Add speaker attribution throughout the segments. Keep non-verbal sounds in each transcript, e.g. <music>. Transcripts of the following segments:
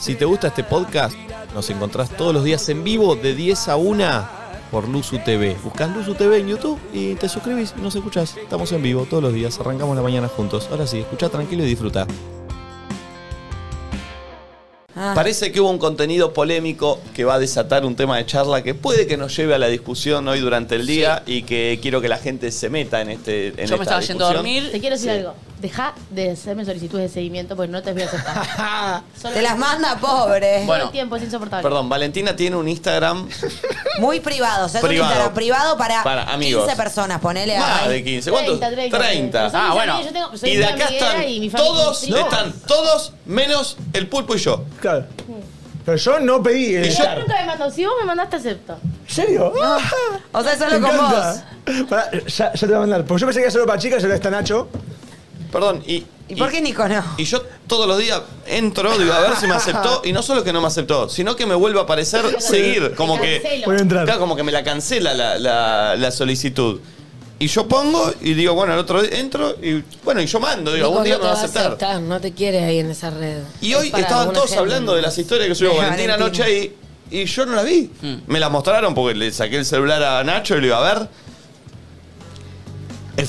Speaker 1: Si te gusta este podcast, nos encontrás todos los días en vivo de 10 a 1 por Luzu TV. Buscás Luzu TV en YouTube y te suscribís y nos escuchás. Estamos en vivo todos los días, arrancamos la mañana juntos. Ahora sí, escucha tranquilo y disfruta.
Speaker 2: Ah.
Speaker 1: Parece que hubo un contenido polémico que va a desatar un tema de charla que puede que nos lleve a la discusión hoy durante el día y que quiero que la gente se meta en este en
Speaker 3: Yo me
Speaker 1: esta
Speaker 3: estaba yendo a
Speaker 1: discusión.
Speaker 3: dormir.
Speaker 4: Te quiero decir
Speaker 1: Sí.
Speaker 4: algo. Deja de hacerme solicitudes de seguimiento porque no te voy a
Speaker 1: <laughs>
Speaker 4: aceptar. Solo
Speaker 2: Te las manda pobre.
Speaker 4: Todo
Speaker 1: Bueno.
Speaker 4: el tiempo es insoportable.
Speaker 1: Perdón, Valentina tiene un Instagram
Speaker 2: Muy privado. O sea, es un
Speaker 1: Privado.
Speaker 2: Instagram privado para,
Speaker 1: Para amigos.
Speaker 2: 15 personas, ponele
Speaker 1: más
Speaker 2: a.
Speaker 1: de 15. ¿Cuántos?
Speaker 4: 30.
Speaker 1: 30.
Speaker 4: Son mis
Speaker 3: Ah, bueno.
Speaker 4: amigos, yo tengo- soy
Speaker 1: y de
Speaker 4: una
Speaker 1: acá
Speaker 4: amiguera
Speaker 1: están
Speaker 4: y mi familia-
Speaker 1: todos,
Speaker 4: No.
Speaker 1: están todos menos el pulpo y yo.
Speaker 5: Claro. Pero yo no pedí el
Speaker 1: Y yo-
Speaker 4: Yo nunca me mando. Si vos me mandaste, acepto.
Speaker 5: ¿En serio? Ah,
Speaker 2: O sea,
Speaker 5: Me
Speaker 2: solo con vos.
Speaker 5: encanta. Pará, ya, ya te voy a mandar. Porque yo pensé que era solo para chicas, ahora está Nacho.
Speaker 1: Perdón, y.
Speaker 2: ¿Y por qué Nico no?
Speaker 1: Y yo todos los días entro, digo, a ver si me aceptó. Y no solo que no me aceptó, sino que me vuelve a aparecer seguir. Como que.
Speaker 4: Cancelo.
Speaker 5: Voy a entrar.
Speaker 1: Claro, como que me la cancela la, la- la solicitud. Y yo pongo y digo, bueno, el otro día entro y bueno, y yo mando, digo,
Speaker 3: Nico,
Speaker 1: algún día
Speaker 3: no
Speaker 1: me
Speaker 3: te
Speaker 1: va a
Speaker 3: va a
Speaker 1: aceptar.
Speaker 3: aceptar, no te quieres ahí en esa red.
Speaker 1: Y
Speaker 3: Es
Speaker 1: hoy
Speaker 3: para
Speaker 1: estaban
Speaker 3: alguna
Speaker 1: todos
Speaker 3: gente. Ah,
Speaker 1: hablando de las historias que subió
Speaker 2: De
Speaker 1: Valentina
Speaker 2: Valentina.
Speaker 1: anoche y, y yo no las vi.
Speaker 6: Mm.
Speaker 1: Me las mostraron porque le saqué el celular a Nacho y lo iba a ver. Es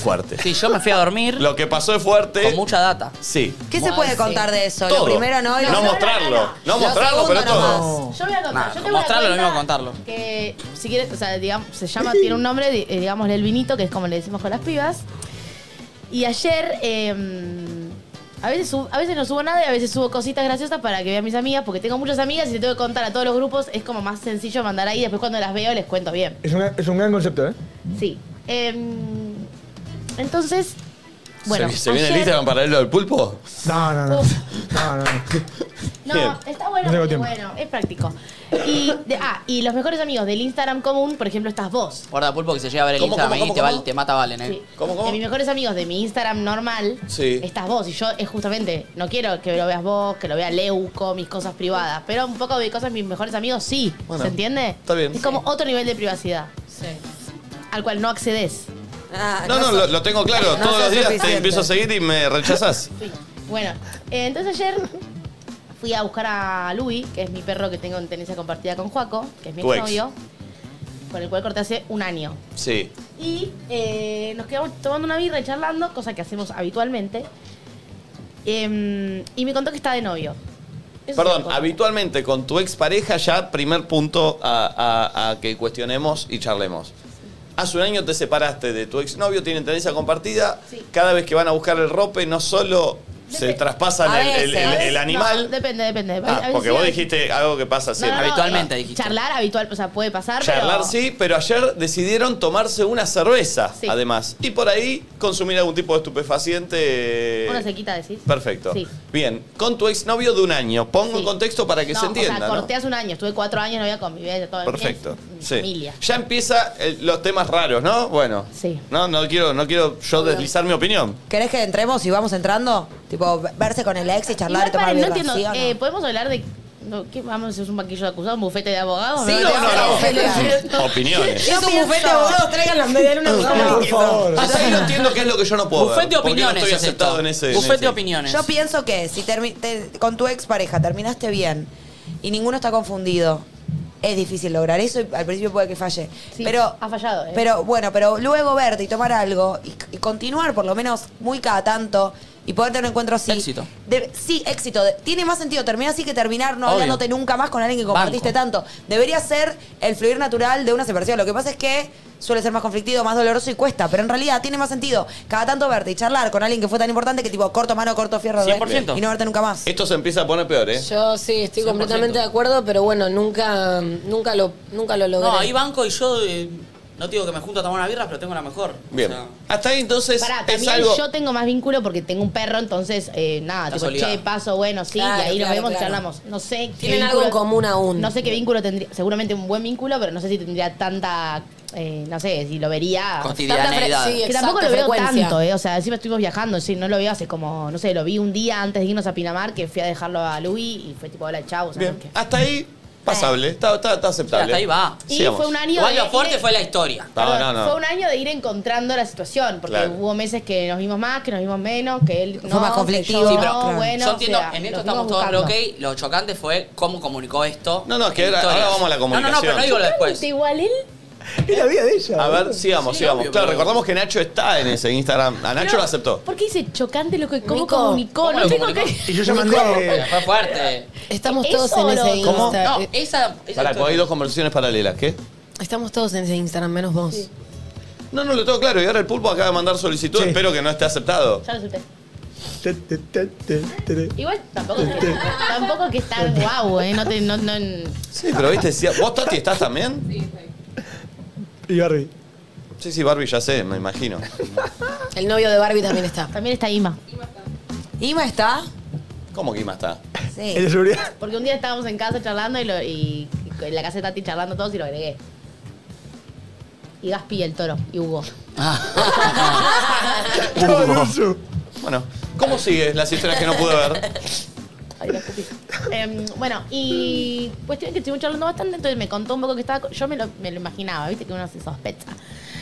Speaker 6: <laughs>
Speaker 1: fuerte.
Speaker 3: Sí, yo me fui a dormir
Speaker 1: Lo que pasó es fuerte.
Speaker 3: con mucha data.
Speaker 1: Sí.
Speaker 2: ¿Qué se
Speaker 3: Bueno,
Speaker 2: puede
Speaker 3: sí.
Speaker 2: contar de eso?
Speaker 1: Todo.
Speaker 2: Lo primero no y lo
Speaker 1: No
Speaker 2: segundo-
Speaker 1: mostrarlo. No,
Speaker 2: Lo
Speaker 1: mostrarlo, pero
Speaker 2: segundo nomás.
Speaker 1: todo.
Speaker 4: Yo voy a contar.
Speaker 3: Nah,
Speaker 4: yo tengo una
Speaker 3: mostrarlo, lo
Speaker 4: cuenta
Speaker 3: mismo contarlo.
Speaker 4: Que si quieres, o sea, digamos, se llama, tiene un nombre, di- eh, digamos, el vinito, que es como le decimos con las pibas. Y ayer, eh, a, veces sub- a veces no subo nada y a veces subo cositas graciosas para que vean mis amigas, porque tengo muchas amigas y si tengo que contar a todos los grupos, es como más sencillo mandar ahí. Después cuando las veo les cuento bien.
Speaker 5: Es un, es un gran concepto, ¿eh?
Speaker 4: Sí. Em, entonces, bueno.
Speaker 1: ¿Se, se viene el
Speaker 4: ayer-
Speaker 1: Instagram paralelo del pulpo?
Speaker 5: No, no, no.
Speaker 4: Uf.
Speaker 5: No, no, no.
Speaker 2: <laughs>
Speaker 4: No,
Speaker 1: Bien.
Speaker 4: está bueno,
Speaker 5: No tengo
Speaker 4: porque,
Speaker 5: tiempo.
Speaker 4: bueno, es práctico. Y, de- ah, y los mejores amigos del Instagram común, por ejemplo, estás vos.
Speaker 3: Guarda pulpo que se llega a ver el
Speaker 1: ¿Cómo,
Speaker 3: Instagram
Speaker 1: cómo,
Speaker 3: ahí y
Speaker 1: cómo,
Speaker 3: te, va-
Speaker 1: cómo?
Speaker 3: te mata Valen, eh.
Speaker 4: Sí.
Speaker 1: ¿Cómo, cómo?
Speaker 4: De mis mejores amigos de mi Instagram normal,
Speaker 1: Sí.
Speaker 4: estás vos. Y yo es justamente, no quiero que lo veas vos, que lo vea Leuco, mis cosas privadas. Pero un poco de cosas de mis mejores amigos sí.
Speaker 1: Bueno,
Speaker 4: ¿Se entiende?
Speaker 1: está bien.
Speaker 4: Es como otro nivel de privacidad, al cual no accedes.
Speaker 2: Ah,
Speaker 1: No, no,
Speaker 2: sos-
Speaker 1: lo, lo tengo claro.
Speaker 2: No
Speaker 1: Todos
Speaker 2: sos
Speaker 1: los días te
Speaker 2: suficiente.
Speaker 1: empiezo a seguir y me rechazás.
Speaker 4: Sí. Bueno, eh, entonces ayer fui a buscar a Luis, que es mi perro que tengo en tenencia compartida con Juaco, que es mi
Speaker 1: Tu ex.
Speaker 4: novio, con el cual corté hace un año.
Speaker 1: Sí.
Speaker 4: Y eh, nos quedamos tomando una birra y charlando, cosa que hacemos habitualmente. Em, y me contó que está de novio. Eso sí me
Speaker 1: Perdón,
Speaker 4: contó.
Speaker 1: habitualmente con tu expareja ya primer punto a, a- a que cuestionemos y charlemos. Hace un año te separaste de tu exnovio, tienen tendencia compartida.
Speaker 4: Sí.
Speaker 1: Cada vez que van a buscar el rope no solo se
Speaker 4: Dep-
Speaker 1: traspasan
Speaker 2: A
Speaker 1: el,
Speaker 2: veces.
Speaker 1: el- el- el
Speaker 2: A veces,
Speaker 1: animal.
Speaker 4: No, depende, depende. A
Speaker 1: Ah,
Speaker 4: veces
Speaker 1: porque
Speaker 4: sí, a
Speaker 1: vos
Speaker 4: veces-
Speaker 1: dijiste algo que pasa
Speaker 4: No, no,
Speaker 1: siempre.
Speaker 4: no,
Speaker 3: Habitualmente
Speaker 4: eh,
Speaker 3: dijiste.
Speaker 4: Charlar habitual, o sea, puede pasar.
Speaker 1: Charlar
Speaker 4: pero-
Speaker 1: sí, pero ayer decidieron tomarse una cerveza,
Speaker 4: Sí.
Speaker 1: además. Y por ahí consumir algún tipo de estupefaciente. eh,
Speaker 4: Una sequita, decís.
Speaker 1: Perfecto.
Speaker 4: Sí.
Speaker 1: Bien, con tu exnovio de un año. Pongo
Speaker 4: Sí.
Speaker 1: en contexto para que
Speaker 4: No,
Speaker 1: se
Speaker 4: O
Speaker 1: entienda.
Speaker 4: sea,
Speaker 1: ¿no?
Speaker 4: corté hace un año, estuve cuatro años, no había convivencia, todo
Speaker 1: Perfecto.
Speaker 4: es mi
Speaker 1: Sí.
Speaker 4: familia.
Speaker 1: Ya empieza el- los temas raros, ¿no? Bueno.
Speaker 4: Sí.
Speaker 1: No, no quiero, no quiero yo deslizar mi opinión.
Speaker 2: ¿Querés que entremos y vamos entrando? Tipo, verse con el ex y charlar
Speaker 4: Igual,
Speaker 2: y tomar
Speaker 4: paren,
Speaker 2: birra,
Speaker 4: no entiendo,
Speaker 2: ¿sí o no?
Speaker 4: eh, ¿podemos hablar de no, qué vamos? ¿Es un banquillo de acusados, un bufete de abogados?
Speaker 2: Sí,
Speaker 1: No, no, no.
Speaker 4: no.
Speaker 1: Opiniones.
Speaker 2: Es un bufete de abogados, traigan las medias lunas, buscamos.
Speaker 5: Por favor.
Speaker 1: Hasta ahí no entiendo qué es lo que yo no puedo
Speaker 3: Buffet
Speaker 1: ver, porque
Speaker 3: de Ah, opiniones
Speaker 1: No estoy
Speaker 3: es
Speaker 1: aceptado
Speaker 3: esto.
Speaker 1: en ese. en
Speaker 3: Buffet
Speaker 1: ese.
Speaker 3: de opiniones.
Speaker 2: Yo pienso que si termi- te- con tu expareja terminaste bien y ninguno está confundido, es difícil lograr eso y al principio puede que falle.
Speaker 4: Sí,
Speaker 2: pero
Speaker 4: ha fallado, ¿eh?
Speaker 2: Pero bueno, pero luego verte y tomar algo y, y continuar por lo menos muy cada tanto y poder tener un encuentro así.
Speaker 3: Éxito.
Speaker 2: De- sí, éxito. De- tiene más sentido terminar así que terminar no
Speaker 3: Obvio.
Speaker 2: hablándote nunca más con alguien que compartiste
Speaker 3: Banco.
Speaker 2: tanto. Debería ser el fluir natural de una separación. Lo que pasa es que suele ser más conflictivo, más doloroso y cuesta, pero en realidad tiene más sentido cada tanto verte y charlar con alguien que fue tan importante que tipo corto mano, corto fierro,
Speaker 3: 100%.
Speaker 2: y no verte nunca más.
Speaker 1: Esto se empieza a poner peor, ¿eh?
Speaker 7: Yo sí, estoy
Speaker 3: 100%.
Speaker 7: completamente de acuerdo, pero bueno, nunca, nunca lo, nunca lo logré.
Speaker 3: No, ahí banco y yo eh, no te digo que me junto a tomar una birra, pero tengo la mejor.
Speaker 1: Bien.
Speaker 3: O sea,
Speaker 1: Hasta ahí entonces
Speaker 4: Pará,
Speaker 1: es
Speaker 4: también
Speaker 1: algo.
Speaker 4: yo tengo más vínculo porque tengo un perro, entonces, eh, nada,
Speaker 3: Estás
Speaker 4: tipo,
Speaker 3: obligada.
Speaker 4: che, paso, bueno, sí,
Speaker 7: Claro,
Speaker 4: y ahí
Speaker 7: claro,
Speaker 4: nos vemos y
Speaker 7: claro.
Speaker 4: charlamos. No sé qué
Speaker 7: Tienen
Speaker 4: vínculo-
Speaker 7: algo en común aún.
Speaker 4: No sé qué vínculo tendría, seguramente un buen vínculo, pero no sé si tendría tanta, eh, no sé, si lo vería.
Speaker 3: cotidianeidad.
Speaker 7: Tanta fre- sí,
Speaker 4: Que
Speaker 7: exacto,
Speaker 4: tampoco lo veo
Speaker 7: frecuencia.
Speaker 4: tanto, ¿eh? O sea, encima estuvimos viajando, sí, no lo veo hace como, no sé, lo vi un día antes de irnos a Pinamar, que fui a dejarlo a Luis y fue tipo, hola, chau, o sea,
Speaker 1: Bien.
Speaker 4: no,
Speaker 1: Ah,
Speaker 4: que-
Speaker 1: Hasta ahí Pasable, está, está- está aceptable.
Speaker 3: Hasta ahí va.
Speaker 4: Y
Speaker 1: Sigamos.
Speaker 4: fue un año.
Speaker 3: Igual
Speaker 4: de
Speaker 3: lo fuerte
Speaker 4: ir-
Speaker 3: fue la historia.
Speaker 1: No,
Speaker 4: perdón,
Speaker 1: no, no.
Speaker 4: Fue un año de ir encontrando la situación, porque
Speaker 1: Claro.
Speaker 4: hubo meses que nos vimos más, que nos vimos menos, que él
Speaker 2: Fue
Speaker 4: no,
Speaker 2: más
Speaker 4: que
Speaker 2: conflictivo.
Speaker 4: yo
Speaker 2: Sí,
Speaker 4: no,
Speaker 2: pero claro.
Speaker 4: bueno,
Speaker 3: Yo entiendo,
Speaker 4: o sea,
Speaker 3: en esto
Speaker 4: lo
Speaker 3: estamos
Speaker 4: fuimos
Speaker 3: todos re
Speaker 4: buscando.
Speaker 3: ok. Lo chocante fue cómo comunicó esto.
Speaker 1: No, no, es que
Speaker 3: en
Speaker 1: ahora-
Speaker 3: historias.
Speaker 1: ahora vamos a la
Speaker 3: No, no, no,
Speaker 1: comunicación.
Speaker 3: pero no digo lo después.
Speaker 4: Chocante, Igual él
Speaker 5: Es la vida de ella.
Speaker 1: A ver,
Speaker 5: boludo.
Speaker 1: sigamos, sigamos.
Speaker 3: obvio,
Speaker 1: claro,
Speaker 3: pero-
Speaker 1: recordamos que Nacho está en ese Instagram. A Nacho
Speaker 4: Pero,
Speaker 1: lo aceptó.
Speaker 4: ¿Por qué dice chocante lo que cómo
Speaker 7: Nico,
Speaker 4: comunicó?
Speaker 3: ¿cómo
Speaker 4: No
Speaker 3: lo
Speaker 4: tengo
Speaker 3: comunicó?
Speaker 4: que.
Speaker 5: Y yo ya mandé. eh,
Speaker 3: Fue fuerte.
Speaker 7: Estamos
Speaker 4: ¿Es
Speaker 7: todos en ese eh,
Speaker 4: oro?
Speaker 1: ¿Cómo?
Speaker 7: Instagram.
Speaker 3: No, esa. esa
Speaker 1: Pará, pues hay
Speaker 3: historia.
Speaker 1: dos conversaciones paralelas. ¿Qué?
Speaker 7: Estamos todos en ese Instagram, menos vos.
Speaker 1: No, no, lo tengo claro. Y ahora el pulpo acaba de mandar solicitud.
Speaker 5: Sí.
Speaker 1: Espero que no esté aceptado.
Speaker 4: Ya lo acepté.
Speaker 5: Te, te, te, te, te.
Speaker 4: Igual tampoco es que, tampoco que es tan guau, ¿eh? No te, no, no,
Speaker 1: Sí, pero viste, decía- ¿vos Tati estás también? Sí.
Speaker 5: Y Barbie.
Speaker 1: sí, Barbie, ya sé, me imagino.
Speaker 7: El novio de Barbie también está.
Speaker 4: también está Ima.
Speaker 2: ¿Ima está?
Speaker 1: ¿Cómo que Ima está?
Speaker 5: <laughs> El de
Speaker 2: Sí.
Speaker 5: seguridad.
Speaker 4: Porque un día estábamos en casa charlando y, lo- y- y en la casa de Tati charlando todos y lo agregué. Y Gaspi, el toro, y Hugo.
Speaker 1: Uh.
Speaker 5: Estaba en un zoo.
Speaker 1: Bueno, ¿cómo sigue las historias que no pude ver?
Speaker 4: Ay, la escupí. Em, bueno, y cuestión que estuvimos charlando bastante, entonces me contó un poco que estaba. co- Yo me lo, me lo imaginaba, viste, que uno se sospecha.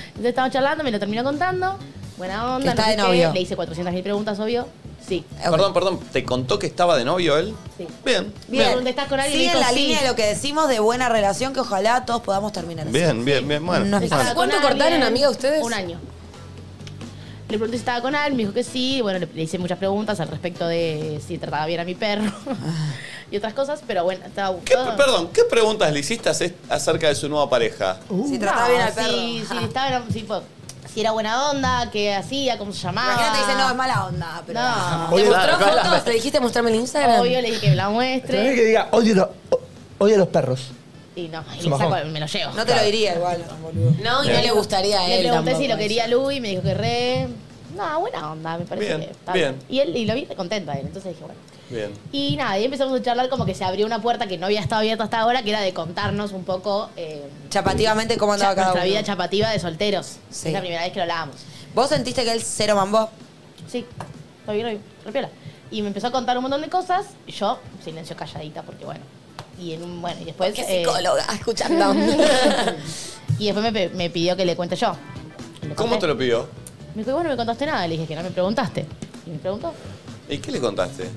Speaker 4: Entonces estábamos charlando, me lo terminó contando. Buena onda,
Speaker 2: Que
Speaker 4: no
Speaker 2: está
Speaker 4: sé
Speaker 2: de
Speaker 4: qué.
Speaker 2: novio.
Speaker 4: Le hice 400.000 preguntas, obvio. Sí.
Speaker 1: Perdón, perdón, ¿te contó que estaba de novio él?
Speaker 4: Sí.
Speaker 1: Bien.
Speaker 4: Pregunté, ¿estás con alguien?
Speaker 2: Sigue
Speaker 4: Dijo,
Speaker 2: en la
Speaker 4: sí.
Speaker 2: línea de lo que decimos de buena relación que ojalá todos podamos terminar. así.
Speaker 1: Bien, bien, bien. Bueno,
Speaker 2: No es
Speaker 1: bueno.
Speaker 4: Estaba
Speaker 7: ¿Cuánto
Speaker 4: con
Speaker 7: cortaron,
Speaker 4: alguien?
Speaker 7: amiga, ustedes?
Speaker 4: Un año. Le pregunté si estaba con alguien, me dijo que sí. Bueno, le, le hice muchas preguntas al respecto de si trataba bien a mi perro
Speaker 2: Ah.
Speaker 4: <laughs> y otras cosas, pero bueno, estaba
Speaker 1: ¿Qué-
Speaker 4: todo-
Speaker 1: perdón, ¿qué preguntas le hiciste ace- acerca de su nueva pareja?
Speaker 2: Si
Speaker 4: No,
Speaker 2: trataba bien al
Speaker 4: si-
Speaker 2: perro. <laughs>
Speaker 4: Si, estaba, en- si, fue- si era buena onda, qué hacía, cómo se llamaba.
Speaker 2: Imagínate, dice, no, es mala onda, pero.
Speaker 4: No.
Speaker 7: ¿Te
Speaker 5: Oye,
Speaker 7: mostró
Speaker 5: claro, claro.
Speaker 7: fotos? ¿Te dijiste mostrarme el Instagram?
Speaker 4: Obvio, le dije que me la
Speaker 5: Tenés que
Speaker 4: muestre.
Speaker 5: diga, odio, lo- o- odio a los perros.
Speaker 4: Y no, y
Speaker 5: Se
Speaker 4: le
Speaker 5: bajó.
Speaker 4: saco- me lo llevo.
Speaker 2: No te lo diría igual, boludo.
Speaker 7: No, y no le gustaría a
Speaker 4: Le
Speaker 7: él.
Speaker 4: pregunté si
Speaker 7: tampoco
Speaker 4: lo quería Luis, me dijo que re. No, buena onda, me parece
Speaker 1: Bien,
Speaker 4: que está
Speaker 1: bien.
Speaker 4: Y él y lo vi contento a él, entonces dije, bueno.
Speaker 1: Bien.
Speaker 4: Y nada, y empezamos a charlar como que se abrió una puerta que no había estado abierta hasta ahora, que era de contarnos un poco eh,
Speaker 2: Chapativamente, ¿cómo
Speaker 4: cha-
Speaker 2: andaba cada
Speaker 4: nuestra
Speaker 2: uno?
Speaker 4: vida chapativa de solteros.
Speaker 2: Sí.
Speaker 4: Es la primera vez que lo hablábamos.
Speaker 2: ¿Vos sentiste que él cero mambó?
Speaker 4: Sí, lo vi, lo vi, re piola. Y me empezó a contar un montón de cosas, y yo, silencio calladita, porque bueno. Y en un, bueno, y después.
Speaker 7: Qué
Speaker 4: eh,
Speaker 7: psicóloga,
Speaker 4: <laughs>
Speaker 7: escuchando.
Speaker 4: y después me, pe- me pidió que le cuente yo. Y le
Speaker 1: ¿Cómo
Speaker 4: conté.
Speaker 1: te lo pidió?
Speaker 4: Me dijo, bueno, no me contaste nada. Le dije que no me preguntaste. Y me preguntó. <laughs>
Speaker 1: ¿Y qué le contaste?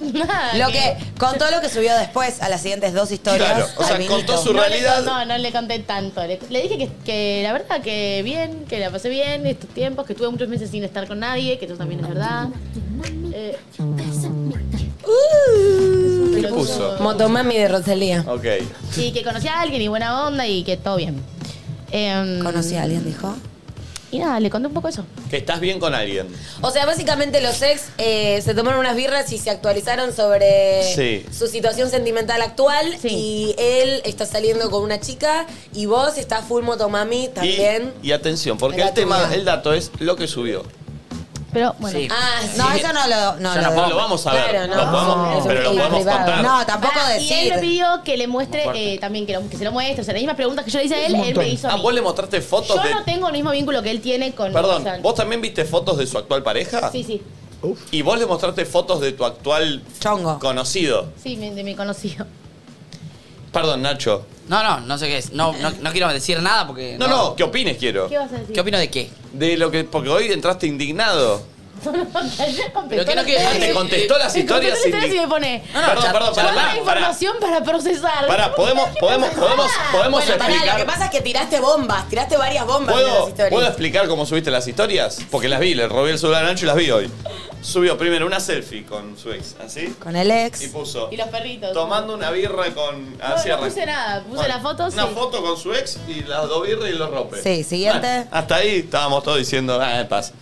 Speaker 4: Nada,
Speaker 2: Lo que contó lo que subió después a las siguientes dos historias.
Speaker 1: Claro, o sea,
Speaker 2: al vinito.
Speaker 1: contó su
Speaker 4: No le
Speaker 1: realidad.
Speaker 4: con- no, no le conté tanto. Le, le dije que, que la verdad que bien, que la pasé bien estos tiempos, que tuve muchos meses sin estar con nadie, que eso también es verdad. Eh, uh.
Speaker 1: ¿Qué puso?
Speaker 7: Motomami de Rosalía.
Speaker 1: Ok.
Speaker 4: y que conocí a alguien y buena onda y que todo bien. Em,
Speaker 2: Conocí a alguien, dijo.
Speaker 4: Y nada, le conté un poco eso.
Speaker 1: Que estás bien con alguien.
Speaker 7: O sea, básicamente los ex eh, se tomaron unas birras y se actualizaron sobre
Speaker 1: Sí.
Speaker 7: su situación sentimental actual.
Speaker 4: Sí.
Speaker 7: Y él está saliendo con una chica y vos estás full motomami también.
Speaker 1: Y, y atención, porque
Speaker 7: Era
Speaker 1: el tema,
Speaker 7: tuya.
Speaker 1: el dato es lo que subió.
Speaker 4: Pero bueno.
Speaker 3: Sí.
Speaker 7: Ah,
Speaker 2: No,
Speaker 3: Sí.
Speaker 2: eso no lo. No,
Speaker 3: Yo
Speaker 2: lo-
Speaker 3: no
Speaker 1: No
Speaker 3: puedo-
Speaker 1: lo vamos a ver,
Speaker 7: Claro, no.
Speaker 1: lo podemos-
Speaker 7: Eso
Speaker 1: pero lo
Speaker 7: es
Speaker 1: podemos
Speaker 7: privado.
Speaker 1: contar. Ah,
Speaker 2: no, Ah, tampoco
Speaker 4: Pará, Y él me
Speaker 2: decir.
Speaker 4: pidió que le muestre
Speaker 3: fuerte.
Speaker 4: eh, también que, lo- que se lo muestre. O sea, las mismas preguntas que yo le hice a él,
Speaker 5: Un
Speaker 4: él
Speaker 5: montón.
Speaker 4: me hizo. a
Speaker 1: Ah,
Speaker 4: mí.
Speaker 1: vos le mostraste fotos
Speaker 4: yo
Speaker 1: de...
Speaker 4: no tengo el mismo vínculo que él tiene con.
Speaker 1: Perdón,
Speaker 4: o sea,
Speaker 1: ¿vos también viste fotos de su actual pareja?
Speaker 4: Sí, sí.
Speaker 5: Uf.
Speaker 1: Y vos le mostraste fotos de tu actual
Speaker 2: Chongo.
Speaker 1: conocido.
Speaker 4: Sí, me, de mi conocido.
Speaker 1: Perdón, Nacho.
Speaker 3: No, no, no sé qué es. No, no, no quiero decir nada porque.
Speaker 1: No, no, ¿qué opines quiero?
Speaker 4: ¿Qué vas a decir? <laughs>
Speaker 3: ¿Qué opino de qué?
Speaker 1: De lo que... Porque hoy entraste indignado.
Speaker 4: Pero
Speaker 3: Pero que no quiere-
Speaker 1: Ah, te contestó las historias
Speaker 4: sin...
Speaker 1: indi-
Speaker 4: y me pone.
Speaker 3: No, no,
Speaker 1: Perdón,
Speaker 3: cha-
Speaker 1: perdón,
Speaker 3: cha-
Speaker 4: Guarda
Speaker 1: pará, pará,
Speaker 4: la
Speaker 1: pará.
Speaker 4: información para procesar.
Speaker 1: Pará,
Speaker 4: <laughs>
Speaker 1: podemos, podemos, podemos, podemos
Speaker 7: Bueno, pará,
Speaker 1: explicar...
Speaker 7: lo que pasa es que tiraste bombas, tiraste varias bombas en las
Speaker 1: ¿Puedo,
Speaker 7: historias.
Speaker 1: puedo explicar cómo subiste las historias? Porque las vi, le robé el celular a Nacho y las vi hoy. Subió primero una selfie con su ex, así,
Speaker 2: Con el
Speaker 1: y
Speaker 2: ex.
Speaker 1: puso.
Speaker 4: Y los perritos.
Speaker 1: Tomando una birra con.
Speaker 4: No, no puse nada, puse la foto,
Speaker 1: Una
Speaker 4: sí.
Speaker 1: foto con su ex y las dos birras y los rompes.
Speaker 2: Sí, siguiente.
Speaker 1: hasta ahí estábamos todos diciendo, ah, en paz.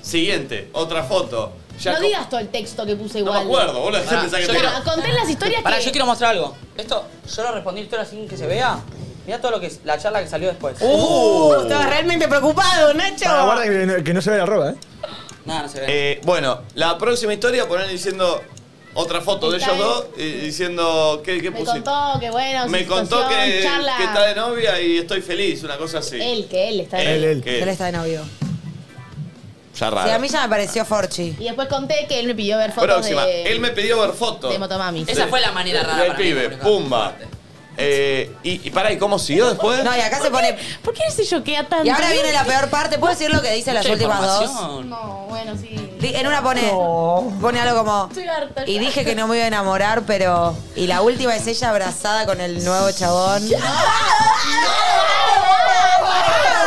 Speaker 1: Siguiente, otra foto. Ya
Speaker 4: no
Speaker 1: co-
Speaker 4: digas todo el texto que puse
Speaker 1: No
Speaker 4: igual.
Speaker 1: me acuerdo, vos lo
Speaker 3: Pará,
Speaker 1: pensás que
Speaker 3: yo
Speaker 1: te-
Speaker 3: quiero-
Speaker 4: Pará, conté las historias
Speaker 3: Pará,
Speaker 4: que.
Speaker 3: yo quiero mostrar algo. Esto, yo lo respondí historia sin que se vea. Mira todo lo que es la charla que salió después.
Speaker 1: ¡Uh!
Speaker 7: Estaba realmente preocupado, Nacho.
Speaker 5: Para, guarda que no, que no se vea la ropa, ¿eh?
Speaker 3: Nada, no se ve.
Speaker 1: Eh, bueno, la próxima historia ponen diciendo otra foto de
Speaker 4: Está
Speaker 1: ellos dos
Speaker 4: bien.
Speaker 1: y diciendo qué, qué
Speaker 4: Me
Speaker 1: pusiste.
Speaker 4: contó que bueno. su
Speaker 1: Me contó
Speaker 4: situación,
Speaker 1: que,
Speaker 4: Charla.
Speaker 1: que está de novia y estoy feliz, una cosa así.
Speaker 4: Él, que él está de.
Speaker 5: Él, él.
Speaker 1: que-
Speaker 2: Él está de novio.
Speaker 1: Ya
Speaker 2: Sí, a
Speaker 1: raro.
Speaker 2: mí ya me pareció Forchi.
Speaker 4: Y después conté que él me pidió ver fotos
Speaker 1: Próxima.
Speaker 4: de...
Speaker 1: Él me pidió ver fotos.
Speaker 4: de Motomami.
Speaker 1: Sí.
Speaker 4: Esa
Speaker 3: fue la manera rara
Speaker 1: Del
Speaker 3: para mí de
Speaker 1: pibe,
Speaker 3: comunicar.
Speaker 1: pumba. Eh, y, y pará, ¿y cómo siguió después?
Speaker 2: No, y acá se pone.
Speaker 4: ¿Por qué él se choquea tanto?
Speaker 2: Y ahora viene la peor parte. ¿Puedo decir lo que dice las
Speaker 3: Mucha
Speaker 2: últimas dos?
Speaker 3: información.
Speaker 4: No, bueno, sí.
Speaker 2: Di- En una pone. Pone algo como.
Speaker 4: Estoy harta.
Speaker 2: Y dije que no me iba a enamorar, pero. Y la última es ella abrazada con el nuevo
Speaker 4: <laughs>
Speaker 2: chabón.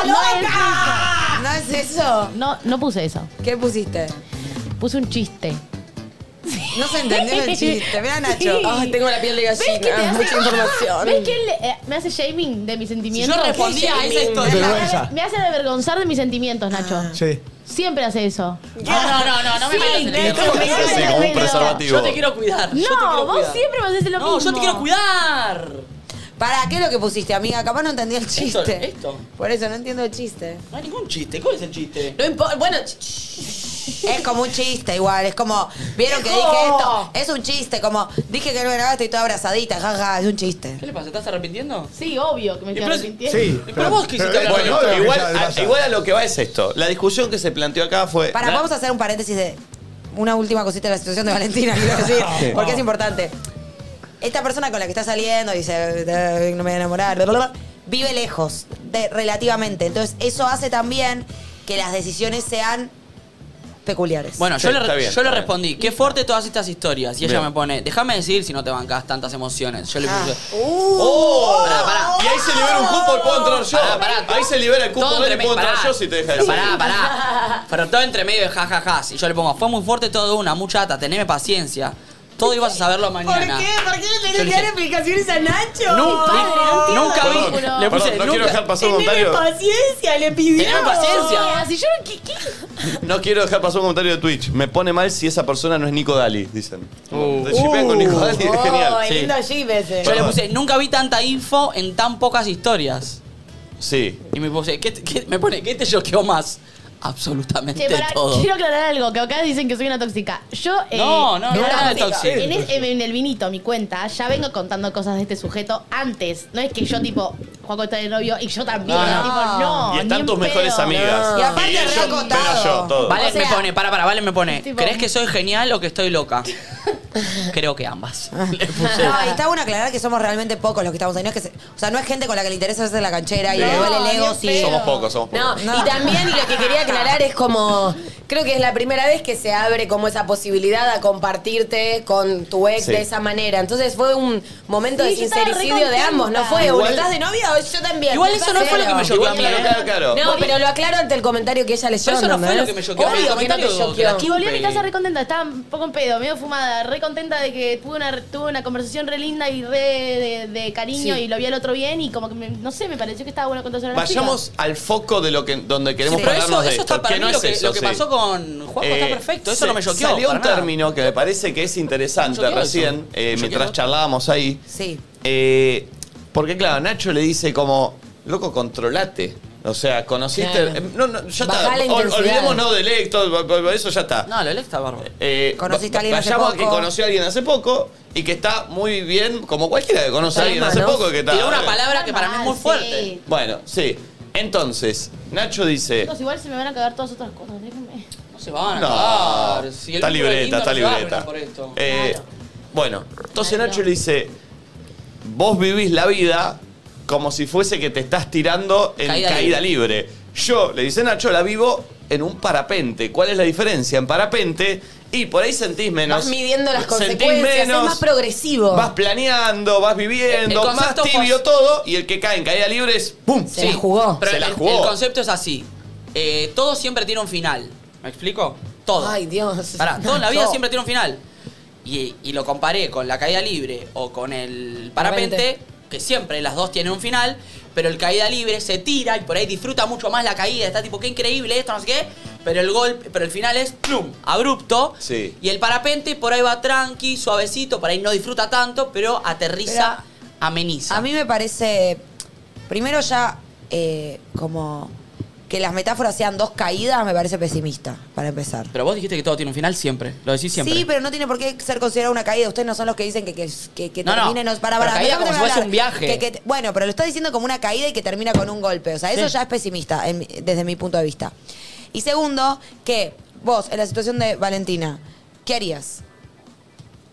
Speaker 4: No, es eso.
Speaker 2: ¿No es eso?
Speaker 4: no, no puse eso.
Speaker 2: ¿Qué pusiste?
Speaker 4: Puse un chiste.
Speaker 2: No se entendió
Speaker 4: <laughs>
Speaker 2: el chiste. Mira, Nacho. Ah,
Speaker 4: Sí.
Speaker 7: Ay, tengo la piel de gallina.
Speaker 4: ¿Ves que te hace
Speaker 7: Mucha información.
Speaker 4: ¿Ves que él eh, me hace shaming de mis
Speaker 3: Si
Speaker 4: sentimientos?
Speaker 3: yo respondía a esa
Speaker 4: <laughs>
Speaker 3: historia.
Speaker 8: Vergüenza.
Speaker 4: Me hace avergonzar de mis sentimientos, Nacho.
Speaker 5: Ah.
Speaker 8: Sí.
Speaker 4: Siempre hace eso.
Speaker 3: No, no, no, no, no me mandes el
Speaker 4: Sí,
Speaker 3: dedo.
Speaker 4: ¿cómo me
Speaker 1: Así,
Speaker 4: encanta
Speaker 1: como un
Speaker 4: el pelo.
Speaker 1: preservativo.
Speaker 3: Yo te quiero cuidar. yo te
Speaker 4: No,
Speaker 3: quiero
Speaker 4: vos
Speaker 3: cuidar.
Speaker 4: siempre me haces lo mismo.
Speaker 3: No, yo te quiero cuidar.
Speaker 2: ¿Para qué es lo que pusiste, amiga? Capaz no entendí el chiste.
Speaker 3: esto.
Speaker 2: Por eso no entiendo el chiste.
Speaker 3: No hay ningún chiste. ¿Cuál es el chiste?
Speaker 7: No importa. Bueno, ch- ch-
Speaker 2: Es como un chiste igual, es como, vieron que
Speaker 7: ¡Viejo!
Speaker 2: dije esto, es un chiste, como dije que no me grabaste y toda abrazadita, jaja, es un chiste.
Speaker 3: ¿Qué le pasa? ¿Estás arrepintiendo?
Speaker 4: Sí, obvio que me estoy
Speaker 3: pero-
Speaker 4: arrepintiendo.
Speaker 8: Sí.
Speaker 3: Pero eh, vos quisiste hablar de
Speaker 8: Bueno,
Speaker 1: Bueno,
Speaker 8: obvio que
Speaker 1: igual,
Speaker 8: ya le
Speaker 1: a,
Speaker 8: pasa.
Speaker 1: igual a lo que va es esto. La discusión que se planteó acá fue.
Speaker 2: Para,
Speaker 1: la-
Speaker 2: vamos a hacer un paréntesis de una última cosita de la situación de Valentina, quiero decir, porque es importante. Esta persona con la que está saliendo y dice, "Eh, no me voy a enamorar, bla, bla, bla, vive lejos, de- relativamente. Entonces, eso hace también que las decisiones sean peculiares.
Speaker 3: Bueno,
Speaker 1: Sí,
Speaker 3: yo, le,
Speaker 1: está bien,
Speaker 3: yo le
Speaker 1: está
Speaker 3: respondí, qué fuerte todas estas historias. Y ella
Speaker 1: Bien.
Speaker 3: me pone, déjame decir si no te bancas tantas emociones. Yo le
Speaker 2: Ah.
Speaker 3: puse,
Speaker 1: Uh, ¡Oh!
Speaker 3: Pará, pará.
Speaker 1: Y ahí se libera un cupo, puedo entrar yo.
Speaker 3: Pará, pará.
Speaker 1: Ahí se libera el cupo
Speaker 3: Todo
Speaker 1: de él y
Speaker 3: entre
Speaker 1: puedo
Speaker 3: me-
Speaker 1: entrar
Speaker 3: pará.
Speaker 1: yo si te deja
Speaker 3: Pero
Speaker 1: decir.
Speaker 3: pará, pará. Pero todo entre medio de jajajas. Y yo le pongo, fue muy fuerte todo de una, muchata, teneme paciencia. Todo ibas a saberlo mañana.
Speaker 2: ¿Por qué le
Speaker 3: Yo le dije-
Speaker 2: explicaciones a Nacho?
Speaker 3: Nunca, nunca
Speaker 1: Perdón,
Speaker 3: vi.
Speaker 1: perdón,
Speaker 3: Le puse,
Speaker 1: no quiero
Speaker 3: nunca-
Speaker 1: dejar pasar un comentario.
Speaker 2: paciencia, le pidió.
Speaker 3: Teneme paciencia.
Speaker 4: Si yo no... ¿qué- qué?
Speaker 1: No quiero dejar pasar un comentario de Twitch. Me pone mal si esa persona no es Nico Dali, dicen.
Speaker 3: Uh.
Speaker 1: Te shipean con Nico Dali, es genial.
Speaker 3: Sí. lindo
Speaker 2: jeep ese.
Speaker 3: Yo le
Speaker 1: Perdón.
Speaker 3: puse, nunca vi tanta info en tan pocas historias.
Speaker 1: Sí.
Speaker 3: Y me puse, ¿qué, te- qué- me pone, ¿qué te choqueó más? Absolutamente
Speaker 4: Che, pará,
Speaker 3: todo.
Speaker 4: quiero aclarar algo, que acá dicen que soy una tóxica. Yo, eh,
Speaker 3: No, no, no,
Speaker 4: ahora,
Speaker 3: nada de tóxica.
Speaker 4: En, es- en el vinito, mi cuenta, ya vengo contando cosas de este sujeto antes. No es que yo, tipo, Juaco está de novio y yo también.
Speaker 3: Ah.
Speaker 2: No, no.
Speaker 4: Tipo, no,
Speaker 1: Y
Speaker 4: ni
Speaker 1: están
Speaker 4: en
Speaker 1: tus mejores
Speaker 4: pedo.
Speaker 1: amigas.
Speaker 2: Y aparte
Speaker 1: yo,
Speaker 2: re acotado.
Speaker 1: pero yo, todo.
Speaker 3: Vale
Speaker 4: O sea,
Speaker 3: me pone, para, para, Vale me pone.
Speaker 4: tipo-
Speaker 3: ¿Crees que soy genial o que estoy loca? Creo que ambas. Le puse.
Speaker 2: Ah, No, y está bueno aclarar que somos realmente pocos los que estamos ahí. No es que se- o sea, no es gente con la que le interesa hacerse la canchera y
Speaker 7: No,
Speaker 2: le duele el ego.
Speaker 7: ni
Speaker 2: Sí.
Speaker 7: en pedo.
Speaker 1: Somos pocos, somos pocos.
Speaker 7: No,
Speaker 2: No.
Speaker 7: y también lo que quería aclarar es como. Creo que es la primera vez que se abre como esa posibilidad a compartirte con tu ex
Speaker 1: Sí.
Speaker 7: de esa manera. Entonces fue un momento
Speaker 4: Sí,
Speaker 7: de
Speaker 4: yo estaba
Speaker 7: sincericidio de
Speaker 4: recontenta.
Speaker 7: ambos. No fue,
Speaker 1: Igual-
Speaker 7: uno, ¿estás de novia o yo también?
Speaker 3: Igual eso no fue lo que me
Speaker 7: Cero.
Speaker 3: choqueó a
Speaker 1: Igual, claro,
Speaker 3: mí. ¿eh?
Speaker 1: claro, claro.
Speaker 7: No, pero lo aclaro ante el comentario que ella leyó.
Speaker 3: Pero eso no fue
Speaker 7: ¿entendés?
Speaker 3: lo que me choqueó. El
Speaker 7: Obvio que no
Speaker 3: comentario
Speaker 7: te
Speaker 3: de- de la
Speaker 7: choqueó.
Speaker 4: Y volví a mi
Speaker 3: Chupe.
Speaker 4: casa recontenta, estaba un poco en pedo, medio fumada, re contenta de que tuve una, tuve una conversación re linda y re de, de cariño
Speaker 7: Sí.
Speaker 4: y lo vi al otro bien y como que, me- no sé, me pareció que estaba bueno contárselo a las
Speaker 1: Vayamos al foco de lo que donde queremos
Speaker 3: Pero eso,
Speaker 1: pararnos de
Speaker 3: eso
Speaker 1: esto,
Speaker 3: está para
Speaker 1: que
Speaker 3: mí
Speaker 1: no
Speaker 3: lo
Speaker 1: es
Speaker 3: que,
Speaker 1: eso,
Speaker 3: lo que
Speaker 1: sí.
Speaker 3: pasó con Juanjo
Speaker 1: Eh,
Speaker 3: está perfecto. Eso
Speaker 1: se-
Speaker 3: no me choqueó.
Speaker 1: Salió
Speaker 3: para
Speaker 1: un
Speaker 3: nada.
Speaker 1: término que me parece que es interesante
Speaker 3: No me choqueó
Speaker 1: recién,
Speaker 3: eso.
Speaker 1: eh,
Speaker 3: Me
Speaker 1: mientras
Speaker 3: choqueó.
Speaker 1: charlábamos ahí.
Speaker 2: Sí.
Speaker 1: Eh, porque claro, Nacho le dice como, loco, controlate. O sea, conociste...
Speaker 7: Claro.
Speaker 1: eh, No, no, ya está.
Speaker 7: Bajá la
Speaker 1: Ol-
Speaker 7: intensidad.
Speaker 1: olvidémonos del electo, eso ya está.
Speaker 3: No, lo del está bárbaro.
Speaker 1: Eh,
Speaker 2: Conociste
Speaker 1: va-
Speaker 2: a alguien hace
Speaker 1: vayamos
Speaker 2: poco.
Speaker 1: a que conoció a alguien hace poco y que está muy bien, como cualquiera que conoce a alguien hace
Speaker 7: Hermanos.
Speaker 1: poco. Que está,
Speaker 3: Tiró una
Speaker 1: eh,
Speaker 3: palabra que para mí es muy
Speaker 4: Ah, Sí.
Speaker 3: fuerte.
Speaker 1: Bueno, sí. Entonces, Nacho dice...
Speaker 4: Chicos, igual se me van a cagar todas otras cosas, déjenme.
Speaker 3: No se van a
Speaker 1: No,
Speaker 3: cagar. Si Ah, el
Speaker 1: está
Speaker 3: vínculo es
Speaker 1: libreta,
Speaker 3: lindo,
Speaker 1: está
Speaker 3: no se va a
Speaker 1: libreta.
Speaker 3: arruinar por esto.
Speaker 1: Eh,
Speaker 4: Claro.
Speaker 1: Bueno, entonces
Speaker 4: Claro.
Speaker 1: Nacho le dice, vos vivís la vida como si fuese que te estás tirando en caída,
Speaker 3: Caída
Speaker 1: libre. Yo, le dice Nacho, la vivo en un parapente. ¿Cuál es la diferencia? En parapente, y por ahí sentís menos.
Speaker 7: Vas midiendo las
Speaker 1: sentís
Speaker 7: consecuencias,
Speaker 1: menos,
Speaker 7: es más progresivo.
Speaker 1: Vas planeando, vas
Speaker 3: El
Speaker 1: viviendo, más
Speaker 3: concepto
Speaker 1: tibio
Speaker 3: fue-
Speaker 1: todo, y el que cae en caída libre es ¡pum!
Speaker 7: Se la jugó.
Speaker 3: Pero
Speaker 1: Se
Speaker 3: el,
Speaker 1: la
Speaker 3: el
Speaker 1: jugó.
Speaker 3: concepto es así. Eh, todo siempre tiene un final. ¿Me explico? Todo.
Speaker 7: Ay, Dios.
Speaker 3: Pará, todo en la vida
Speaker 7: No.
Speaker 3: siempre tiene un final. Y, y lo comparé con la caída libre o con el parapente, que siempre las dos tienen un final, pero el caída libre se tira y por ahí disfruta mucho más la caída. Está tipo, qué increíble esto, no sé qué. Pero el golpe, pero el final es plum, abrupto.
Speaker 1: Sí.
Speaker 3: Y el parapente por ahí va tranqui, suavecito, por ahí no disfruta tanto, pero aterriza, ameniza.
Speaker 2: A mí me parece, primero ya, eh, como que las metáforas sean dos caídas, me parece pesimista, para empezar.
Speaker 3: Pero vos dijiste que todo tiene un final siempre. Lo decís siempre.
Speaker 2: Sí, pero no tiene por qué ser considerada una caída. Ustedes no son los que dicen que, que, que, que
Speaker 3: No, no.
Speaker 2: termine. No, para,
Speaker 3: Pero
Speaker 2: para,
Speaker 3: caída
Speaker 2: déjame
Speaker 3: como si fuese
Speaker 2: hablar.
Speaker 3: un viaje.
Speaker 2: Que- que te- bueno, pero lo está diciendo como una caída y que termina con un golpe. O sea, eso
Speaker 3: Sí.
Speaker 2: ya es pesimista en mi- desde mi punto de vista. Y segundo, que vos, en la situación de Valentina, ¿qué harías?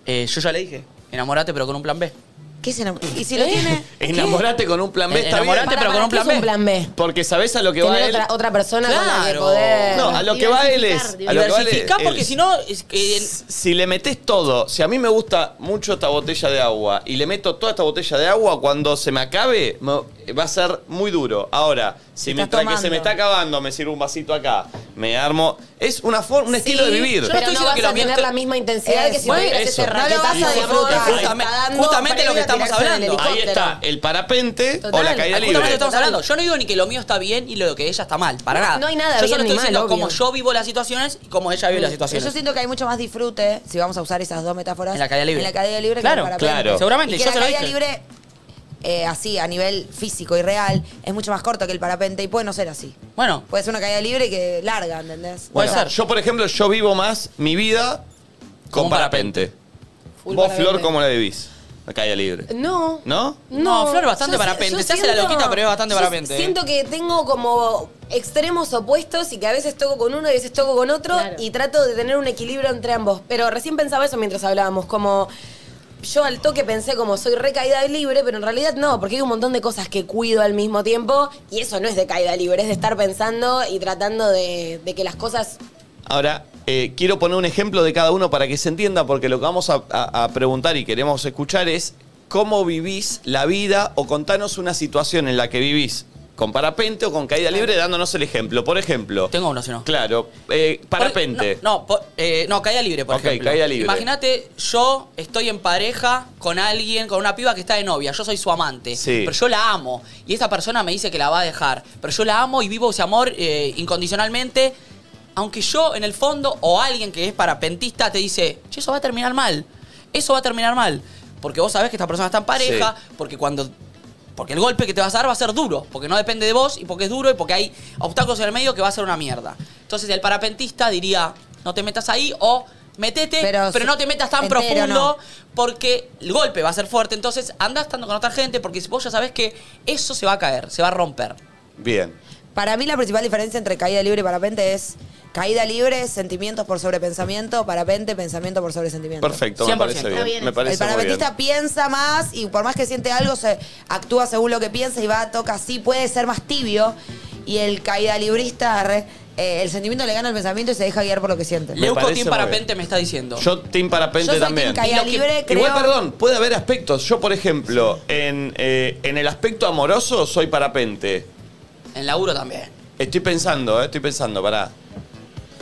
Speaker 3: Eh, yo ya le dije, enamorate pero con un plan B.
Speaker 2: ¿Qué es enam- ¿Y si lo
Speaker 3: <laughs>
Speaker 2: tiene?
Speaker 1: Enamorate con un plan B,
Speaker 3: Eh,
Speaker 1: está bien.
Speaker 3: enamorate,
Speaker 7: Pará,
Speaker 3: pero
Speaker 7: pará,
Speaker 3: con un
Speaker 7: ¿qué
Speaker 3: plan
Speaker 7: es
Speaker 3: B.
Speaker 7: un plan B?
Speaker 1: Porque sabés a lo que va
Speaker 7: Tener
Speaker 1: él.
Speaker 7: otra, otra persona con la que
Speaker 3: Claro.
Speaker 7: poder.
Speaker 1: No, a lo que va él es. A lo que va él es-
Speaker 3: Diversificá porque
Speaker 1: él-
Speaker 3: si no... es que-
Speaker 1: S- Si le metes todo, si a mí me gusta mucho esta botella de agua y le meto toda esta botella de agua, cuando se me acabe, me- va a ser muy duro. Ahora, si
Speaker 2: Estás
Speaker 1: mientras que se me
Speaker 2: tomando.
Speaker 1: está acabando me sirvo un vasito acá, me armo. Es una forma, un estilo de vivir.
Speaker 7: Pero no
Speaker 3: estoy diciendo
Speaker 7: vas
Speaker 3: que lo
Speaker 7: a
Speaker 3: mío
Speaker 7: tener
Speaker 3: está-
Speaker 7: la misma intensidad que si
Speaker 1: Bueno,
Speaker 7: tuvieras
Speaker 1: eso.
Speaker 7: ese
Speaker 1: No
Speaker 2: lo
Speaker 7: raquetazo
Speaker 2: vas a
Speaker 7: de amor
Speaker 2: disfrutar.
Speaker 7: que
Speaker 3: Justamente-
Speaker 7: está dando
Speaker 3: justamente
Speaker 7: para
Speaker 3: lo
Speaker 7: ir
Speaker 3: que
Speaker 7: a
Speaker 3: estamos
Speaker 7: tirarse del
Speaker 3: hablando.
Speaker 1: Ahí
Speaker 7: helicóptero.
Speaker 1: está, el parapente o
Speaker 7: Total,
Speaker 1: la caída
Speaker 3: Justamente lo que
Speaker 1: libre.
Speaker 3: estamos hablando. Yo no digo ni que lo mío está bien y lo que ella está mal, para nada.
Speaker 7: no hay nada
Speaker 3: Yo
Speaker 7: bien
Speaker 3: solo
Speaker 7: ni
Speaker 3: estoy
Speaker 7: mal,
Speaker 3: diciendo
Speaker 7: obvio.
Speaker 3: cómo yo vivo las situaciones y cómo ella vive las
Speaker 2: Pero
Speaker 3: situaciones.
Speaker 2: yo siento que hay mucho más disfrute, si vamos a usar esas dos metáforas.
Speaker 3: En la caída libre.
Speaker 2: En la caída libre que
Speaker 3: Claro,
Speaker 2: en el
Speaker 1: claro.
Speaker 2: parapente.
Speaker 3: Seguramente,
Speaker 2: Y que
Speaker 3: yo
Speaker 2: la
Speaker 3: se lo
Speaker 2: caída
Speaker 3: dije.
Speaker 2: libre, eh, así, a nivel físico y real, es mucho más corta que el parapente y puede no ser así.
Speaker 3: Bueno,
Speaker 2: Puede ser una caída libre que larga, ¿entendés?
Speaker 3: Puede
Speaker 1: Bueno,
Speaker 3: ser.
Speaker 1: yo, por ejemplo, yo vivo más mi vida con
Speaker 3: Con
Speaker 1: parapente.
Speaker 7: Full
Speaker 1: Vos,
Speaker 7: parapente.
Speaker 1: Flor, ¿cómo la vivís? La caída libre.
Speaker 7: No.
Speaker 1: ¿No?
Speaker 3: No, Flor, bastante
Speaker 7: yo si-
Speaker 3: parapente.
Speaker 7: yo
Speaker 3: Se hace la
Speaker 7: siento-
Speaker 3: loquita, pero es bastante
Speaker 7: yo
Speaker 3: parapente, ¿eh?
Speaker 7: Siento que tengo como extremos opuestos y que a veces toco con uno y a veces toco con otro
Speaker 4: Claro.
Speaker 7: y trato de tener un equilibrio entre ambos. Pero recién pensaba eso mientras hablábamos, como... Yo al toque pensé como soy re caída libre, pero en realidad no, porque hay un montón de cosas que cuido al mismo tiempo y eso no es de caída libre, es de estar pensando y tratando de, de que las cosas...
Speaker 1: Ahora, eh, quiero poner un ejemplo de cada uno para que se entienda, porque lo que vamos a, a- a preguntar y queremos escuchar es cómo vivís la vida o contanos una situación en la que vivís con parapente o con caída libre, dándonos el ejemplo. Por ejemplo,
Speaker 3: tengo uno, si no.
Speaker 1: claro, eh, parapente.
Speaker 3: Por- No, no, por- eh, no, caída libre, por
Speaker 1: Ok,
Speaker 3: ejemplo.
Speaker 1: caída libre.
Speaker 3: Imagínate, yo estoy en pareja con alguien, con una piba que está de novia. Yo soy su amante.
Speaker 1: Sí.
Speaker 3: Pero yo la amo. Y esta persona me dice que la va a dejar. Pero yo la amo y vivo ese amor eh, incondicionalmente. Aunque yo, en el fondo, o alguien que es parapentista, te dice, che, eso va a terminar mal. Eso va a terminar mal. Porque vos sabés que esta persona está en pareja, porque cuando porque el golpe que te vas a dar va a ser duro, porque no depende de vos y porque es duro y porque hay obstáculos en el medio que va a ser una mierda. Entonces el parapentista diría, no te metas ahí o metete, pero,
Speaker 2: Pero si-
Speaker 3: no te metas tan
Speaker 2: entero,
Speaker 3: profundo
Speaker 2: no.
Speaker 3: porque el golpe va a ser fuerte. Entonces andás estando con otra gente porque vos ya sabés que eso se va a caer, se va a romper.
Speaker 1: Bien.
Speaker 2: Para mí la principal diferencia entre caída libre y parapente es caída libre, sentimientos por sobrepensamiento, parapente, pensamiento por sobresentimiento.
Speaker 1: Perfecto, me
Speaker 3: 100%.
Speaker 1: parece bien.
Speaker 4: Está bien
Speaker 1: Me
Speaker 4: eso.
Speaker 1: parece
Speaker 2: El
Speaker 1: muy bien.
Speaker 2: parapentista piensa más y por más que siente algo, se actúa según lo que piensa y va, toca así, puede ser más tibio. Y el caída librista, re- eh, el sentimiento le gana al pensamiento y se deja guiar por lo que siente.
Speaker 1: Le-
Speaker 3: Leuco
Speaker 1: parece
Speaker 3: Team
Speaker 1: muy
Speaker 3: Parapente me está diciendo.
Speaker 1: Yo team parapente
Speaker 2: Yo soy
Speaker 1: también.
Speaker 2: team caída
Speaker 3: Y lo que-
Speaker 2: libre, creo...
Speaker 1: Igual, perdón, puede haber aspectos. Yo, por ejemplo, en, eh, en el aspecto amoroso soy parapente.
Speaker 3: En laburo también.
Speaker 1: Estoy pensando, eh, estoy pensando, pará.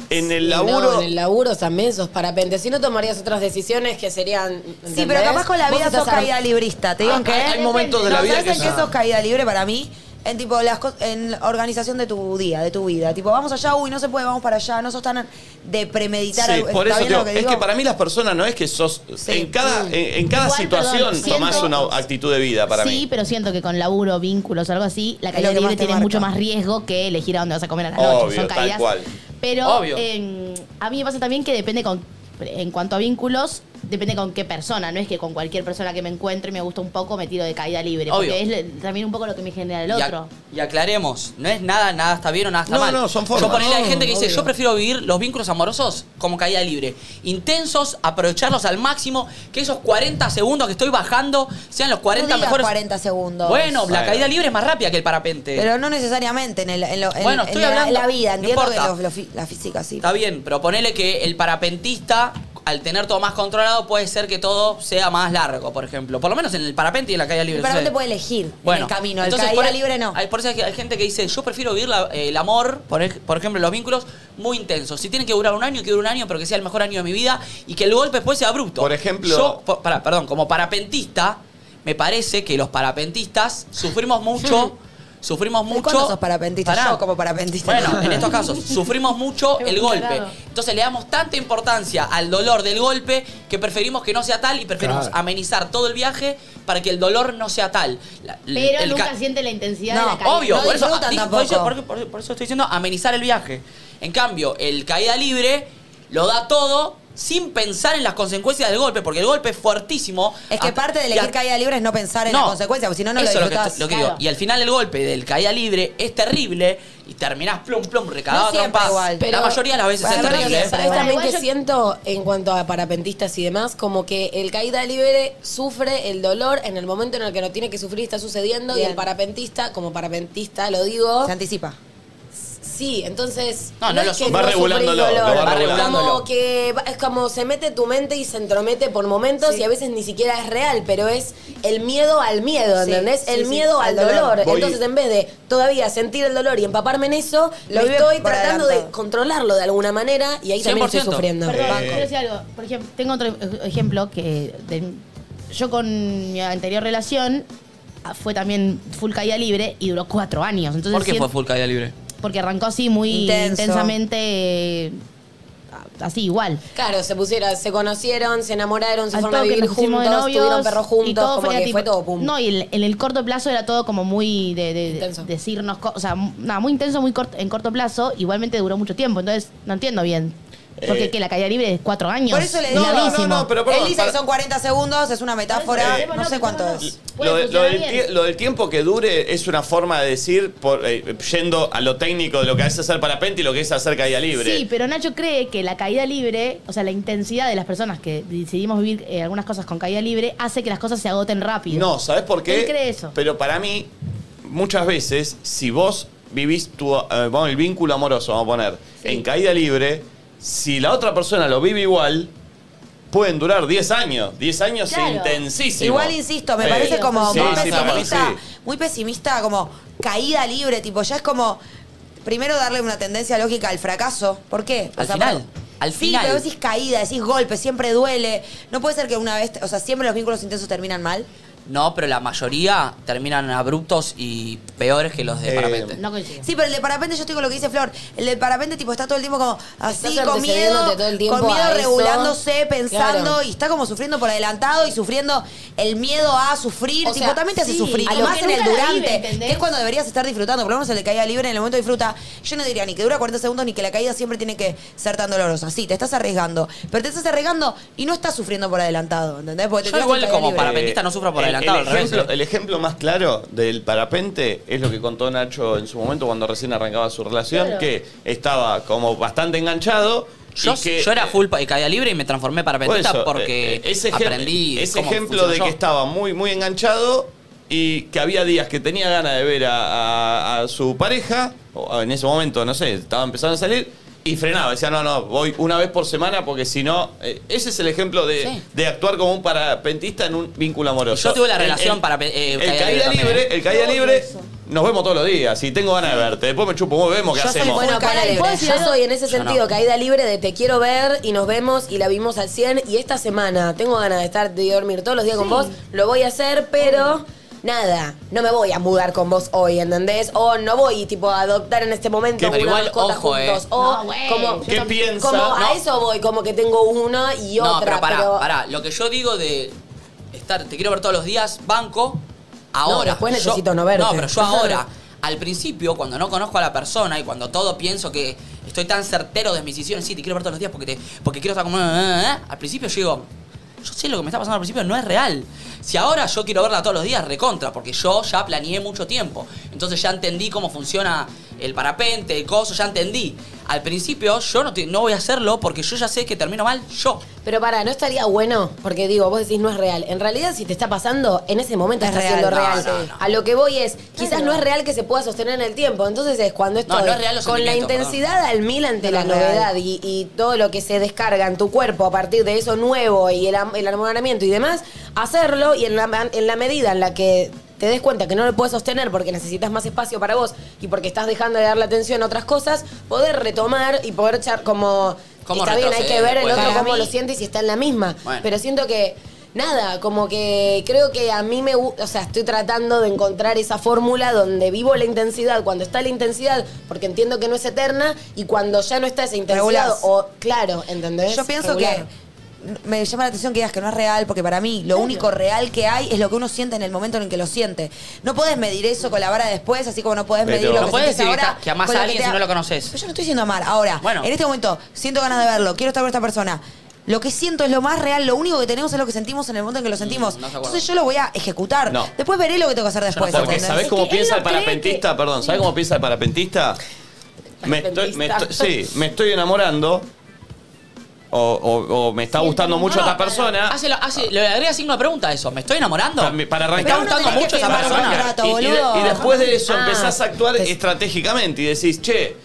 Speaker 1: En el
Speaker 7: Y no,
Speaker 1: laburo.
Speaker 7: en el laburo también sos parapente, si no tomarías otras decisiones que serían...
Speaker 2: Sí,
Speaker 7: ¿entendés?
Speaker 2: pero capaz con la
Speaker 7: Vos
Speaker 2: vida
Speaker 7: estás
Speaker 2: sos caída
Speaker 7: ar-
Speaker 2: librista. Te digo en qué.
Speaker 1: Ah, hay- hay momentos de la
Speaker 2: No,
Speaker 1: vida
Speaker 2: ¿sabes
Speaker 1: que
Speaker 2: en qué
Speaker 1: son-
Speaker 2: sos caída libre para mí? En tipo las cos- en la organización de tu día, de tu vida. Tipo, vamos allá, uy, no se puede, vamos para allá. No sos tan de premeditar.
Speaker 1: Sí,
Speaker 2: algo.
Speaker 1: por
Speaker 2: ¿Está
Speaker 1: eso te
Speaker 2: bien
Speaker 1: digo,
Speaker 2: lo que
Speaker 1: es
Speaker 2: digo?
Speaker 1: que para mí las personas no es que sos.
Speaker 2: Sí.
Speaker 1: En cada, en, en cada
Speaker 4: Igual,
Speaker 1: situación
Speaker 4: perdón,
Speaker 1: tomás
Speaker 4: siento-
Speaker 1: una actitud de vida para
Speaker 4: sí,
Speaker 1: mí.
Speaker 4: pero siento que con laburo, vínculos o algo así, la
Speaker 2: Es
Speaker 4: caída
Speaker 2: lo que más
Speaker 4: libre
Speaker 2: te
Speaker 4: tiene
Speaker 2: marca.
Speaker 4: mucho más riesgo que elegir a dónde vas a comer a la noche.
Speaker 1: Obvio,
Speaker 4: Son
Speaker 1: tal
Speaker 4: caídas.
Speaker 1: cual.
Speaker 4: Pero
Speaker 3: Obvio.
Speaker 4: eh, a mí me pasa también que depende con. En cuanto a vínculos, depende con qué persona. No es que con cualquier persona que me encuentre y me gusta un poco me tiro de caída libre.
Speaker 3: Obvio.
Speaker 4: Porque es le- también un poco lo que me genera el
Speaker 3: Y ac-
Speaker 4: otro.
Speaker 3: Y, aclaremos, no es nada, nada está bien o nada está
Speaker 1: No,
Speaker 3: mal.
Speaker 1: no, son formas.
Speaker 3: Yo ponele, hay gente que dice,
Speaker 7: obvio.
Speaker 3: yo prefiero vivir los vínculos amorosos como caída libre. Intensos, aprovecharlos al máximo, que esos 40 segundos que estoy bajando sean los 40
Speaker 2: No digas
Speaker 3: mejores.
Speaker 2: 40 segundos.
Speaker 3: Bueno, la
Speaker 1: Bueno.
Speaker 3: caída libre es más rápida que el parapente.
Speaker 2: Pero no necesariamente en, el, en, lo- en-
Speaker 3: Eh, Bueno,
Speaker 2: en
Speaker 3: estoy
Speaker 2: la,
Speaker 3: hablando-
Speaker 2: en la vida,
Speaker 3: no
Speaker 2: entiendo que
Speaker 3: importa.
Speaker 2: lo- lo fi- la física sí.
Speaker 3: Está bien, pero ponele que el parapentista, al tener todo más controlado, puede ser que todo sea más largo, por ejemplo. Por lo menos en el parapente y en la caída libre.
Speaker 2: El parapente
Speaker 3: sucede.
Speaker 2: puede elegir
Speaker 3: Bueno,
Speaker 2: en el camino, el
Speaker 3: entonces,
Speaker 2: caída
Speaker 3: por e-
Speaker 2: libre no.
Speaker 3: hay- por eso es que hay gente que dice, yo prefiero vivir la- eh, el amor, por, ej- por ejemplo, los vínculos muy intensos. Si tienen que durar un año, que dure un año, pero que sea el mejor año de mi vida y que el golpe después sea abrupto.
Speaker 1: Por ejemplo-
Speaker 3: Yo, po- pará, perdón, como parapentista, me parece que los parapentistas
Speaker 2: <laughs>
Speaker 3: sufrimos mucho... Sufrimos
Speaker 2: ¿De
Speaker 3: mucho.
Speaker 2: cuándo sos parapentista?
Speaker 3: Pará.
Speaker 2: Yo como parapentista.
Speaker 3: Bueno, en estos casos, sufrimos mucho
Speaker 4: Qué
Speaker 3: el golpe.
Speaker 4: descarado.
Speaker 3: Entonces le damos tanta importancia al dolor del golpe que preferimos que no sea tal y preferimos
Speaker 5: Claro.
Speaker 3: amenizar todo el viaje para que el dolor no sea tal. La-
Speaker 4: Pero
Speaker 3: el
Speaker 4: nunca
Speaker 3: ca-
Speaker 4: siente la intensidad
Speaker 2: No,
Speaker 4: de la caída.
Speaker 3: Obvio,
Speaker 2: No
Speaker 3: por, eso,
Speaker 2: disfrutan
Speaker 3: digo, por,
Speaker 2: tampoco.
Speaker 3: eso, por eso- por eso- por eso estoy diciendo amenizar el viaje. En cambio, el caída libre lo da todo, sin pensar en las consecuencias del golpe, porque el golpe es fuertísimo.
Speaker 2: <laughs> Es que
Speaker 3: A-
Speaker 2: parte de
Speaker 3: y a-
Speaker 2: elegir caída libre es no pensar en
Speaker 3: No.
Speaker 2: las consecuencias, porque si no, no lo
Speaker 3: Eso es
Speaker 2: disfrutás.
Speaker 3: que, lo que digo.
Speaker 4: claro.
Speaker 3: Y al final el golpe del caída libre es terrible y terminás plum plum recagado
Speaker 2: No
Speaker 3: a
Speaker 2: siempre
Speaker 3: trompas.
Speaker 2: igual.
Speaker 3: la
Speaker 7: Pero-
Speaker 3: mayoría de las veces es
Speaker 7: Para mí,
Speaker 3: terrible.
Speaker 4: siempre.
Speaker 3: ¿eh?
Speaker 7: ¿Sabes
Speaker 4: Igual
Speaker 7: también que
Speaker 4: yo-
Speaker 7: siento en cuanto a parapentistas y demás? Como que el caída libre sufre el dolor en el momento en el que no tiene que sufrir, está sucediendo.
Speaker 2: Bien.
Speaker 7: Y el parapentista, como parapentista, lo digo.
Speaker 2: Se anticipa.
Speaker 7: Sí, entonces.
Speaker 3: No, no lo
Speaker 7: es que
Speaker 3: sufre. Va
Speaker 7: sufrís
Speaker 1: regulándolo,
Speaker 7: dolor,
Speaker 1: lo va
Speaker 7: como
Speaker 3: regulándolo.
Speaker 7: que va- es como se mete tu mente y se entromete por momentos y a veces ni siquiera es real, pero es el miedo al miedo,
Speaker 2: Sí,
Speaker 7: ¿entendés?
Speaker 2: sí,
Speaker 7: el
Speaker 2: sí,
Speaker 7: miedo al dolor.
Speaker 1: Voy-
Speaker 7: Entonces, en vez de todavía sentir el dolor y empaparme en eso,
Speaker 2: Lo
Speaker 7: lo,
Speaker 2: vive
Speaker 7: estoy
Speaker 2: por
Speaker 7: tratando de
Speaker 2: adelantado.
Speaker 7: controlarlo de alguna manera y ahí también estoy
Speaker 3: 100%.
Speaker 7: sufriendo.
Speaker 4: Perdón,
Speaker 1: Eh.
Speaker 4: quiero decir algo. Por ejemplo, tengo otro ej- ejemplo que de- yo con mi anterior relación ah, fue también full caída libre y duró cuatro años. Entonces,
Speaker 3: ¿Por qué fue
Speaker 4: siento-
Speaker 3: full caída libre?
Speaker 4: Porque arrancó así muy
Speaker 2: Intenso.
Speaker 4: intensamente, eh, así igual.
Speaker 7: Claro, se pusieron, se conocieron, se enamoraron, se
Speaker 4: Al
Speaker 7: fueron a
Speaker 4: toque
Speaker 7: vivir
Speaker 4: nos pusimos
Speaker 7: juntos,
Speaker 4: de
Speaker 7: tuvieron
Speaker 4: novios,
Speaker 7: perros
Speaker 4: y
Speaker 7: juntos,
Speaker 4: todo
Speaker 7: como que
Speaker 4: tipo-
Speaker 7: fue todo pum.
Speaker 4: No, y el- en el corto plazo era todo como muy de, de-
Speaker 7: Intenso.
Speaker 4: decirnos cosas, o sea, m- nada, muy intenso, muy corto, en corto plazo, igualmente duró mucho tiempo, entonces no entiendo bien. Porque
Speaker 1: Eh,
Speaker 4: que la caída libre es cuatro años.
Speaker 2: Por eso le
Speaker 4: es
Speaker 2: digo.
Speaker 4: larguísimo.
Speaker 1: no, no, pero perdón,
Speaker 2: Él dice
Speaker 1: para-
Speaker 2: que son 40 segundos, es una metáfora,
Speaker 1: Eh,
Speaker 2: no sé cuánto es.
Speaker 4: Puede
Speaker 1: Lo, de- lo
Speaker 4: funcionar
Speaker 1: del,
Speaker 4: bien.
Speaker 1: tie- lo del tiempo que dure es una forma de decir, por, eh, yendo a lo técnico de lo que es hacer parapente y lo que es hacer caída libre.
Speaker 4: Sí, pero Nacho cree que la caída libre, o sea, la intensidad de las personas que decidimos vivir eh, algunas cosas con caída libre, hace que las cosas se agoten rápido.
Speaker 1: No, ¿sabes por qué?
Speaker 4: Él cree eso.
Speaker 1: Pero para mí, muchas veces, si vos vivís tu, eh, vamos, el vínculo amoroso, vamos a poner,
Speaker 4: Sí.
Speaker 1: en caída libre, si la otra persona lo vive igual, pueden durar 10 años. 10 años
Speaker 4: Claro.
Speaker 1: intensísimo.
Speaker 2: Igual insisto, me
Speaker 1: Eh,
Speaker 2: parece como
Speaker 1: sí,
Speaker 2: muy
Speaker 1: sí, para mí
Speaker 2: pesimista,
Speaker 1: sí.
Speaker 2: muy pesimista, como caída libre, tipo, ya es como primero darle una tendencia lógica al fracaso. ¿Por qué?
Speaker 3: Al final,
Speaker 2: por-
Speaker 3: al
Speaker 2: Sí,
Speaker 3: final.
Speaker 2: pero decís caída, decís golpe, siempre duele. No puede ser que una vez, o sea, siempre los vínculos intensos terminan mal.
Speaker 3: No, pero la mayoría terminan abruptos y peores que los de
Speaker 1: Eh,
Speaker 3: parapente.
Speaker 4: No coincido.
Speaker 2: Sí, pero el de parapente, yo estoy con lo que dice Flor. El de parapente, tipo, está todo el tiempo como así,
Speaker 7: Estás
Speaker 2: con miedo,
Speaker 7: antecediéndote todo el tiempo
Speaker 2: con miedo
Speaker 7: a eso.
Speaker 2: regulándose, pensando,
Speaker 7: Claro.
Speaker 2: y está como sufriendo por adelantado y sufriendo el miedo a sufrir.
Speaker 7: O
Speaker 2: tipo,
Speaker 7: sea,
Speaker 2: también te hace
Speaker 7: sí,
Speaker 2: sufrir.
Speaker 7: a lo
Speaker 2: más
Speaker 4: que
Speaker 2: en el
Speaker 4: nunca la vive,
Speaker 2: durante,
Speaker 4: ¿entendés?
Speaker 2: que es cuando deberías estar disfrutando. Por lo menos el de caída libre, en el momento disfruta. Yo no diría ni que dura 40 segundos ni que la caída siempre tiene que ser tan dolorosa. Sí, te estás arriesgando, pero te estás arriesgando y no estás sufriendo por adelantado, ¿entendés? Porque te
Speaker 3: Yo
Speaker 2: tiraste
Speaker 3: igual
Speaker 2: un caída
Speaker 3: como
Speaker 2: libre.
Speaker 3: para- Parapentista no sufra por
Speaker 1: el-
Speaker 3: adelantado,
Speaker 1: El
Speaker 3: al revés,
Speaker 1: ejemplo,
Speaker 3: eh.
Speaker 1: el ejemplo más claro del parapente es lo que contó Nacho en su momento cuando recién arrancaba su relación,
Speaker 4: Claro.
Speaker 1: que estaba como bastante enganchado. y
Speaker 3: Yo,
Speaker 1: que,
Speaker 3: yo era
Speaker 1: eh,
Speaker 3: full pa- caída libre y me transformé en
Speaker 1: Por
Speaker 3: parapentista
Speaker 1: eso,
Speaker 3: porque
Speaker 1: eh, eh, ese ejem-
Speaker 3: aprendí.
Speaker 1: Ese
Speaker 3: cómo
Speaker 1: ejemplo
Speaker 3: funciono
Speaker 1: de
Speaker 3: yo.
Speaker 1: que estaba muy, muy enganchado y que había días que tenía ganas de ver a, a- a su pareja, o a- en ese momento, no sé, estaba empezando a salir, y frenaba. Decía, no, no, voy una vez por semana porque si no. eh, ese es el ejemplo de,
Speaker 3: Sí.
Speaker 1: de actuar como un parapentista en un vínculo amoroso.
Speaker 3: Yo tuve la
Speaker 1: El-
Speaker 3: relación
Speaker 1: el-
Speaker 3: para pe- eh,
Speaker 1: el
Speaker 3: caída
Speaker 1: caída
Speaker 3: libre también,
Speaker 1: libre,
Speaker 3: ¿eh?
Speaker 1: el caída
Speaker 4: Yo odio
Speaker 1: libre.
Speaker 4: eso.
Speaker 1: Nos vemos todos los días. Si tengo ganas de verte, después me chupo, vemos qué
Speaker 2: Yo soy
Speaker 1: hacemos.
Speaker 2: buena-
Speaker 7: Bueno,
Speaker 2: Full caída
Speaker 7: para
Speaker 2: libre.
Speaker 7: yo soy en ese
Speaker 3: Yo
Speaker 7: sentido
Speaker 3: no.
Speaker 7: caída libre de te quiero ver y nos vemos y la vimos al 100 y esta semana tengo ganas de estar de dormir todos los días con vos, lo voy a hacer, pero nada, no me voy a mudar con vos hoy, ¿entendés? O no voy tipo a adoptar en este momento
Speaker 3: Que-
Speaker 7: una
Speaker 3: pero igual,
Speaker 7: mascota
Speaker 3: ojo, eh.
Speaker 7: juntos o
Speaker 4: No, güey.
Speaker 7: como
Speaker 1: ¿Qué piensa?
Speaker 7: como
Speaker 1: No.
Speaker 7: a eso voy, como que tengo una y
Speaker 3: no,
Speaker 7: otra,
Speaker 3: pero pará, pará. Lo que yo digo de estar, te quiero ver todos los días, banco, ahora.
Speaker 7: No, después
Speaker 3: Yo-
Speaker 7: necesito no verte.
Speaker 3: No, pero
Speaker 7: <laughs>
Speaker 3: yo ahora, al principio, cuando no conozco a la persona y cuando todo pienso que estoy tan certero de mis decisiones, sí, te quiero ver todos los días porque, te, porque quiero estar como... eh, Al principio yo digo, yo sé lo que me está pasando al principio, no es real. Si ahora yo quiero verla todos los días, recontra, porque yo ya planeé mucho tiempo. Entonces ya entendí cómo funciona el parapente, el coso, ya entendí. Al principio yo no, te- no voy a hacerlo porque yo ya sé que termino mal yo.
Speaker 7: Pero para, no estaría bueno, porque digo, vos decís no es real. En realidad, si te está pasando, en ese momento
Speaker 2: Es
Speaker 7: está
Speaker 2: real,
Speaker 7: siendo
Speaker 2: no,
Speaker 7: real.
Speaker 3: no, no.
Speaker 7: A lo que voy es, quizás no es real que se pueda sostener en el tiempo. Entonces es cuando
Speaker 3: No,
Speaker 7: estoy
Speaker 3: no es real los
Speaker 7: con la
Speaker 3: sentimientos,
Speaker 7: intensidad al mil ante
Speaker 2: No
Speaker 7: la
Speaker 2: es real.
Speaker 7: novedad y, y todo lo que se descarga en tu cuerpo a partir de eso nuevo y el, am- el enamoramiento y demás, hacerlo y en la, ma- en la medida en la que te des cuenta que no lo puedes sostener porque necesitas más espacio para vos y porque estás dejando de darle atención a otras cosas, poder retomar y poder echar como...
Speaker 3: ¿Cómo
Speaker 7: está bien, hay que
Speaker 3: retroceder
Speaker 7: ver el
Speaker 3: después?
Speaker 7: otro
Speaker 3: Para
Speaker 7: cómo
Speaker 3: mí-
Speaker 7: lo siente y si está en la misma.
Speaker 3: Bueno.
Speaker 7: Pero siento que, nada, como que creo que a mí me gusta, o sea, estoy tratando de encontrar esa fórmula donde vivo la intensidad, cuando está la intensidad, porque entiendo que no es eterna, y cuando ya no está esa intensidad,
Speaker 2: Regulás.
Speaker 7: o claro, ¿entendés?
Speaker 2: Yo pienso
Speaker 7: Regular.
Speaker 2: que me llama la atención que digas que no es real, porque para mí lo único real que hay es lo que uno siente en el momento en el que lo siente. No podés medir eso con la vara después, así como no podés
Speaker 1: Pero-
Speaker 2: medir lo
Speaker 1: No
Speaker 2: que
Speaker 3: podés
Speaker 2: sientes
Speaker 3: decir que
Speaker 2: ahora.
Speaker 3: ta- que amás
Speaker 2: con
Speaker 3: a
Speaker 2: que
Speaker 3: alguien
Speaker 2: te
Speaker 3: si
Speaker 2: da-
Speaker 3: no lo conoces.
Speaker 2: Pero yo no estoy diciendo amar. Ahora,
Speaker 3: Bueno.
Speaker 2: en este momento siento ganas de verlo, quiero estar con esta persona. Lo que siento es lo más real, lo único que tenemos es lo que sentimos en el momento en que lo sentimos.
Speaker 3: Mm, no se acuerda.
Speaker 2: Entonces yo lo voy a ejecutar.
Speaker 1: No.
Speaker 2: Después veré lo que tengo que hacer después.
Speaker 1: Porque
Speaker 2: ¿entendés?
Speaker 1: ¿sabés
Speaker 4: Es
Speaker 1: cómo
Speaker 4: que
Speaker 1: piensa
Speaker 4: él
Speaker 1: el
Speaker 4: no cree
Speaker 1: parapentista?
Speaker 4: que-
Speaker 1: Perdón, ¿sabés cómo piensa el parapentista? Me estoy, me estoy- sí, me estoy enamorando. O, o- o me está
Speaker 4: Siento
Speaker 1: gustando
Speaker 4: un
Speaker 1: mucho esta
Speaker 4: bárbaro.
Speaker 1: persona.
Speaker 3: Ah, Hace, hace- le agrega signo de pregunta a eso. ¿Me estoy enamorando?
Speaker 1: Para- para
Speaker 3: ¿Me
Speaker 1: arrancar-
Speaker 3: está
Speaker 2: Pero uno
Speaker 3: gustando
Speaker 2: tenés
Speaker 3: mucho
Speaker 2: que
Speaker 3: esa
Speaker 2: firmar un
Speaker 3: persona?
Speaker 2: contrato.
Speaker 1: Y- y, de-
Speaker 2: boludo.
Speaker 1: y después de eso
Speaker 4: Ah.
Speaker 1: empezás a actuar
Speaker 2: Te-
Speaker 1: estratégicamente y decís, che,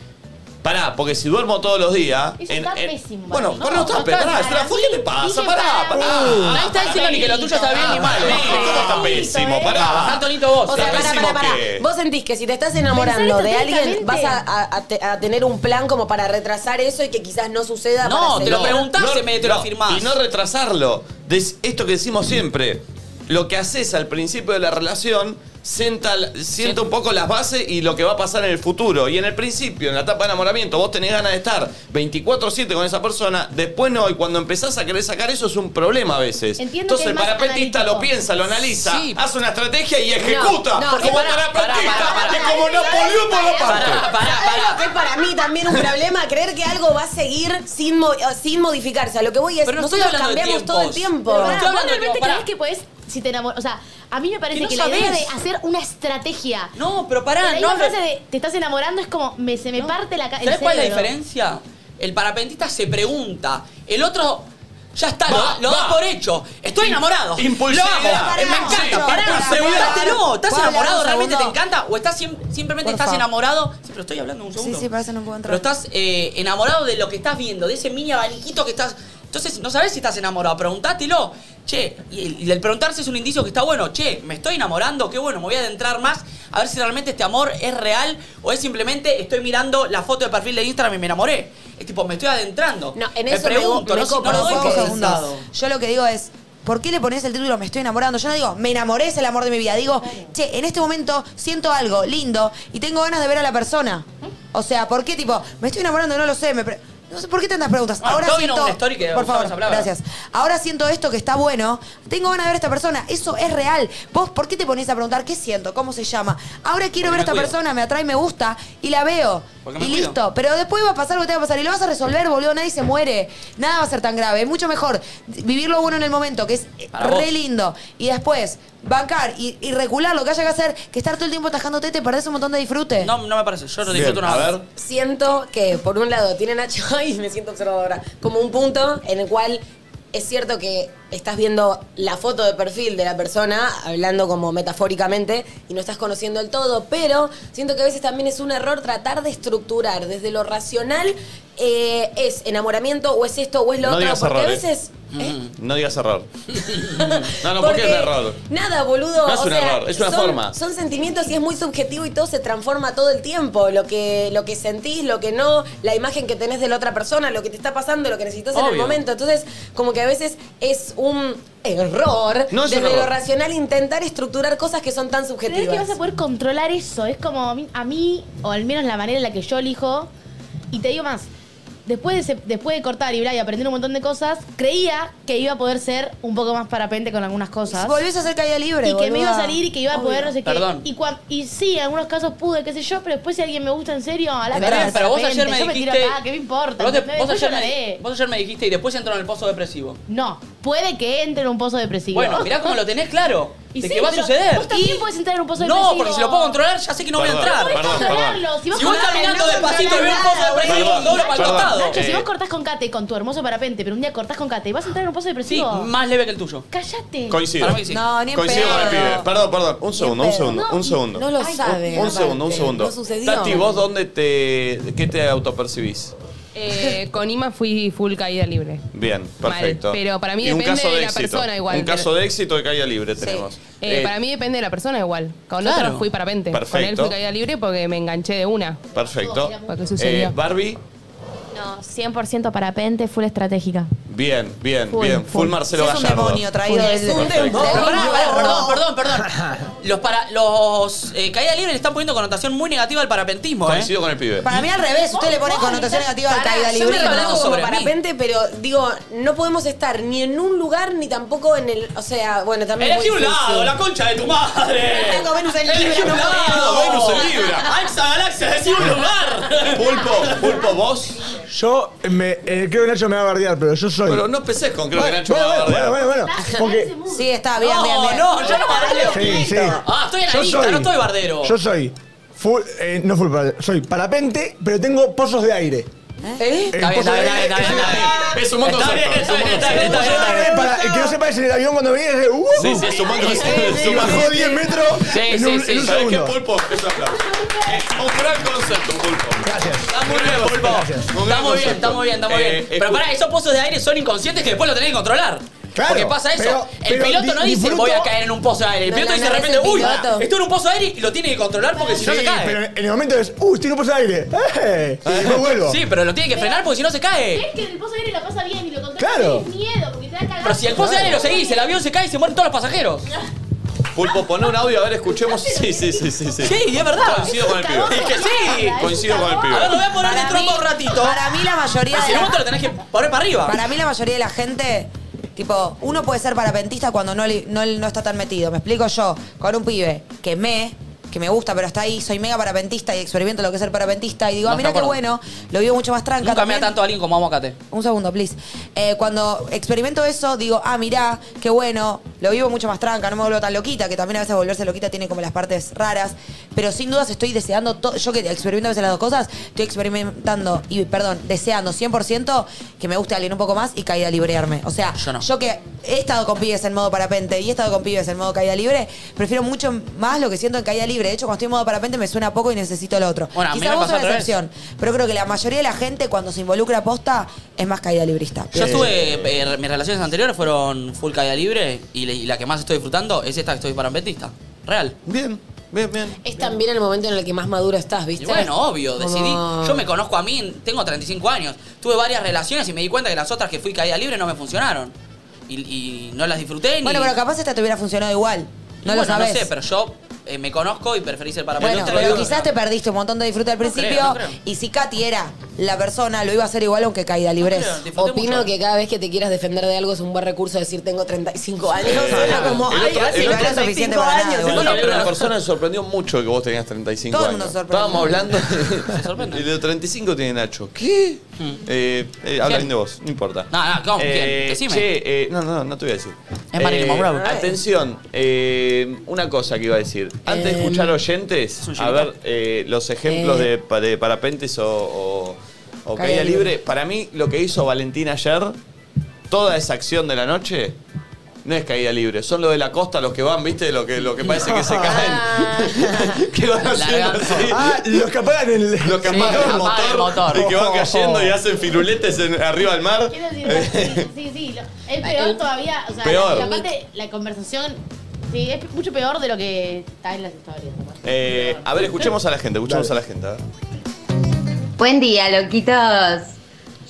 Speaker 1: pará, porque si duermo todos los días.
Speaker 4: Eso
Speaker 1: en-
Speaker 4: está
Speaker 1: en-
Speaker 4: pésimo,
Speaker 1: Bueno,
Speaker 4: Barbie.
Speaker 1: pero no,
Speaker 4: No,
Speaker 1: está
Speaker 4: no
Speaker 1: pe-
Speaker 4: está-
Speaker 1: pará,
Speaker 4: para
Speaker 1: ¿Qué
Speaker 4: mí-
Speaker 1: le pasa?
Speaker 4: dije
Speaker 1: Pará,
Speaker 4: para-
Speaker 1: pará.
Speaker 4: Uh.
Speaker 3: Nadie está diciendo ni que lo tuyo está bien ni mal.
Speaker 1: Pará,
Speaker 3: Nico.
Speaker 1: ¿Cómo está
Speaker 4: Pésimo,
Speaker 1: pésimo?
Speaker 4: eh.
Speaker 1: Pará.
Speaker 3: Bajá el tonito vos.
Speaker 7: O sea, pará,
Speaker 1: pésimo
Speaker 7: pará, pará.
Speaker 1: que-
Speaker 7: Vos sentís que si te estás enamorando de alguien, vas a, a- a te- a tener un plan como para retrasar eso y que quizás no suceda.
Speaker 3: No,
Speaker 7: para
Speaker 3: te lo
Speaker 7: seguir.
Speaker 3: preguntás
Speaker 1: No,
Speaker 3: se me te
Speaker 1: no,
Speaker 3: lo firmás.
Speaker 1: Y no retrasarlo. Des- esto que decimos siempre. Lo que haces al principio de la relación sienta, sienta un poco las bases y lo que va a pasar en el futuro. Y en el principio, en la etapa de enamoramiento, vos tenés ganas de estar 24-7 con esa persona, después no, y cuando empezás a querer sacar eso es un problema a veces.
Speaker 4: Entiendo
Speaker 1: Entonces
Speaker 4: que
Speaker 1: el
Speaker 4: es más
Speaker 1: parapentista lo
Speaker 4: analítico.
Speaker 1: piensa, lo analiza,
Speaker 3: Sí.
Speaker 1: hace una estrategia y ejecuta.
Speaker 7: no, porque
Speaker 1: porque como
Speaker 7: pará,
Speaker 1: parapentista
Speaker 3: pará, pará,
Speaker 1: y como Napoleón por la parte.
Speaker 7: ¿Sabes
Speaker 3: Pará, pará,
Speaker 7: lo
Speaker 3: pará.
Speaker 7: que es para mí también un problema? Creer que algo va a seguir sin, mo- eh, sin modificarse. A lo que voy es,
Speaker 3: Pero no estoy
Speaker 7: nosotros
Speaker 3: hablando de
Speaker 7: cambiamos todo el
Speaker 3: tiempos.
Speaker 7: tiempo.
Speaker 4: Pero
Speaker 3: No
Speaker 4: pará,
Speaker 3: estoy
Speaker 4: vos
Speaker 3: hablando de
Speaker 4: realmente
Speaker 3: tiempo, pará.
Speaker 4: crees que podés, si te enamoras, o sea, a mí me parece
Speaker 3: Que
Speaker 4: que,
Speaker 3: no
Speaker 4: la idea
Speaker 3: sabés.
Speaker 4: de hacer una estrategia.
Speaker 3: No, pero pará,
Speaker 4: Pero ahí
Speaker 3: no
Speaker 4: la
Speaker 3: hablo-
Speaker 4: frase de te estás enamorando es como me, se me parte la cara.
Speaker 3: ¿Sabes cuál es la diferencia? El parapentista se pregunta. El otro ya está, lo-
Speaker 1: Va,
Speaker 3: lo, da
Speaker 1: va.
Speaker 3: por hecho. Estoy enamorado.
Speaker 1: Impulsividad.
Speaker 3: Lo amo.
Speaker 1: Pará,
Speaker 3: Me encanta.
Speaker 1: no,
Speaker 3: Pará,
Speaker 1: pará,
Speaker 3: preguntate,
Speaker 2: pará.
Speaker 3: no. ¿Estás
Speaker 2: ¿Puedo hablar
Speaker 3: enamorado?
Speaker 2: un
Speaker 3: ¿Realmente te
Speaker 2: segundo?
Speaker 3: encanta? ¿O estás sim- simplemente
Speaker 2: Por
Speaker 3: estás
Speaker 2: favor.
Speaker 3: enamorado? Sí, pero estoy hablando un segundo.
Speaker 2: sí, parece que no puedo entrar.
Speaker 3: Pero estás eh, enamorado de lo que estás viendo, de ese mini abaniquito que estás. Entonces, no sabes si estás enamorado, preguntátelo. Che, y el, y el preguntarse es un indicio que está bueno. Che, me estoy enamorando, qué bueno, me voy a adentrar más a ver si realmente este amor es real o es simplemente estoy mirando la foto de perfil de Instagram y me enamoré. Es tipo, me estoy adentrando.
Speaker 7: No, en
Speaker 3: me
Speaker 7: eso me-
Speaker 3: pregunto,
Speaker 7: me
Speaker 3: no, si-
Speaker 7: copa,
Speaker 3: no lo doy
Speaker 7: me
Speaker 3: por
Speaker 7: copa.
Speaker 3: sentado.
Speaker 2: Yo lo que digo es, ¿por qué le pones el título Me estoy enamorando? Yo no digo, me enamoré es el amor de mi vida. Digo, che, en este momento siento algo lindo y tengo ganas de ver a la persona. O sea, ¿por qué tipo, me estoy enamorando? No lo sé. Me pre- no sé, ¿por qué tantas preguntas?
Speaker 3: Bueno,
Speaker 2: Ahora
Speaker 3: yo vino
Speaker 2: siento.
Speaker 3: una story que
Speaker 2: por
Speaker 3: usaba
Speaker 2: favor,
Speaker 3: esa palabra.
Speaker 2: gracias. Ahora siento esto que está bueno. Tengo ganas de ver a esta persona. Eso es real. Vos, ¿por qué te pones a preguntar qué siento? ¿Cómo se llama? Ahora quiero
Speaker 3: Porque
Speaker 2: ver
Speaker 3: me
Speaker 2: a esta
Speaker 3: cuido.
Speaker 2: persona, me atrae, me gusta y la veo.
Speaker 3: Porque me
Speaker 2: Y
Speaker 3: cuido.
Speaker 2: listo. Pero después va a pasar lo que te va a pasar y lo vas a resolver, boludo. Nadie se muere. Nada va a ser tan grave. Es mucho mejor vivirlo uno en el momento, que es eh,
Speaker 3: Para
Speaker 2: re
Speaker 3: vos.
Speaker 2: lindo. Y después bancar y, y recular lo que haya que hacer, que estar todo el tiempo tajándote te perdés un montón de disfrute.
Speaker 3: No, no me parece, yo no
Speaker 1: Bien,
Speaker 3: disfruto
Speaker 1: a
Speaker 3: nada.
Speaker 1: ver.
Speaker 7: Siento que, por un lado, tiene Nacho <laughs> y me siento observadora, como un punto en el cual es cierto que estás viendo la foto de perfil de la persona, hablando como metafóricamente, y no estás conociendo el todo, pero siento que a veces también es un error tratar de estructurar desde lo racional, eh, es enamoramiento o es esto o es lo
Speaker 1: No
Speaker 7: otro,
Speaker 1: digas
Speaker 7: porque
Speaker 1: error,
Speaker 7: a
Speaker 1: ¿eh?
Speaker 7: veces... ¿eh?
Speaker 1: No digas error. No, no, porque es un error.
Speaker 7: Nada, boludo.
Speaker 1: No es
Speaker 7: o
Speaker 1: un
Speaker 7: sea,
Speaker 1: error, es una
Speaker 7: son-
Speaker 1: forma.
Speaker 7: Son sentimientos y es muy subjetivo y todo se transforma todo el tiempo. Lo que, lo que sentís, lo que no, la imagen que tenés de la otra persona, lo que te está pasando, lo que necesitas en el
Speaker 3: Obvio.
Speaker 7: momento. Entonces, como que a veces es un error
Speaker 1: No es un
Speaker 7: desde
Speaker 1: error.
Speaker 7: lo racional intentar estructurar cosas que son tan
Speaker 4: Pero es que
Speaker 7: subjetivas.
Speaker 4: vas a poder controlar eso. Es como a mí, a mí, o al menos la manera en la que yo elijo. Y te digo más. Después de, se- después de cortar y, bla, y aprender un montón de cosas, creía que iba a poder ser un poco más parapente con algunas cosas.
Speaker 2: Volvés a hacer caída libre.
Speaker 4: y que me iba a
Speaker 2: boluda.
Speaker 4: salir y que iba a
Speaker 2: Obvio.
Speaker 4: poder no sé qué.
Speaker 3: Perdón.
Speaker 4: Y, cuan- y sí, en algunos casos pude, qué sé yo, pero después si alguien me gusta en serio, a la
Speaker 3: Está bien,
Speaker 4: cara.
Speaker 3: pero vos ayer me
Speaker 4: yo
Speaker 3: dijiste.
Speaker 4: Me tiro acá, ¿Qué me importa?
Speaker 3: Vos, te-
Speaker 4: ¿entendés?
Speaker 3: vos
Speaker 4: Después
Speaker 3: ayer
Speaker 4: lloraré.
Speaker 3: me, vos ayer me dijiste y después entro en el pozo depresivo.
Speaker 4: No, puede que entre en un pozo depresivo.
Speaker 3: Bueno, mirá cómo lo tenés claro.
Speaker 4: Y
Speaker 3: de
Speaker 4: sí,
Speaker 3: que va a
Speaker 4: pero
Speaker 3: suceder.
Speaker 4: Vos también podés entrar en un pozo depresivo.
Speaker 3: No, porque si lo puedo controlar, ya sé que no voy a
Speaker 1: Perdón,
Speaker 3: entrar.
Speaker 1: perdón.
Speaker 4: Podés controlarlo. Si vos,
Speaker 3: Si voy
Speaker 4: cortás-
Speaker 3: caminando
Speaker 4: no
Speaker 3: despacito y veo
Speaker 4: controlás
Speaker 3: un pozo
Speaker 4: nada,
Speaker 3: depresivo,
Speaker 4: boludo.
Speaker 3: doblo para el
Speaker 1: Perdón.
Speaker 3: costado.
Speaker 4: Nacho, si
Speaker 1: Eh.
Speaker 4: vos cortás con Kate, con tu hermoso parapente, pero un día cortás con Kate, vas a entrar en un pozo
Speaker 3: Sí,
Speaker 4: depresivo.
Speaker 3: más leve que el tuyo.
Speaker 4: Cállate.
Speaker 1: Coincido.
Speaker 3: Para mí sí.
Speaker 2: No, ni en
Speaker 1: Coincido con el
Speaker 2: pedo.
Speaker 1: pibe. Perdón, perdón. Un segundo, un
Speaker 2: pedo.
Speaker 1: segundo,
Speaker 4: No,
Speaker 1: un segundo.
Speaker 7: No lo
Speaker 4: Ay,
Speaker 7: sabe.
Speaker 1: un segundo, un
Speaker 7: aparte.
Speaker 1: segundo.
Speaker 7: No sucedió.
Speaker 1: Tati, ¿vos dónde te. qué te autopercibís?
Speaker 9: Eh, con Ima fui full caída libre.
Speaker 1: Bien,
Speaker 9: Mal,
Speaker 1: perfecto.
Speaker 9: pero para mí
Speaker 1: Y un
Speaker 9: depende
Speaker 1: caso
Speaker 9: de la
Speaker 1: éxito.
Speaker 9: persona igual,
Speaker 1: Un
Speaker 9: pero-
Speaker 1: caso de éxito de caída libre tenemos.
Speaker 9: Eh,
Speaker 1: Eh,
Speaker 9: para mí depende de la persona igual. Con
Speaker 3: Claro.
Speaker 9: otro fui parapente. Con él
Speaker 1: Perfecto.
Speaker 9: fui caída libre porque me enganché de una.
Speaker 1: Perfecto.
Speaker 9: Porque sucedió.
Speaker 1: Eh, Barbie,
Speaker 10: No, 100% parapente, full estratégica.
Speaker 1: bien, bien,
Speaker 9: Full,
Speaker 1: bien. Full
Speaker 9: full.
Speaker 2: Si
Speaker 1: Marcelo
Speaker 2: es un
Speaker 1: Gallardo.
Speaker 2: demonio traído
Speaker 9: Uy,
Speaker 2: del.
Speaker 9: es un
Speaker 2: del-
Speaker 9: demonio.
Speaker 2: del-
Speaker 3: Pero pará, pará,
Speaker 2: No.
Speaker 3: perdón, perdón, perdón. Los para, los eh, caída libre le están poniendo connotación muy negativa al parapentista ¿eh?
Speaker 1: Coincido con el pibe.
Speaker 2: Para mí al revés, usted le pone connotación negativa al
Speaker 7: Pará,
Speaker 2: caída
Speaker 7: yo
Speaker 2: libre.
Speaker 7: me
Speaker 3: hablando
Speaker 7: reconozco
Speaker 3: sobre
Speaker 7: como
Speaker 3: mí.
Speaker 7: parapente, pero digo, no podemos estar ni en un lugar ni tampoco en el. O sea, bueno, también. es
Speaker 3: Elegí
Speaker 7: muy
Speaker 3: un lado,
Speaker 7: difícil.
Speaker 3: la concha de tu madre.
Speaker 2: Tengo Venus en
Speaker 3: Elegí
Speaker 2: Libra,
Speaker 3: un
Speaker 2: no
Speaker 3: lado.
Speaker 1: puedo. Venus en Libra.
Speaker 3: Alza Galaxia, decí un lugar.
Speaker 1: Pulpo, pulpo, vos.
Speaker 5: Yo me, eh, creo que Nacho me va a bardear, pero yo soy soy.
Speaker 1: Pero no empecés con creo que Nacho
Speaker 5: bueno,
Speaker 1: va a
Speaker 5: bueno,
Speaker 1: bardear.
Speaker 5: bueno, bueno.
Speaker 3: Ah,
Speaker 4: Ah,
Speaker 5: Porque
Speaker 2: Sí, está, bien,
Speaker 3: no,
Speaker 2: bien, bien.
Speaker 3: no, yo no bardeo.
Speaker 5: Sí, sí.
Speaker 3: Ah, estoy en la lista, no estoy bardero.
Speaker 5: Yo soy full, eh, no full parapente, soy parapente, pero tengo pozos de aire.
Speaker 7: ¿Eh?
Speaker 5: El
Speaker 3: Está bien,
Speaker 5: pozo
Speaker 3: está bien,
Speaker 5: de
Speaker 3: está bien, está
Speaker 5: aire-
Speaker 3: bien, está bien.
Speaker 1: Es un mundo
Speaker 3: Está bien,
Speaker 1: cerrado, es un mundo
Speaker 3: está bien,
Speaker 1: cerrado.
Speaker 3: está bien, está bien.
Speaker 5: Eh, para- el que no sepa es en el avión cuando venía, es de, uh,
Speaker 1: Sí, sí, es un mundo cerrado. es
Speaker 5: y
Speaker 1: un mundo
Speaker 5: bajó 10 metros
Speaker 3: Sí,
Speaker 5: en
Speaker 3: sí,
Speaker 5: un,
Speaker 3: sí,
Speaker 5: en un
Speaker 1: ¿Sabes qué,
Speaker 5: segundo.
Speaker 1: Pulpo? Eso aplauso.
Speaker 3: Eh,
Speaker 1: Es un gran concepto, Pulpo.
Speaker 5: Gracias.
Speaker 3: Está muy bien, Pulpo.
Speaker 5: Gracias.
Speaker 1: Un gran
Speaker 3: Está muy bien,
Speaker 1: concepto.
Speaker 3: está muy bien, está muy
Speaker 1: Eh,
Speaker 3: bien. Pero
Speaker 1: escu-
Speaker 3: pará, esos pozos de aire son inconscientes que después lo tenés que controlar.
Speaker 5: Claro,
Speaker 3: Porque pasa eso.
Speaker 5: pero-
Speaker 3: el
Speaker 5: pero
Speaker 3: piloto no
Speaker 5: di-
Speaker 3: dice
Speaker 5: disfruto-
Speaker 3: voy a caer en un pozo de aire. El
Speaker 7: No,
Speaker 3: piloto
Speaker 7: no,
Speaker 3: dice de
Speaker 7: no,
Speaker 3: repente,
Speaker 7: es el
Speaker 3: uy,
Speaker 7: piloto".
Speaker 3: estoy en un pozo de aire y lo tiene que controlar porque si no
Speaker 5: Sí,
Speaker 3: se cae.
Speaker 5: pero en el momento es, uh, estoy en un pozo de aire. ¡Eh! Y después vuelvo.
Speaker 3: Sí, pero lo tiene que frenar porque si no se cae.
Speaker 4: Es que el pozo de aire la pasa bien y lo controla
Speaker 5: Claro.
Speaker 4: sin miedo, porque te da cagado.
Speaker 3: Pero si el pozo de aire lo seguís, el avión se cae y se mueren todos los pasajeros.
Speaker 1: Pulpo, poné un audio, a ver, escuchemos. Sí, sí, sí, sí. sí.
Speaker 3: Sí, es verdad.
Speaker 1: Coincido con el pibe.
Speaker 3: Es que sí.
Speaker 1: Coincido con el
Speaker 3: A ver, lo
Speaker 1: pibe.
Speaker 3: voy a poner
Speaker 2: Para
Speaker 3: dentro
Speaker 2: mí-
Speaker 3: de un ratito.
Speaker 2: Para mí la mayoría
Speaker 3: Pero si
Speaker 2: de
Speaker 3: no,
Speaker 2: la-
Speaker 3: vos te lo tenés que poner para arriba.
Speaker 2: Para mí la mayoría de la gente, tipo, uno puede ser parapentista cuando no, li- no, no está tan metido. Me explico yo, con un pibe que me, que me gusta, pero está ahí, soy mega parapentista y experimento lo que es ser parapentista y digo,
Speaker 3: No,
Speaker 2: ah, mira qué
Speaker 3: está
Speaker 2: bueno, lo vivo mucho más tranca.
Speaker 3: Nunca me da
Speaker 2: también".
Speaker 3: tanto a alguien como a Mocate.
Speaker 2: Un segundo, please. Eh, cuando experimento eso, digo, ah, mirá, qué bueno, lo vivo mucho más tranca, no me vuelvo tan loquita, que también a veces volverse loquita tiene como las partes raras, pero sin dudas estoy deseando, to- yo que experimento a veces las dos cosas, estoy experimentando, y perdón, deseando 100% que me guste alguien un poco más y caída librearme. O sea,
Speaker 3: Yo no.
Speaker 2: que he estado con pibes en modo parapente y he estado con pibes en modo caída libre, prefiero mucho más lo que siento en caída libre. De hecho, cuando estoy en modo parapente me suena poco y necesito el otro.
Speaker 3: Bueno, a mí
Speaker 2: Quizás
Speaker 3: me
Speaker 2: vos
Speaker 3: pasó
Speaker 2: sos
Speaker 3: al
Speaker 2: la
Speaker 3: revés.
Speaker 2: excepción. Pero creo que la mayoría de la gente cuando se involucra posta es más caída librista.
Speaker 3: Yo estuve, eh, mis relaciones anteriores fueron full caída libre y, le- y la que más estoy disfrutando es esta que estoy parapentista. Real.
Speaker 1: Bien,
Speaker 6: <laughs>
Speaker 1: bien, bien.
Speaker 7: Es también el momento en el que más maduro estás, ¿viste?
Speaker 3: Y bueno, obvio, decidí.
Speaker 7: Como-
Speaker 3: Yo me conozco a mí, tengo 35 años. Tuve varias relaciones y me di cuenta que las otras que fui caída libre no me funcionaron. Y, y no las disfruté ni.
Speaker 2: Bueno, pero capaz esta te hubiera funcionado igual. No
Speaker 3: Y
Speaker 2: lo
Speaker 3: bueno,
Speaker 2: sabes.
Speaker 3: No sé, pero yo eh, me conozco y preferí ser
Speaker 2: Bueno,
Speaker 3: parapentista.
Speaker 2: pero
Speaker 3: Lo digo-
Speaker 2: quizás te perdiste un montón de disfrute al
Speaker 3: No creo,
Speaker 2: principio
Speaker 3: no creo.
Speaker 2: y si Katy era la persona, lo iba a hacer igual aunque caída libre. es.
Speaker 3: No creo, disfruté
Speaker 7: Opino
Speaker 3: mucho.
Speaker 7: que cada vez que te quieras defender de algo es un buen recurso decir tengo 35
Speaker 3: <laughs>
Speaker 7: años. Suena como,
Speaker 1: El
Speaker 7: ay,
Speaker 1: otro-
Speaker 7: así
Speaker 1: el
Speaker 7: no
Speaker 1: otro-
Speaker 7: era suficiente
Speaker 2: 35
Speaker 7: para
Speaker 2: años,
Speaker 7: nada,
Speaker 2: el
Speaker 7: boludo.
Speaker 1: Bueno,
Speaker 3: Sí,
Speaker 1: pero
Speaker 3: pero-
Speaker 1: la persona se sorprendió mucho que vos tenías 35
Speaker 2: Todo el
Speaker 1: años.
Speaker 2: mundo se sorprendió.
Speaker 1: Estábamos hablando. <laughs>
Speaker 3: sorprende. Hmm.
Speaker 1: Y de 35 tiene Nacho. ¿Qué? Eh, eh, habla
Speaker 3: ¿Quién?
Speaker 1: bien de vos, no importa.
Speaker 3: No, no, ¿cómo? ¿Quién?
Speaker 1: Eh,
Speaker 3: Decime.
Speaker 1: Che, eh, no, no, no te voy a decir. Eh,
Speaker 3: Es Marilyn Monroe.
Speaker 1: Atención, eh, una cosa que iba a decir. Antes de escuchar oyentes,
Speaker 3: Eh, un
Speaker 1: a
Speaker 3: gilipollas.
Speaker 1: ver eh, los ejemplos
Speaker 7: Eh.
Speaker 1: de, pa- de parapentes o, o- o
Speaker 2: Caída
Speaker 1: caída
Speaker 2: libre.
Speaker 1: libre. Para mí, lo que hizo Valentín ayer, toda esa acción de la noche. No es caída libre, son los de la costa los que van, viste, lo que, lo que parece que se
Speaker 3: <laughs> Ah.
Speaker 7: <laughs>
Speaker 1: caen. <laughs> que van haciendo
Speaker 3: Largazo.
Speaker 1: así.
Speaker 5: Ah, los que apagan el.
Speaker 1: Los que
Speaker 3: Sí,
Speaker 1: apagan el
Speaker 3: apagan
Speaker 1: motor,
Speaker 3: el motor. Oh.
Speaker 1: y que van cayendo y hacen firuletes en- arriba del mar.
Speaker 4: Quiero
Speaker 1: <laughs>
Speaker 4: decir, sí, sí, sí. lo- Es peor todavía. O sea,
Speaker 1: Peor.
Speaker 4: Y aparte, la conversación. Sí, es mucho peor de lo que está en las historias. aparte.
Speaker 1: Eh, a ver, escuchemos a la gente, escuchemos
Speaker 5: Dale.
Speaker 1: a la gente. a ver.
Speaker 11: Buen día, loquitos.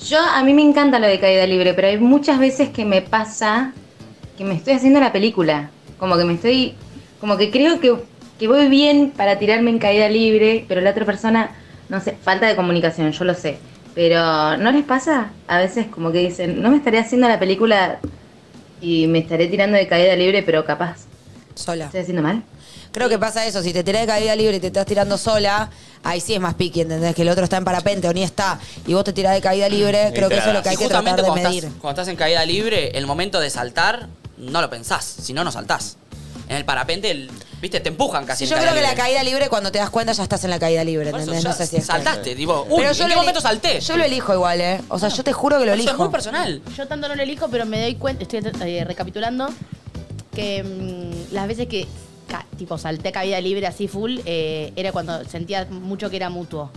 Speaker 11: Yo, a mí me encanta lo de caída libre, pero hay muchas veces que me pasa que me estoy haciendo la película. Como que me estoy. Como que creo que, que voy bien para tirarme en caída libre, pero la otra persona, no sé, falta de comunicación, yo lo sé. Pero ¿no les pasa? A veces como que dicen, no me estaré haciendo la película y me estaré tirando de caída libre, pero capaz.
Speaker 2: Sola.
Speaker 11: ¿Estoy haciendo mal?
Speaker 2: Creo que pasa eso, si te tirás de caída libre y te estás tirando sola, ahí sí es más piqui, ¿entendés? Que el otro está en parapente o ni está y vos te tirás de caída
Speaker 3: Mm,
Speaker 2: libre, creo que eso es lo que
Speaker 3: Y
Speaker 2: hay que
Speaker 3: justamente
Speaker 2: tratar de
Speaker 3: cuando
Speaker 2: medir.
Speaker 3: Estás, cuando estás en caída libre, el momento de saltar, no lo pensás. Si no, no saltás. En el parapente, el- viste, te empujan casi.
Speaker 2: Sí,
Speaker 3: en
Speaker 2: yo creo que la
Speaker 3: libre.
Speaker 2: caída libre, cuando te das cuenta, ya estás en la caída libre,
Speaker 3: Por eso
Speaker 2: ¿entendés?
Speaker 3: ya
Speaker 2: No sé si es
Speaker 3: saltaste, tipo, uy,
Speaker 2: Pero yo
Speaker 3: ¿en
Speaker 2: lo
Speaker 3: qué
Speaker 2: eli-
Speaker 3: momento salté?
Speaker 2: Yo lo elijo igual, ¿eh? O sea, yo te juro que lo
Speaker 3: Eso
Speaker 2: elijo.
Speaker 3: es muy personal.
Speaker 4: Yo tanto no lo elijo, pero me doy cuenta, estoy eh, recapitulando, que mm, las veces que ca- tipo salté cabida libre así full, eh, era cuando sentía mucho que era mutuo.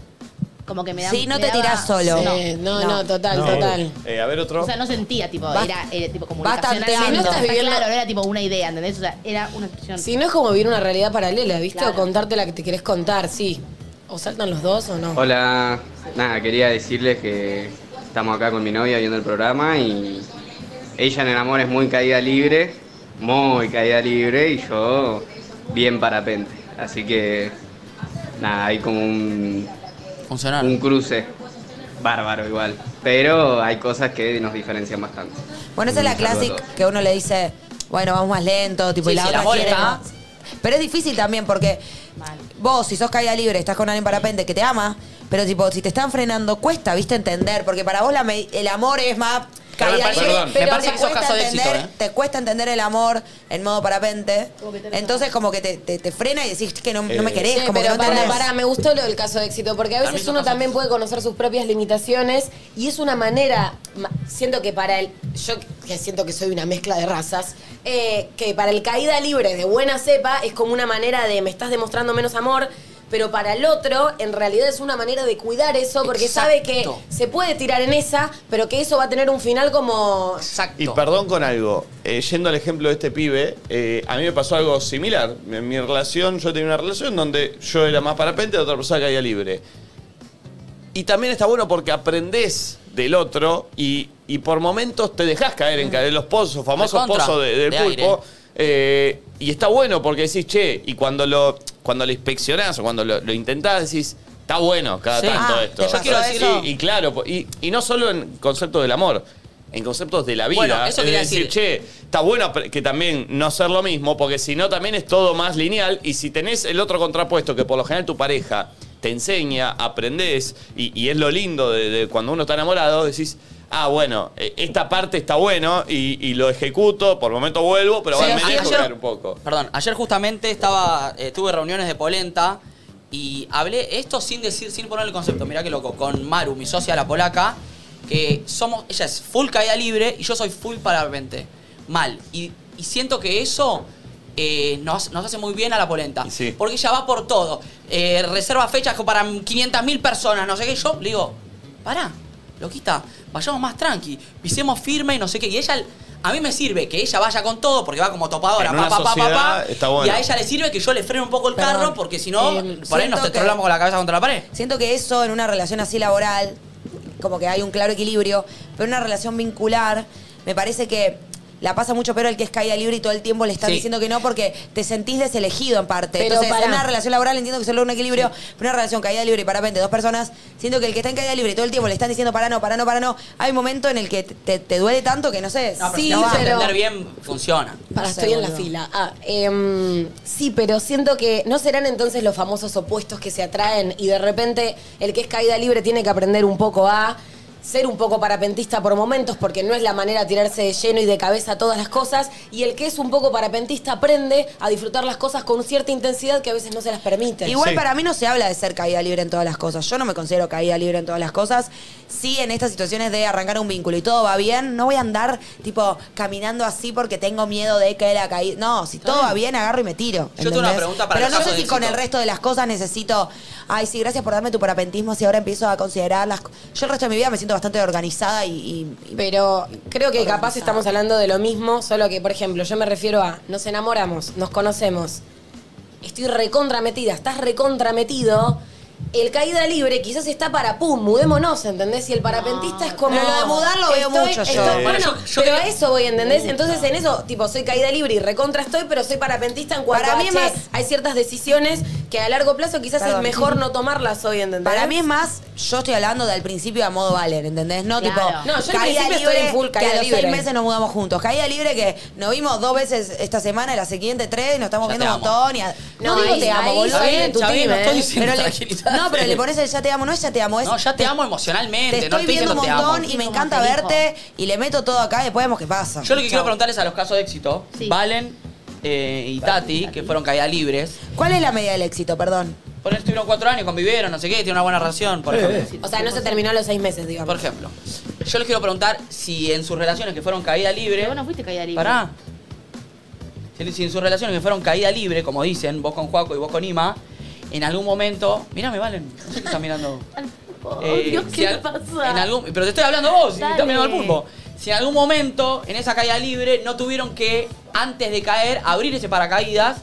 Speaker 4: Como que me daba.
Speaker 2: Sí, no te tirás solo.
Speaker 7: Sí, Eh, no, no, total,
Speaker 5: No.
Speaker 7: total.
Speaker 1: Eh, a ver otro.
Speaker 4: O sea, no sentía, tipo,
Speaker 2: Bast-
Speaker 4: era, eh, tipo comunicación.
Speaker 2: bastanteando.
Speaker 4: así,
Speaker 2: Si no
Speaker 7: estás
Speaker 4: está
Speaker 7: viviendo-
Speaker 4: Claro, no era tipo una idea, ¿entendés? O sea, era una expresión.
Speaker 7: Si no es como vivir una realidad paralela, ¿viste?
Speaker 4: Claro.
Speaker 7: O contarte la que te querés contar, sí. O saltan los dos o no.
Speaker 8: Hola, nada, quería decirles que estamos acá con mi novia viendo el programa y ella en el amor es muy caída libre, muy caída libre y yo bien parapente. Así que nada, hay como un,
Speaker 3: Funcionar.
Speaker 8: un cruce bárbaro igual, pero hay cosas que nos diferencian bastante.
Speaker 2: Bueno, esa es la
Speaker 8: Un saludo a
Speaker 2: clásica
Speaker 8: todos.
Speaker 2: que uno le dice, bueno, vamos más lento, tipo,
Speaker 3: Sí,
Speaker 2: y la
Speaker 3: si el
Speaker 2: otra
Speaker 3: amor
Speaker 2: quiere
Speaker 3: está-
Speaker 2: más. Pero es difícil también porque vos, si sos caída libre, estás con alguien parapente que te ama, pero tipo, si te están frenando, cuesta, viste, entender, porque para vos la me- el amor es más.
Speaker 3: Pero me
Speaker 2: caída
Speaker 3: parece-
Speaker 2: libre,
Speaker 3: perdón.
Speaker 2: pero
Speaker 3: Me parece
Speaker 2: te
Speaker 3: que sos
Speaker 2: cuesta
Speaker 3: caso de éxito, ¿eh?
Speaker 2: entender, Te cuesta entender el amor en modo parapente. Entonces como que te, te- te frena y decís que no, no me
Speaker 7: Sí,
Speaker 2: querés, como que
Speaker 7: pero
Speaker 2: no
Speaker 7: para,
Speaker 2: entendés.
Speaker 7: para, me gustó lo del caso de éxito, porque a
Speaker 2: A mí
Speaker 7: veces
Speaker 2: son
Speaker 7: uno
Speaker 2: casos
Speaker 7: también puede conocer sus propias limitaciones y es una manera, ma- siento que para el, yo que siento que soy una mezcla de razas, eh, que para el caída libre de buena cepa es como una manera de me estás demostrando menos amor. Pero para el otro, en realidad es una manera de cuidar eso, porque sabe que
Speaker 1: Exacto.
Speaker 7: se puede tirar en esa, pero que eso va a tener un final como.
Speaker 3: Exacto.
Speaker 1: Y perdón con algo, eh, yendo al ejemplo de este pibe, eh, a mí me pasó algo similar. En mi relación, yo tenía una relación donde yo era más parapente y la otra persona caía libre. Y también está bueno porque aprendés del otro y, y por momentos te dejás caer en, ca- en los pozos, famosos
Speaker 3: Recontra,
Speaker 1: pozos de- del
Speaker 3: de
Speaker 1: pulpo. Eh, y está bueno porque decís, che, y cuando lo, cuando lo inspeccionás o cuando lo, lo intentás, decís, está bueno cada
Speaker 3: Sí.
Speaker 1: tanto
Speaker 3: Ah,
Speaker 1: esto.
Speaker 3: te pasó Yo quiero
Speaker 1: Sí,
Speaker 3: eso.
Speaker 1: y claro, po- y, y no solo en concepto del amor, en conceptos de la vida.
Speaker 3: Bueno, eso
Speaker 1: es
Speaker 3: quería
Speaker 1: decir,
Speaker 3: decir.
Speaker 1: che, está bueno pre- que también no hacer lo mismo, porque si no también es todo más lineal. Y si tenés el otro contrapuesto, que por lo general tu pareja te enseña, aprendés, y, y es lo lindo de, de cuando uno está enamorado, decís. Ah, bueno, eh, esta parte está bueno y, y lo ejecuto, por momento vuelvo, pero
Speaker 3: Sí,
Speaker 1: bueno, me
Speaker 3: ayer-
Speaker 1: dejo caer un poco.
Speaker 3: Perdón, ayer justamente estaba, eh, tuve reuniones de polenta y hablé esto sin decir, sin poner el concepto, mirá qué loco, con Maru, mi socia la polaca, que somos, ella es full caída libre y yo soy full parapente. Mal. Y, y siento que eso eh, nos, nos hace muy bien a la polenta. Porque ella va por todo. Eh, reserva fechas como para 500.000 personas, no sé qué. Yo le digo, pará, loquita, vayamos más tranqui, pisemos firme y no sé qué. Y ella, a mí me sirve que ella vaya con todo porque va como topadora,
Speaker 1: En
Speaker 3: pa,
Speaker 1: una
Speaker 3: pa, pa, pa,
Speaker 1: sociedad
Speaker 3: pa,
Speaker 1: está bueno.
Speaker 3: Y a ella le sirve que yo le frene un poco el carro porque si no,
Speaker 2: Eh,
Speaker 3: por ahí nos
Speaker 2: siento
Speaker 3: te trolamos
Speaker 2: que-
Speaker 3: con la cabeza contra la pared.
Speaker 2: Siento que eso en una relación así laboral, como que hay un claro equilibrio, pero en una relación vincular, me parece que la pasa mucho peor el que es caída libre y todo el tiempo le están
Speaker 7: Sí.
Speaker 2: diciendo que no porque te sentís deselegido en parte.
Speaker 7: Pero
Speaker 2: Entonces,
Speaker 7: pará.
Speaker 2: en una relación laboral entiendo que solo un equilibrio, pero en una relación caída libre y para 20, dos personas, siento que el que está en caída libre y todo el tiempo le están diciendo para no, para no, para no, hay un momento en el que te, te- te duele tanto que no sé.
Speaker 3: No, pero
Speaker 2: si
Speaker 3: si
Speaker 2: no
Speaker 3: la vas
Speaker 2: va.
Speaker 3: a entender bien, funciona.
Speaker 7: Para, estoy en la fila. Ah, em, sí, pero siento que no serán entonces los famosos opuestos que se atraen y de repente el que es caída libre tiene que aprender un poco a ser un poco parapentista por momentos porque no es la manera de tirarse de lleno y de cabeza a todas las cosas y el que es un poco parapentista aprende a disfrutar las cosas con cierta intensidad que a veces no se las permite.
Speaker 2: Igual para mí no se habla de ser caída libre en todas las cosas. Yo no me considero caída libre en todas las cosas. Sí, en estas situaciones de arrancar un vínculo y todo va bien, no voy a andar tipo caminando así porque tengo miedo de que la caída. No, si todo va bien, agarro y me tiro.
Speaker 3: Yo tengo una
Speaker 2: ¿entendés?
Speaker 3: pregunta para el
Speaker 2: Pero no
Speaker 3: caso
Speaker 2: sé
Speaker 3: de
Speaker 2: si con el
Speaker 3: éxito.
Speaker 2: resto de las cosas necesito. Ay, sí, gracias por darme tu parapentismo. Si ahora empiezo a considerar las. co-". Yo el resto de mi vida me siento bastante organizada y. y- y-
Speaker 7: Pero creo que capaz estamos hablando de lo mismo, solo que, por ejemplo, yo me refiero a nos enamoramos, nos conocemos, estoy recontrametida, estás recontrametida. El caída libre quizás está para pum, mudémonos, ¿entendés? Y el parapentista es como.
Speaker 2: Pero Ah, lo de mudar lo veo mucho yo.
Speaker 7: estoy-
Speaker 2: Eh,
Speaker 7: bueno,
Speaker 2: yo-
Speaker 7: pero a eso voy, ¿entendés? Entonces en eso, tipo, soy caída libre y recontra estoy, pero soy parapentista en cuanto
Speaker 2: Para
Speaker 7: a,
Speaker 2: mí es
Speaker 7: che,
Speaker 2: más-
Speaker 7: hay ciertas decisiones que a largo plazo quizás
Speaker 2: Perdón.
Speaker 7: es mejor no tomarlas hoy, ¿entendés?
Speaker 2: Para mí es más, yo estoy hablando del principio a modo Valer, ¿entendés? No
Speaker 7: Claro.
Speaker 2: tipo,
Speaker 7: No, yo al principio estoy en full caída
Speaker 2: que a los
Speaker 7: libre.
Speaker 2: seis meses nos mudamos juntos. Caída libre que nos vimos dos veces esta semana y la siguiente tres, y nos estamos
Speaker 7: Ya
Speaker 2: viendo
Speaker 7: te
Speaker 2: un
Speaker 7: amo.
Speaker 2: montón. y a-
Speaker 7: No,
Speaker 2: No, digo
Speaker 7: ahí-
Speaker 2: te amo,
Speaker 7: ahí
Speaker 2: boludo.
Speaker 7: está bien,
Speaker 2: tu
Speaker 7: está bien,
Speaker 2: team,
Speaker 7: no
Speaker 2: ¿eh?
Speaker 7: estoy diciendo
Speaker 2: Pero le-
Speaker 7: tranquilízate.
Speaker 2: No, pero le pones el ya te amo, no es ya te amo, es.
Speaker 3: No, ya te amo emocionalmente,
Speaker 2: Te
Speaker 3: no
Speaker 2: estoy
Speaker 3: estoy
Speaker 2: viendo un
Speaker 3: diciendo te
Speaker 2: montón
Speaker 3: amo.
Speaker 2: y me encanta verte y le meto todo acá y después vemos qué pasa.
Speaker 3: Yo lo que quiero preguntarles a los casos de éxito, Valen eh, y Tati, que fueron caídas libres,
Speaker 2: ¿Cuál es la medida del éxito, perdón?
Speaker 3: por él estuvieron cuatro años, convivieron, no sé qué, tienen una buena relación, por ejemplo.
Speaker 7: O sea, no se terminó a los seis meses, digamos.
Speaker 3: Por ejemplo, yo les quiero preguntar si en sus relaciones que fueron caída libre.
Speaker 4: Pero vos no fuiste caída libre.
Speaker 3: Pará. Si- Si en sus relaciones que fueron caída libre, como dicen, vos con Juaco y vos con Ima, en algún momento. Mirá, me valen. No sé qué están mirando. Eh,
Speaker 4: Dios,
Speaker 3: si
Speaker 4: ¿qué
Speaker 3: al-
Speaker 4: le pasa?
Speaker 3: en algún, pero te estoy hablando vos, y
Speaker 4: Dale.
Speaker 3: estás mirando al pulpo. Si en algún momento, en esa caída libre, no tuvieron que, antes de caer, abrir ese paracaídas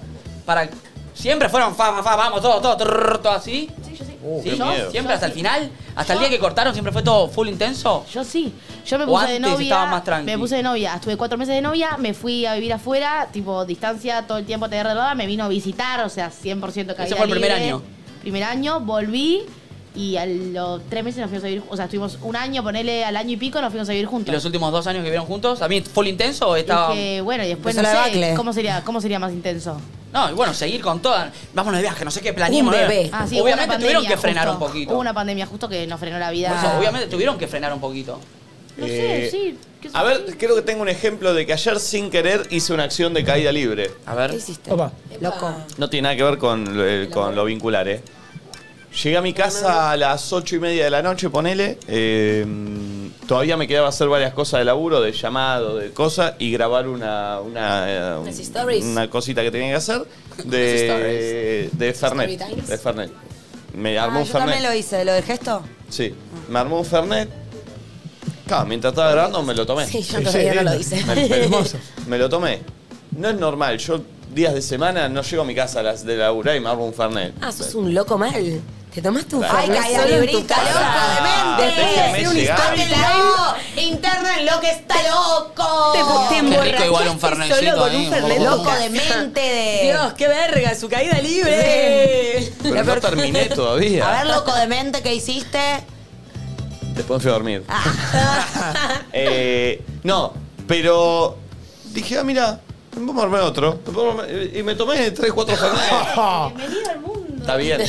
Speaker 3: para. Siempre fueron fa, fa, fa, vamos, todo, todo, trrr, todo así. ¿Sí?
Speaker 9: Uh, qué miedo.
Speaker 3: Siempre
Speaker 9: Yo
Speaker 3: hasta el
Speaker 9: sí.
Speaker 3: final, hasta el
Speaker 9: Yo-
Speaker 3: día que cortaron, siempre fue todo full intenso.
Speaker 4: Yo sí. Yo me
Speaker 3: ¿O
Speaker 4: puse de
Speaker 3: antes
Speaker 4: novia.
Speaker 3: estaba más tranqui?
Speaker 4: me puse de novia. Estuve cuatro meses de novia, me fui a vivir afuera, tipo distancia, todo el tiempo te derredada, me vino a visitar, o sea, 100% caída
Speaker 3: Ese fue el primer
Speaker 4: libre.
Speaker 3: año.
Speaker 4: Primer año, volví y a los tres meses nos fuimos a vivir, o sea, estuvimos un año, ponele al año y pico, nos fuimos a vivir
Speaker 3: ¿Y
Speaker 4: juntos.
Speaker 3: los últimos dos años que vivieron juntos? ¿A mí full intenso o
Speaker 4: Y
Speaker 3: estaba.?
Speaker 4: que, bueno, y después no
Speaker 3: Empezó la
Speaker 4: sé,
Speaker 3: debacle.
Speaker 4: ¿cómo sería, ¿cómo sería más intenso?
Speaker 3: No, y bueno, seguir con toda. Vámonos de viaje, no sé qué planeamos.
Speaker 4: Un
Speaker 3: ¿no?
Speaker 4: bebé. Ah, sí, hubo
Speaker 3: obviamente
Speaker 4: una
Speaker 3: tuvieron
Speaker 4: pandemia,
Speaker 3: que frenar
Speaker 4: justo.
Speaker 3: un poquito.
Speaker 4: Hubo una pandemia justo que nos frenó la
Speaker 3: Por
Speaker 4: vida.
Speaker 3: eso, obviamente tuvieron que frenar un poquito.
Speaker 4: No sé, sí,
Speaker 1: A ver, creo que tengo un ejemplo de que ayer sin querer hice una acción de caída libre. A ver.
Speaker 2: Loco.
Speaker 1: No tiene nada que ver con, eh, con lo vincular, ¿eh? Llegué a mi casa a las ocho y media de la noche, ponele. eh, todavía me quedaba hacer varias cosas de laburo, de llamado, de cosas, y grabar una, una, eh,
Speaker 7: Las stories.
Speaker 1: una cosita que tenía
Speaker 2: <laughs>
Speaker 1: que hacer de, de Fernet.
Speaker 2: Storytimes.
Speaker 1: De Fernet. Me
Speaker 2: Ah,
Speaker 1: armó un
Speaker 2: yo también
Speaker 1: Fernet.
Speaker 2: lo hice, lo del gesto.
Speaker 1: Sí, me armó un Fernet. Claro, mientras estaba grabando me lo tomé.
Speaker 2: Sí, yo todavía no lo hice.
Speaker 1: Me- me-
Speaker 2: <laughs>
Speaker 1: Me lo tomé. No es normal, yo días de semana no llego a mi casa a las de laburar y me armo un Fernet.
Speaker 7: Ah, sos un loco mal. Te tomaste un
Speaker 1: Claro.
Speaker 7: Fernet
Speaker 1: Ay,
Speaker 7: solo en tu
Speaker 2: Librita,
Speaker 7: casa.
Speaker 2: loco, demente.
Speaker 1: Déjenme
Speaker 2: Hacer un
Speaker 1: llegar.
Speaker 2: storyline. Interna en lo que está loco.
Speaker 7: Te
Speaker 3: Qué rico igual un
Speaker 7: emborrachaste
Speaker 3: fernecito
Speaker 7: solo con
Speaker 3: ahí,
Speaker 7: un
Speaker 3: un poco
Speaker 7: Fernet
Speaker 3: con
Speaker 2: Loco
Speaker 7: boca.
Speaker 2: de mente de.
Speaker 7: Dios, qué verga, su caída libre.
Speaker 2: <laughs>
Speaker 1: Pero no terminé todavía.
Speaker 2: A ver, loco de mente, ¿qué hiciste?
Speaker 1: Después me fui a dormir.
Speaker 2: Ah.
Speaker 1: <laughs> Eh, no, pero dije, ah, mira, vamos a armar otro. Y me tomé 3, 4
Speaker 2: <laughs>
Speaker 6: Oh.
Speaker 1: Fernet.
Speaker 4: Bienvenido al mundo.
Speaker 1: Está bien.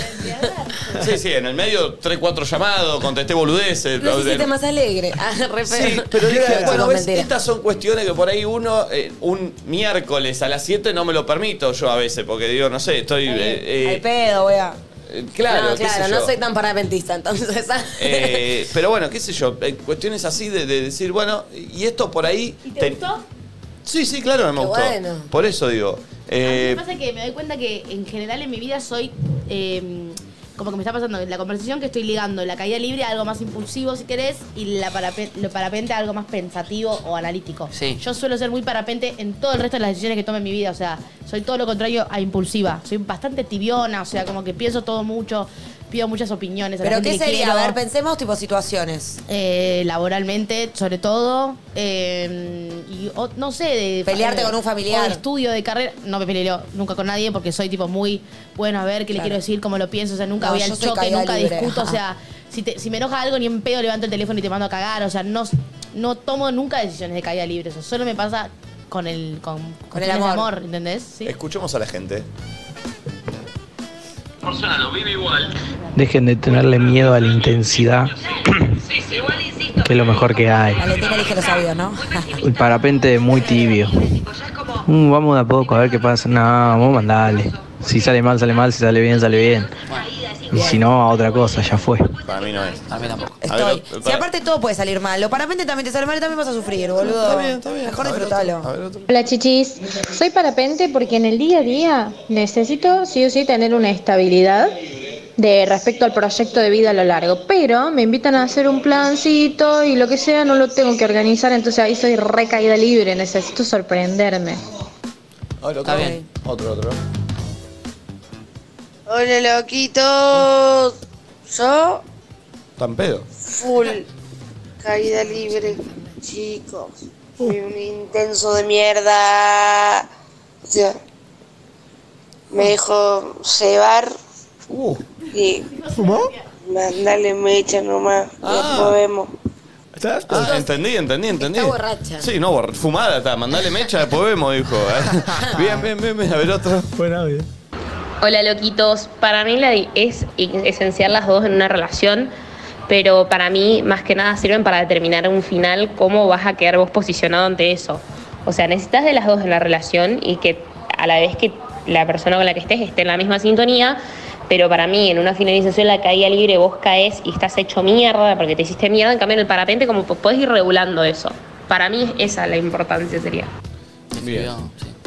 Speaker 1: Sí, sí, en el medio 3, 4 llamados, contesté boludeces.
Speaker 7: Lo hiciste más alegre. Ah, re
Speaker 1: Sí,
Speaker 7: feo.
Speaker 1: pero dije,
Speaker 7: Mentira,
Speaker 1: bueno, ves,
Speaker 7: mentira.
Speaker 1: estas son cuestiones que por ahí uno, eh, un miércoles a las 7 no me lo permito yo a veces, porque digo, no sé, estoy... eh, eh,
Speaker 2: Al pedo, wea.
Speaker 1: eh, claro,
Speaker 7: no,
Speaker 1: qué sé
Speaker 7: claro,
Speaker 1: yo.
Speaker 7: no soy tan parapentista, entonces. ah. <laughs>
Speaker 1: Eh, pero bueno, qué sé yo, eh, cuestiones así de, de decir, bueno, y esto por ahí... te- Sí, sí, claro, me
Speaker 4: Qué
Speaker 1: gustó.
Speaker 4: bueno.
Speaker 1: Por eso digo.
Speaker 4: Lo
Speaker 1: eh,
Speaker 4: que Ah, pasa es que me doy cuenta que en general en mi vida soy. eh, como que me está pasando en la conversación que estoy ligando la caída libre a algo más impulsivo, si querés, y la parape- lo parapente a algo más pensativo o analítico.
Speaker 3: Sí.
Speaker 4: Yo suelo ser muy parapente en todo el resto de las decisiones que tomo en mi vida. O sea, soy todo lo contrario a impulsiva. Soy bastante tibiona, o sea, como que pienso todo mucho, pido muchas opiniones. a la
Speaker 2: Pero
Speaker 4: gente
Speaker 2: ¿qué
Speaker 4: que
Speaker 2: sería?
Speaker 4: quiero.
Speaker 2: A ver, pensemos tipo situaciones.
Speaker 4: Eh, laboralmente, sobre todo. eh, y, o- no sé, de.
Speaker 2: Pelearte
Speaker 4: eh,
Speaker 2: con un familiar.
Speaker 4: o de estudio de carrera. No me peleo nunca con nadie porque soy tipo muy. Bueno, a ver qué le
Speaker 2: Claro.
Speaker 4: quiero decir, cómo lo pienso. O sea, nunca
Speaker 2: No,
Speaker 4: voy
Speaker 2: yo
Speaker 4: al
Speaker 2: soy
Speaker 4: choque,
Speaker 2: caída
Speaker 4: nunca
Speaker 2: libre.
Speaker 4: discuto. O
Speaker 2: Ajá.
Speaker 4: sea, si, te- si me enoja algo, ni en pedo levanto el teléfono y te mando a cagar. O sea, no, no tomo nunca decisiones de caída libre. Eso solo me pasa con el. Con,
Speaker 2: Con el
Speaker 4: cuestiones de
Speaker 2: amor.
Speaker 4: ¿entendés? Sí.
Speaker 1: Escuchemos a la gente.
Speaker 12: Dejen de tenerle miedo a la intensidad, que es lo mejor que hay.
Speaker 2: Valentina elige los sabios, ¿no?
Speaker 12: El parapente es muy tibio. Mm, vamos de a poco, a ver qué pasa. No, vamos a mandarle. Si sale mal, sale mal. Si sale bien, sale bien. Y si no, a otra cosa, ya fue.
Speaker 1: Para mí no es. Para mí tampoco.
Speaker 2: Estoy. Si aparte todo puede salir mal, lo parapente también te sale mal y también vas a sufrir, boludo.
Speaker 1: Está bien, está bien.
Speaker 2: Mejor
Speaker 1: A ver
Speaker 2: disfrutalo.
Speaker 1: otro, a ver otro.
Speaker 10: Hola chichis, soy parapente porque en el día a día necesito sí o sí tener una estabilidad de respecto al proyecto de vida a lo largo, pero me invitan a hacer un plancito y lo que sea no lo tengo que organizar, entonces ahí soy recaída libre, necesito sorprenderme.
Speaker 1: Está bien. Otro, otro.
Speaker 13: Hola, loquitos. Yo,
Speaker 1: Tan pedo.
Speaker 13: full. Caída libre, chicos. Soy un intenso de mierda. O sea, me dejo cebar.
Speaker 1: Uh.
Speaker 13: Y
Speaker 5: ¿Fumó?
Speaker 13: mandale mecha nomás.
Speaker 1: Ah.
Speaker 13: Nos vemos.
Speaker 1: Ah, entendí, entendí, entendí.
Speaker 13: Está borracha.
Speaker 1: Sí, no, borracha. Fumada está. Mandale mecha, después vemos, dijo. ¿eh?
Speaker 4: <laughs>
Speaker 1: bien, bien, bien, bien. A ver otro.
Speaker 5: Buen audio.
Speaker 14: Hola loquitos, para mí la di- es esencial las dos en una relación, pero para mí más que nada sirven para determinar un final, cómo vas a quedar vos posicionado ante eso. O sea, necesitas de las dos en la relación y que a la vez que la persona con la que estés esté en la misma sintonía, pero para mí en una finalización la caída libre vos caes y estás hecho mierda porque te hiciste mierda, en cambio en el parapente como po- podés ir regulando eso. Para mí esa es la importancia sería.
Speaker 1: Bien.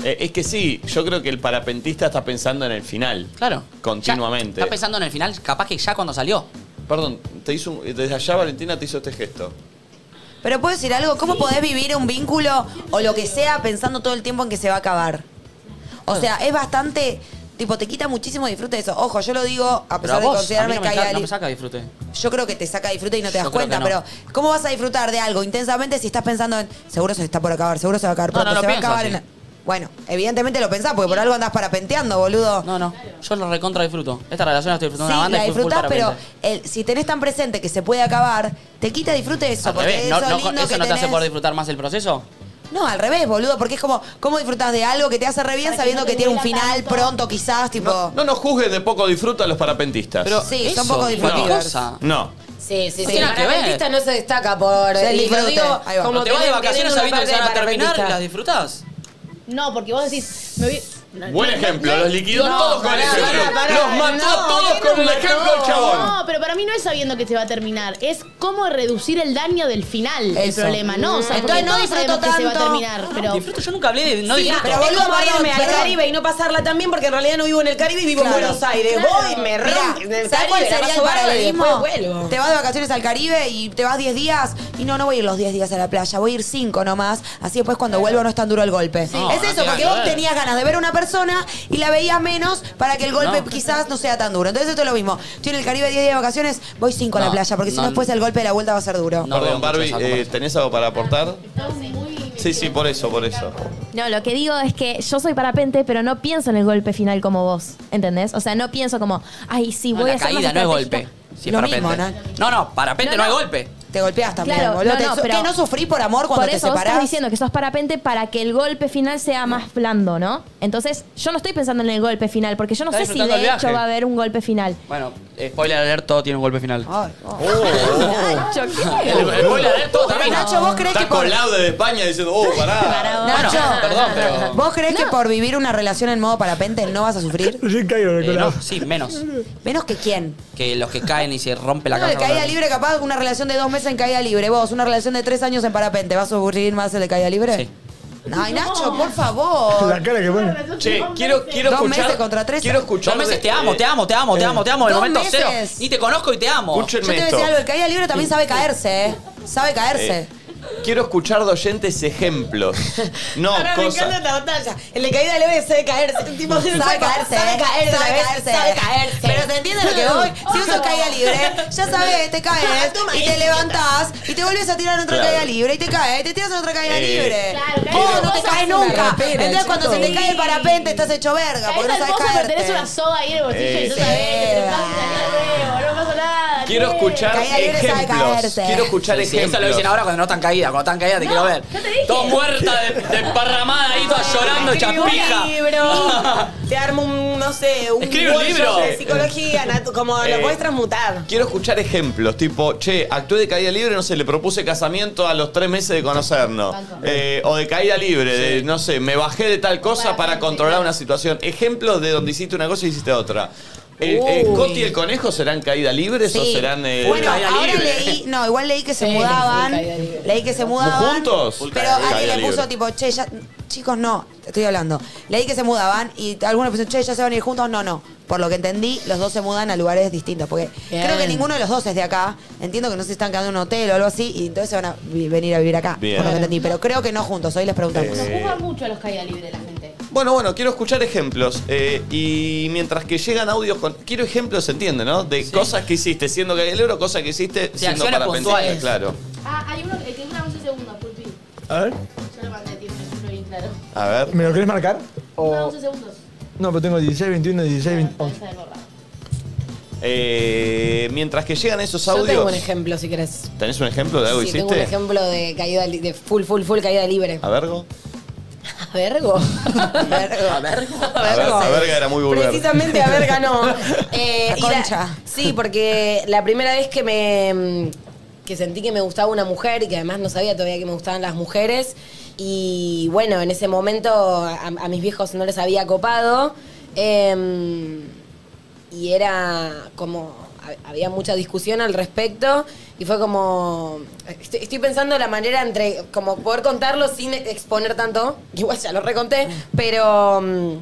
Speaker 1: Eh, es que sí, yo creo que el parapentista está pensando en el final.
Speaker 3: Claro.
Speaker 1: Continuamente.
Speaker 3: Está pensando en el final, capaz que ya cuando salió.
Speaker 1: Perdón, te hizo un- desde allá Valentina te hizo este gesto.
Speaker 2: Pero puedo decir algo, ¿cómo podés vivir un vínculo o lo que sea pensando todo el tiempo en que se va a acabar? O sea, es bastante, tipo, te quita muchísimo disfrute de eso. Ojo, yo lo digo a
Speaker 3: Pero a
Speaker 2: pesar de
Speaker 3: vos, a mí
Speaker 2: considerarme
Speaker 3: no me,
Speaker 2: caída
Speaker 3: sa- no
Speaker 2: libre.
Speaker 3: me saca disfrute.
Speaker 2: Yo creo que te saca disfrute y no te das
Speaker 3: Yo creo que
Speaker 2: cuenta,
Speaker 3: no.
Speaker 2: pero ¿cómo vas a disfrutar de algo intensamente si estás pensando en seguro se está por acabar, seguro se va a acabar
Speaker 3: No,
Speaker 2: pronto,
Speaker 3: no lo
Speaker 2: se va a
Speaker 3: pienso
Speaker 2: acabar
Speaker 3: así.
Speaker 2: en- Bueno, evidentemente lo pensás, porque por algo andás parapenteando, boludo.
Speaker 3: No, no. Yo lo recontra disfruto. Esta relación la estoy disfrutando
Speaker 2: Oh. Sí,
Speaker 3: una banda
Speaker 2: la
Speaker 3: y fui full
Speaker 2: disfrutás, pero
Speaker 3: parapente.
Speaker 2: el- si tenés tan presente que se puede acabar, te quita disfrute de eso.
Speaker 3: Al
Speaker 2: porque
Speaker 3: revés,
Speaker 2: eso,
Speaker 3: no- no-
Speaker 2: lindo
Speaker 3: ¿eso
Speaker 2: que
Speaker 3: no te hace
Speaker 2: tenés-
Speaker 3: poder disfrutar más el proceso?
Speaker 2: No, al revés, boludo, porque es como, ¿cómo disfrutas de algo que te hace re bien sabiendo que, tiene un final pronto, quizás, tipo.
Speaker 1: No nos juzguen de poco disfruta a los parapentistas.
Speaker 2: Pero Sí, son eso, poco disfrutivos.
Speaker 1: No.
Speaker 7: Sí,
Speaker 2: Sí,
Speaker 7: sí,
Speaker 3: No
Speaker 7: sí.
Speaker 3: tiene
Speaker 7: El
Speaker 3: nada que ver.
Speaker 7: parapentista no se destaca por.
Speaker 2: Es el
Speaker 7: y lo
Speaker 2: disfrute.
Speaker 7: digo
Speaker 2: Ahí
Speaker 7: como
Speaker 2: va.
Speaker 3: Cuando te vas de
Speaker 7: teniendo- teniendo
Speaker 3: vacaciones
Speaker 7: una
Speaker 3: sabiendo que se
Speaker 7: parte
Speaker 3: van a
Speaker 7: de
Speaker 3: terminar,
Speaker 7: parapentista.
Speaker 3: ¿las disfrutás?
Speaker 4: No, porque vos decís. me voy- no,
Speaker 1: Buen
Speaker 4: no,
Speaker 1: ejemplo,
Speaker 4: no,
Speaker 1: los liquidó
Speaker 4: no,
Speaker 1: todos con el
Speaker 4: pará,
Speaker 1: ejemplo.
Speaker 4: pará, pará,
Speaker 1: Los mató a todos
Speaker 4: ¿quién
Speaker 1: con
Speaker 4: los
Speaker 1: el
Speaker 4: mató?
Speaker 1: ejemplo del chabón.
Speaker 4: No, pero para mí no es sabiendo que se va a terminar, es cómo reducir el daño del final el
Speaker 2: Eso.
Speaker 4: problema, ¿no? O sea,
Speaker 2: Entonces
Speaker 4: porque
Speaker 2: no
Speaker 4: todos
Speaker 2: disfruto
Speaker 4: sabemos que se va
Speaker 2: tanto.
Speaker 4: a terminar, pero
Speaker 3: Disfruto, yo nunca hablé de no
Speaker 7: Sí,
Speaker 3: disfruto.
Speaker 7: pero
Speaker 2: boludo,
Speaker 7: es como
Speaker 2: perdón,
Speaker 7: irme al
Speaker 2: perdón.
Speaker 7: Caribe y no pasarla tan bien porque en realidad no vivo en el Caribe y vivo
Speaker 2: Claro.
Speaker 7: en Buenos Aires.
Speaker 2: Claro.
Speaker 7: Voy, me
Speaker 2: Mirá,
Speaker 7: rompo en el
Speaker 2: ¿sabés cuál
Speaker 7: Caribe, la
Speaker 2: sería el
Speaker 7: paso bárbaro y después
Speaker 2: paralelismo?
Speaker 7: vuelvo.
Speaker 2: Te vas de vacaciones al Caribe y te vas 10 días. Y no, no voy a ir los 10 días a la playa, voy a ir 5 nomás. Así después cuando vuelvo no es tan duro el golpe.
Speaker 3: No,
Speaker 2: es eso,
Speaker 3: no tiene
Speaker 2: porque
Speaker 3: nada
Speaker 2: vos
Speaker 3: que ver.
Speaker 2: tenías ganas de ver a una persona y la veías menos para que el golpe
Speaker 3: No.
Speaker 2: quizás no sea tan duro. Entonces esto es lo mismo. Estoy en el Caribe 10 días de vacaciones, voy 5 a la
Speaker 1: No,
Speaker 2: playa, porque si no
Speaker 1: no.
Speaker 2: después el golpe de la vuelta va a ser duro.
Speaker 1: Perdón, Barbie, eh, ¿tenés algo para aportar? Sí, sí, por eso, por eso.
Speaker 15: No, lo que digo es que yo soy parapente, pero no pienso en el golpe final como vos, ¿entendés? O sea, no pienso como, "Ah, ay, sí, voy a
Speaker 3: la
Speaker 15: hacer más
Speaker 3: caída no es golpe.
Speaker 15: estratégica.
Speaker 3: Si es
Speaker 15: Lo
Speaker 3: parapente.
Speaker 15: mismo,
Speaker 3: No, no, parapente
Speaker 15: No,
Speaker 3: no, es
Speaker 15: no.
Speaker 3: golpe.
Speaker 2: Te golpeas también,
Speaker 15: Claro,
Speaker 2: boludo.
Speaker 15: no,
Speaker 2: Te-
Speaker 15: no,
Speaker 2: so-
Speaker 15: pero-
Speaker 2: ¿Qué, no sufrí por amor cuando
Speaker 15: Por
Speaker 2: te
Speaker 15: eso vos
Speaker 2: separás?
Speaker 15: estás diciendo que sos parapente para que el golpe final sea más blando, ¿no? Entonces, yo no estoy pensando en el golpe final, porque yo no
Speaker 3: Estás
Speaker 15: sé si
Speaker 3: disfrutando el
Speaker 15: de
Speaker 3: viaje.
Speaker 15: hecho va a haber un golpe final.
Speaker 3: Bueno, eh, spoiler alert, todo tiene un golpe final.
Speaker 2: Ah.
Speaker 15: Nacho,
Speaker 3: <laughs>
Speaker 15: ¿qué?
Speaker 1: El spoiler de todo también.
Speaker 2: Nacho, ¿vos crees
Speaker 1: Está
Speaker 2: que por-
Speaker 1: con laude de España diciendo,
Speaker 2: <laughs>
Speaker 1: oh, pará.
Speaker 2: Nacho,
Speaker 3: perdón, pero-
Speaker 2: ¿vos crees que por vivir una relación en modo parapente no vas a sufrir?
Speaker 3: Eh, no, sí, menos.
Speaker 2: Menos que quién.
Speaker 3: Que los que caen y se rompe la
Speaker 2: No,
Speaker 3: casa.
Speaker 2: de caída libre, capaz una relación de dos meses en caída libre. Vos, una relación de tres años en parapente. ¿Vas a sufrir más el de caída libre? Sí. Ay, Nacho, por favor.
Speaker 5: La cara que pone.
Speaker 1: Che, quiero, quiero
Speaker 2: Dos
Speaker 1: escuchar.
Speaker 2: meses contra tres.
Speaker 1: Quiero escuchar.
Speaker 3: Dos meses
Speaker 1: de-
Speaker 3: te amo, te amo, te amo, te
Speaker 1: eh,
Speaker 3: amo, te amo. En el
Speaker 2: Dos
Speaker 3: momento
Speaker 2: meses.
Speaker 3: cero. Ni te conozco y te amo.
Speaker 2: Yo te voy
Speaker 1: Escúchenme
Speaker 2: a decir
Speaker 1: esto.
Speaker 2: algo, el caída libre también sabe caerse, ¿eh? Sabe caerse.
Speaker 1: Eh, quiero escuchar de
Speaker 2: <laughs>
Speaker 1: oyentes ejemplos. No,
Speaker 7: Ahora me encanta
Speaker 1: cosas.
Speaker 7: esta batalla. El de caída leve sabe
Speaker 2: <laughs>
Speaker 7: caerse. El tipo
Speaker 2: Sabe caerse,
Speaker 7: Sabe caerse.
Speaker 2: sabe
Speaker 7: ¿ves?
Speaker 2: caerse.
Speaker 7: Sabe caerse.
Speaker 2: Pero se entiende lo que voy. Si uso caída libre, ya sabes, te
Speaker 7: Toma,
Speaker 2: caes
Speaker 7: toma,
Speaker 2: y te
Speaker 7: esta.
Speaker 2: levantás y te volvés a tirar en otra
Speaker 1: Claro.
Speaker 2: caída libre y te caes, te tiras en otra caída
Speaker 1: Eh,
Speaker 2: libre.
Speaker 4: Claro, caes
Speaker 2: Vos
Speaker 4: al
Speaker 2: no te
Speaker 4: pozo,
Speaker 2: caes
Speaker 4: sos una
Speaker 2: nunca.
Speaker 4: rapera,
Speaker 2: Entonces cuando se te
Speaker 4: chico.
Speaker 2: cae el parapente estás hecho verga porque no
Speaker 4: Caes al
Speaker 2: sabes
Speaker 4: pozo, pero tenés
Speaker 2: caerte.
Speaker 4: una soga ahí en el bolsillo
Speaker 1: Eh,
Speaker 4: y no
Speaker 1: sí.
Speaker 4: sabés que te lo pasas a huevo, no pasa nada.
Speaker 1: Quiero
Speaker 4: che.
Speaker 1: escuchar
Speaker 2: Caída libre sabe
Speaker 1: ejemplos.
Speaker 2: caerse.
Speaker 1: Quiero escuchar
Speaker 3: Sí, sí, eso lo dicen
Speaker 1: ejemplos.
Speaker 3: ahora cuando no están caídas. Cuando están caídas te quiero ver.
Speaker 4: ya te dije.
Speaker 3: Todo muerta, de- desparramada ahí, toda llorando,
Speaker 7: Escribo
Speaker 3: chapija.
Speaker 7: un libro. Te armo un, no sé, un
Speaker 3: Escribe un
Speaker 7: workshop
Speaker 3: libro.
Speaker 7: de psicología, natu- como
Speaker 1: Eh.
Speaker 7: lo puedes transmutar.
Speaker 1: Quiero escuchar ejemplos, tipo, che, actué de caída libre, no sé, le propuse casamiento a los tres meses de conocernos. Eh, o de caída libre, de, no sé, me bajé de tal cosa para controlar una situación. Ejemplos de donde hiciste una cosa y hiciste otra. Eh, eh,
Speaker 2: Uy.
Speaker 1: ¿Coti y el conejo serán caída libres o
Speaker 2: Sí.
Speaker 1: serán eh,
Speaker 2: bueno,
Speaker 1: caída
Speaker 2: ahora
Speaker 1: libre?
Speaker 2: leí, no, igual leí que se
Speaker 7: Sí,
Speaker 2: mudaban,
Speaker 7: full caída libre.
Speaker 2: leí que se mudaban.
Speaker 1: ¿Juntos? Full
Speaker 2: Pero
Speaker 1: caída
Speaker 2: alguien le
Speaker 1: libre.
Speaker 2: puso tipo, che, ya, chicos, no, te estoy hablando. Leí que se mudaban y algunos pusieron, che, ya se van a ir juntos, no, no. Por lo que entendí, los dos se mudan a lugares distintos, porque
Speaker 7: Bien.
Speaker 2: creo que ninguno de los dos es de acá. Entiendo que no se están quedando en un hotel o algo así, y entonces se van a vi- venir a vivir acá,
Speaker 1: Bien. Eh,
Speaker 2: por lo que entendí. Pero creo que no juntos, hoy les preguntamos.
Speaker 4: Se juzga mucho a los caída libre la gente.
Speaker 1: Bueno, bueno, quiero escuchar ejemplos. eh, y mientras que llegan audios con. Quiero ejemplos, se entiende, ¿no? De cosas que hiciste siendo caída libre o cosas que hiciste siendo
Speaker 3: acciones
Speaker 1: parapentista,
Speaker 3: puntuales.
Speaker 1: claro.
Speaker 4: Ah, hay uno que dura 11 segundos, Pulpi.
Speaker 5: A ver,
Speaker 4: Yo lo mandé, tiene un bien claro.
Speaker 1: A ver.
Speaker 5: ¿me lo querés marcar?
Speaker 4: Dura
Speaker 5: O...
Speaker 4: 11 segundos.
Speaker 5: No, pero tengo 16, 21, 16, 20.
Speaker 4: Está de borrado.
Speaker 1: Eh, mientras que llegan esos
Speaker 7: Yo
Speaker 1: audios.
Speaker 7: tengo un ejemplo, si querés.
Speaker 1: ¿Tenés un ejemplo de algo que
Speaker 7: Sí,
Speaker 1: hiciste?
Speaker 7: tengo un ejemplo de caída li- de full, full, full caída libre.
Speaker 1: A vergo.
Speaker 7: ¿A vergo?
Speaker 2: Vergo.
Speaker 7: A
Speaker 1: A, ver,
Speaker 7: vergo.
Speaker 1: a verga era muy vulgar.
Speaker 7: Precisamente a verga <laughs> no. Eh,
Speaker 2: La
Speaker 7: y la-
Speaker 2: concha.
Speaker 7: sí, porque la primera vez que me que sentí que me gustaba una mujer y que además no sabía todavía que me gustaban las mujeres. Y bueno, en ese momento a, a mis viejos no les había copado. Em, y era como ha- había mucha discusión al respecto y fue como este, estoy, estoy pensando la manera entre como poder contarlo sin exponer tanto <laughs> que igual ya lo reconté pero mm,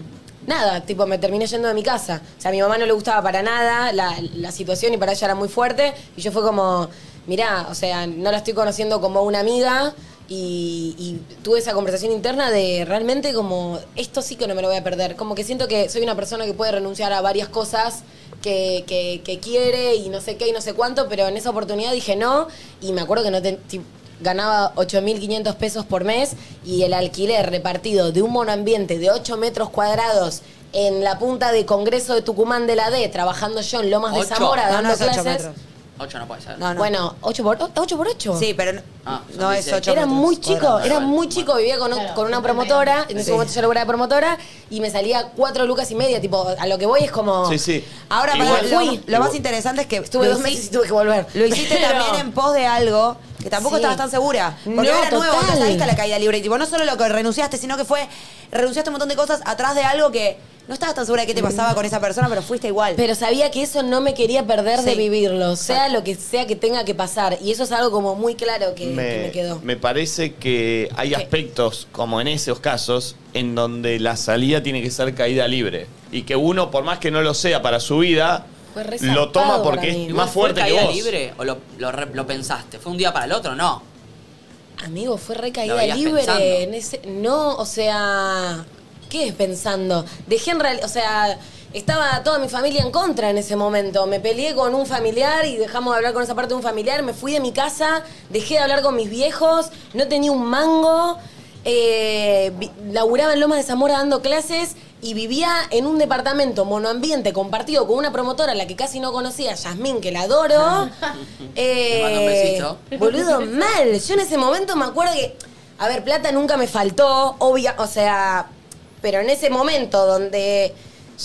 Speaker 7: nada tipo me terminé yendo de mi casa o sea a mi mamá no le gustaba para nada la, la situación y para ella era muy fuerte y yo fue como mirá o sea no la estoy conociendo como una amiga y, y tuve esa conversación interna de realmente como, esto sí que no me lo voy a perder. Como que siento que soy una persona que puede renunciar a varias cosas que, que- que quiere y no sé qué y no sé cuánto, pero en esa oportunidad dije no y me acuerdo que no te, ti- ganaba 8.500 pesos por mes y el alquiler repartido de un monoambiente de 8 metros cuadrados en la punta de Congreso de Tucumán de la D, trabajando yo en Lomas de
Speaker 3: Ocho.
Speaker 7: Zamora,
Speaker 2: No, no
Speaker 7: dando
Speaker 2: es ocho
Speaker 7: clases.
Speaker 2: metros.
Speaker 3: 8 no puede ser.
Speaker 7: Bueno, 8 por, 8 por 8.
Speaker 2: Sí, pero no,
Speaker 1: Ah,
Speaker 2: no es 8
Speaker 7: Era muy chico, era muy chico. Vivía con, con una promotora, en ese
Speaker 2: Sí.
Speaker 7: momento yo lograba promotora, y me salía 4 lucas y media. Tipo, a lo que voy es como.
Speaker 1: Sí, sí.
Speaker 2: Ahora,
Speaker 1: Igual-
Speaker 2: pará, lo,
Speaker 1: Igual-
Speaker 2: lo más interesante es que
Speaker 7: Estuve
Speaker 2: lo
Speaker 7: dos meses
Speaker 2: hiciste-
Speaker 7: y tuve que volver.
Speaker 2: Lo hiciste
Speaker 7: Pero-
Speaker 2: también en pos de algo que tampoco
Speaker 7: Sí.
Speaker 2: estabas tan segura. Porque
Speaker 7: No,
Speaker 2: era nuevo,
Speaker 7: total.
Speaker 2: te saliste a la caída libre. Y tipo, no solo lo que renunciaste, sino que fue. Renunciaste a un montón de cosas atrás de algo que no estabas tan segura de qué te pasaba con esa persona, pero fuiste igual.
Speaker 7: Pero sabía que eso no me quería perder de
Speaker 2: Sí.
Speaker 7: vivirlo, sea lo que sea que tenga que pasar. Y eso es algo como muy claro que que me, quedó.
Speaker 1: me parece que hay aspectos, como en esos casos, en donde la salida tiene que ser caída libre. Y que uno, por más que no lo sea para su vida,
Speaker 7: Fue re
Speaker 1: lo toma
Speaker 3: zarpado
Speaker 1: porque
Speaker 3: para mí.
Speaker 1: es
Speaker 3: Igual
Speaker 1: más
Speaker 3: fue
Speaker 1: fuerte que
Speaker 3: caída
Speaker 1: vos.
Speaker 3: libre o lo, lo re- lo pensaste? ¿Fue un día para el otro? No.
Speaker 7: Amigo, fue
Speaker 3: Lo
Speaker 7: recaída
Speaker 3: veías
Speaker 7: libre.
Speaker 3: pensando.
Speaker 7: en ese- no, o sea, ¿qué es pensando? Dejé en realidad, o sea, estaba toda mi familia en contra en ese momento. Me peleé con un familiar y dejamos de hablar con esa parte de un familiar. Me fui de mi casa, dejé de hablar con mis viejos, no tenía un mango. eh, vi- laburaba en Lomas de Zamora dando clases y vivía en un departamento monoambiente compartido con una promotora a la que casi no conocía, Yasmín, que la
Speaker 3: <laughs>
Speaker 7: adoro. Eh,
Speaker 3: mando un besito.
Speaker 7: Boludo, mal. Yo en ese momento me acuerdo que. A ver, plata nunca me faltó, obvia. O sea. Pero en ese momento donde.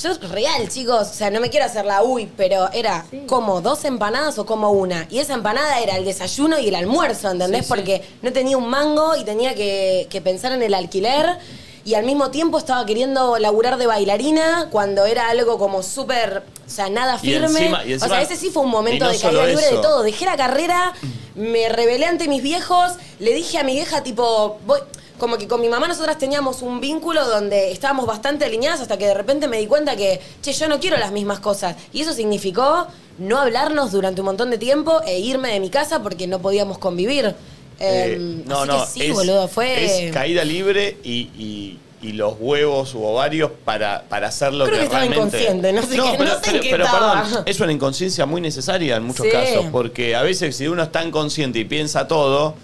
Speaker 7: Yo, real, chicos, o sea, no me quiero hacer la uy, pero era como dos empanadas o como una. Y esa empanada era el desayuno y el almuerzo, ¿entendés? Porque no tenía un mango y tenía que, que pensar en el alquiler. Y al mismo tiempo estaba queriendo laburar de bailarina cuando era algo como súper, o sea, nada
Speaker 1: Y
Speaker 7: firme.
Speaker 1: encima- y
Speaker 7: o
Speaker 1: encima-
Speaker 7: sea, ese sí fue un
Speaker 1: y
Speaker 7: momento
Speaker 1: no
Speaker 7: de caída
Speaker 1: solo
Speaker 7: libre
Speaker 1: eso.
Speaker 7: de todo. Dejé la carrera, me rebelé ante mis viejos, le dije a mi vieja, tipo, voy. Como que con mi mamá nosotras teníamos un vínculo donde estábamos bastante alineadas hasta que de repente me di cuenta que, che, yo no quiero las mismas cosas. Y eso significó no hablarnos durante un montón de tiempo e irme de mi casa porque no podíamos convivir.
Speaker 1: Eh,
Speaker 7: Em,
Speaker 1: no,
Speaker 7: así
Speaker 1: no.
Speaker 7: que sí, boludo, fue...
Speaker 1: es caída libre y, y- y los huevos u ovarios para, para hacer lo
Speaker 7: Creo que
Speaker 1: que
Speaker 7: estaba
Speaker 1: realmente...
Speaker 7: inconsciente, no sé qué- no
Speaker 1: pero,
Speaker 7: sé en
Speaker 1: pero-
Speaker 7: qué
Speaker 1: pero,
Speaker 7: estaba.
Speaker 1: perdón, es una inconsciencia muy necesaria en muchos
Speaker 7: Sí.
Speaker 1: casos, porque a veces si uno es tan consciente y piensa todo,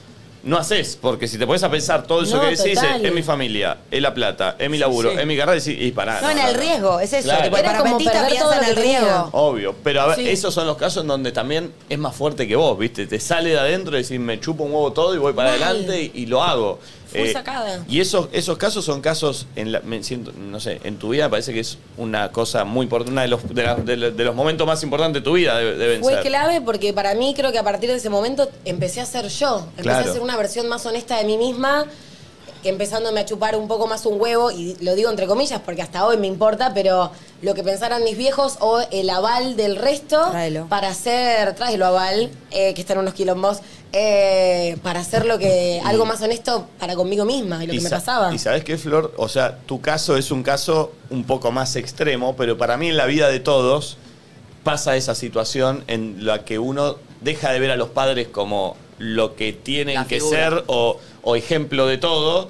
Speaker 1: no haces, porque si te pones a pensar todo eso
Speaker 2: No,
Speaker 1: que decís, eh,
Speaker 2: total.
Speaker 1: es, es mi familia, es la plata, es mi laburo,
Speaker 2: Sí.
Speaker 1: es mi carrera, y, sí, y pará.
Speaker 2: No, en el riesgo, es eso.
Speaker 1: Claro.
Speaker 2: Tipo, el
Speaker 1: Era como
Speaker 2: parapentista
Speaker 7: perder todo
Speaker 2: piensa en
Speaker 7: lo
Speaker 2: el
Speaker 7: que tenía.
Speaker 2: riesgo.
Speaker 1: Obvio, pero a ver,
Speaker 2: Sí.
Speaker 1: esos son los casos en donde también es más fuerte que vos, ¿viste? Te sale de adentro y decís, me chupo un huevo todo y voy para
Speaker 7: Mal.
Speaker 1: adelante y, y lo hago.
Speaker 7: Fue
Speaker 1: Eh,
Speaker 7: sacada.
Speaker 1: Y esos, esos casos son casos, en la- me siento- no sé, en tu vida me parece que es una cosa muy importante, una de los, de la- de la- de los momentos más importantes de tu vida de- deben
Speaker 7: Fue
Speaker 1: ser.
Speaker 7: clave porque para mí creo que a partir de ese momento empecé a ser yo. Empecé
Speaker 1: Claro.
Speaker 7: a ser una versión más honesta de mí misma, que empezándome a chupar un poco más un huevo, y lo digo entre comillas porque hasta hoy me importa, pero lo que pensaran mis viejos o el aval del resto para hacer, tráelo aval, eh, que están unos quilombos, eh, para hacer lo que, algo más honesto para conmigo misma y lo que me
Speaker 1: sa-
Speaker 7: pasaba.
Speaker 1: y sabes qué, Flor, o sea, tu caso es un caso un poco más extremo, pero para mí en la vida de todos pasa esa situación en la que uno deja de ver a los padres como lo que tienen
Speaker 3: La
Speaker 1: que
Speaker 3: figura.
Speaker 1: ser o, o ejemplo de todo.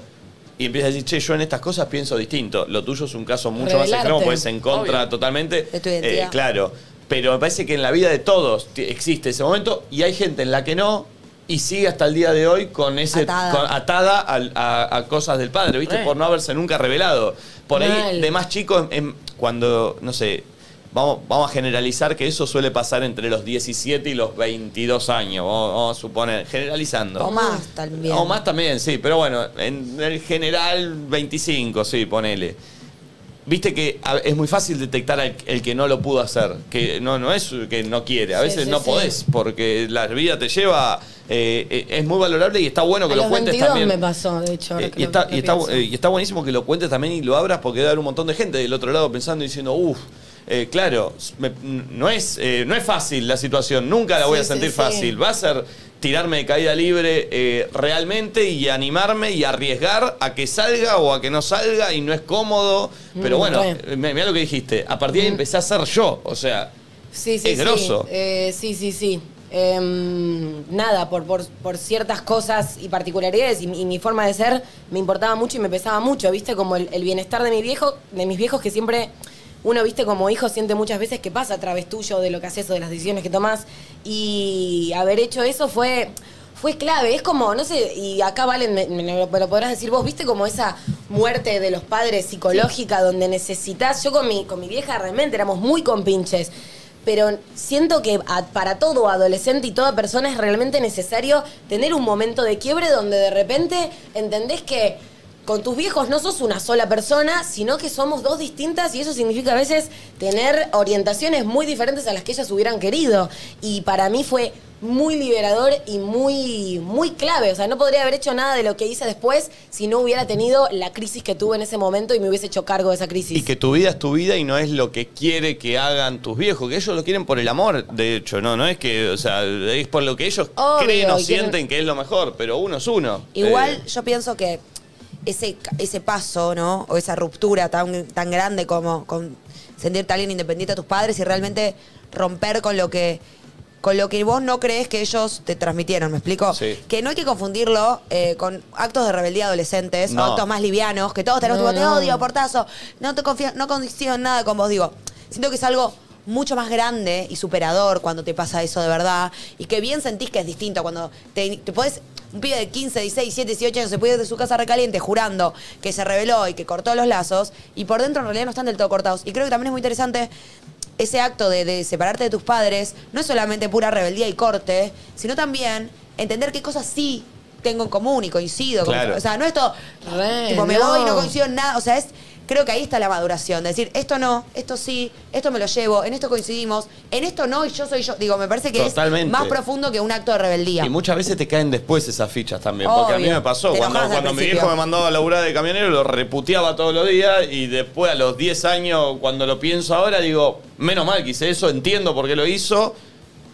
Speaker 1: Y empieza a decir, che, yo en estas cosas pienso distinto. Lo tuyo es un caso mucho más
Speaker 3: Rebelarte.
Speaker 1: extremo, pues en contra
Speaker 3: Obvio.
Speaker 1: totalmente. eh,
Speaker 3: De tu identidad.
Speaker 1: claro. Pero me parece que en la vida de todos ti- existe ese momento y hay gente en la que no y sigue hasta el día de hoy con ese
Speaker 16: Atada.
Speaker 1: con- atada al- a, a cosas del padre, ¿viste?
Speaker 16: Re.
Speaker 1: Por no haberse nunca revelado. Por ahí,
Speaker 16: Mal.
Speaker 1: de más chicos, en- cuando, no sé, vamos, vamos a generalizar que eso suele pasar entre los 17 y los 22 años, vamos, vamos a suponer, generalizando.
Speaker 2: O más, también.
Speaker 1: O más también, sí, pero bueno, en el general 25, sí, ponele. Viste que a- es muy fácil detectar al- el que no lo pudo hacer, que no, no es que no quiere, a
Speaker 16: Sí,
Speaker 1: veces
Speaker 16: sí,
Speaker 1: no
Speaker 16: sí.
Speaker 1: podés, porque la vida te lleva, eh, eh, es muy valorable y está bueno que
Speaker 7: a
Speaker 1: lo
Speaker 7: los
Speaker 1: cuentes
Speaker 7: 22
Speaker 1: también.
Speaker 7: me pasó, de hecho. ahora
Speaker 1: Eh,
Speaker 7: que
Speaker 1: y,
Speaker 7: lo-
Speaker 1: está,
Speaker 7: lo
Speaker 1: y, está,
Speaker 7: pienso.
Speaker 1: eh, y está buenísimo que lo cuentes también y lo abras porque debe haber un montón de gente del otro lado pensando y diciendo, uff, claro, me- no, es, eh, no es fácil la situación, nunca la voy
Speaker 16: Sí,
Speaker 1: a sentir
Speaker 16: sí, sí.
Speaker 1: fácil. Va a ser tirarme de caída libre eh, realmente y animarme y arriesgar a que salga o a que no salga y no es cómodo. Pero
Speaker 7: Mm,
Speaker 1: bueno,
Speaker 7: re. Mm.
Speaker 1: mira lo que dijiste, a partir de ahí empecé a ser yo, o sea,
Speaker 7: Sí, sí,
Speaker 1: Es
Speaker 7: sí.
Speaker 1: grosso.
Speaker 7: Eh, sí, sí, sí. Em, nada, por, por, por ciertas cosas y particularidades y, mi- y mi forma de ser me importaba mucho y me pesaba mucho, ¿viste? Como el, el bienestar de mi viejo, de mis viejos que siempre uno, ¿viste? Como hijo siente muchas veces que pasa a través tuyo de lo que haces o de las decisiones que tomás y haber hecho eso fue fue clave. Es como, no sé, y acá Valen, me, me lo- me lo podrás decir vos, ¿viste como esa muerte de los padres psicológica donde necesitas? Yo con mi, con mi vieja realmente éramos muy compinches. pero siento que a- para todo adolescente y toda persona es realmente necesario tener un momento de quiebre donde de repente entendés que con tus viejos no sos una sola persona, sino que somos dos distintas y eso significa a veces tener orientaciones muy diferentes a las que ellas hubieran querido. Y para mí fue muy liberador y muy, muy clave. O sea, no podría haber hecho nada de lo que hice después si no hubiera tenido la crisis que tuve en ese momento y me hubiese hecho cargo de esa crisis.
Speaker 1: Y que tu vida es tu vida y no es lo que quiere que hagan tus viejos, que ellos lo quieren por el amor, de hecho, no, no es que, o sea, es por lo que ellos
Speaker 2: Obvio,
Speaker 1: creen o
Speaker 2: y quieren-
Speaker 1: sienten que es lo mejor, pero uno es uno.
Speaker 2: Igual
Speaker 1: Eh,
Speaker 2: yo pienso que ese, ese paso, ¿no? O esa ruptura tan, tan grande como con sentirte alguien independiente a tus padres y realmente romper con lo que con lo que vos no crees que ellos te transmitieron, ¿me explico? Que no hay que confundirlo eh, con actos de rebeldía adolescentes
Speaker 15: No.
Speaker 2: o actos más livianos, que todos tenemos
Speaker 15: No,
Speaker 2: tipo, te
Speaker 15: no.
Speaker 2: odio, portazo, no te confío, no confío en nada con vos, digo. Siento que es algo mucho más grande y superador cuando te pasa eso de verdad y que bien sentís que es distinto cuando te, te podés un pibe de 15, 16, 17, 18 años se puede ir de su casa recaliente jurando que se rebeló y que cortó los lazos y por dentro en realidad no están del todo cortados y creo que también es muy interesante ese acto de, de separarte de tus padres no es solamente pura rebeldía y corte, sino también entender qué cosas sí tengo en común y coincido. con-
Speaker 7: Claro.
Speaker 2: o sea, no esto, tipo, me
Speaker 7: no.
Speaker 2: voy y no coincido en nada. O sea, es, creo que ahí está la maduración. de decir, esto no, esto sí, esto me lo llevo, en esto coincidimos, en esto no y yo soy yo. Digo, me parece que
Speaker 1: Totalmente.
Speaker 2: es más profundo que un acto de rebeldía.
Speaker 1: Y muchas veces te caen después esas fichas también. Porque a mí
Speaker 2: Obvio.
Speaker 1: me pasó.
Speaker 2: Te
Speaker 1: Cuando,
Speaker 2: enojás al
Speaker 1: cuando mi
Speaker 2: principio.
Speaker 1: viejo me mandaba a laburar de camionero, lo reputeaba todos los días. Y después, a los 10 años, cuando lo pienso ahora, digo, menos mal que hice eso, entiendo por qué lo hizo.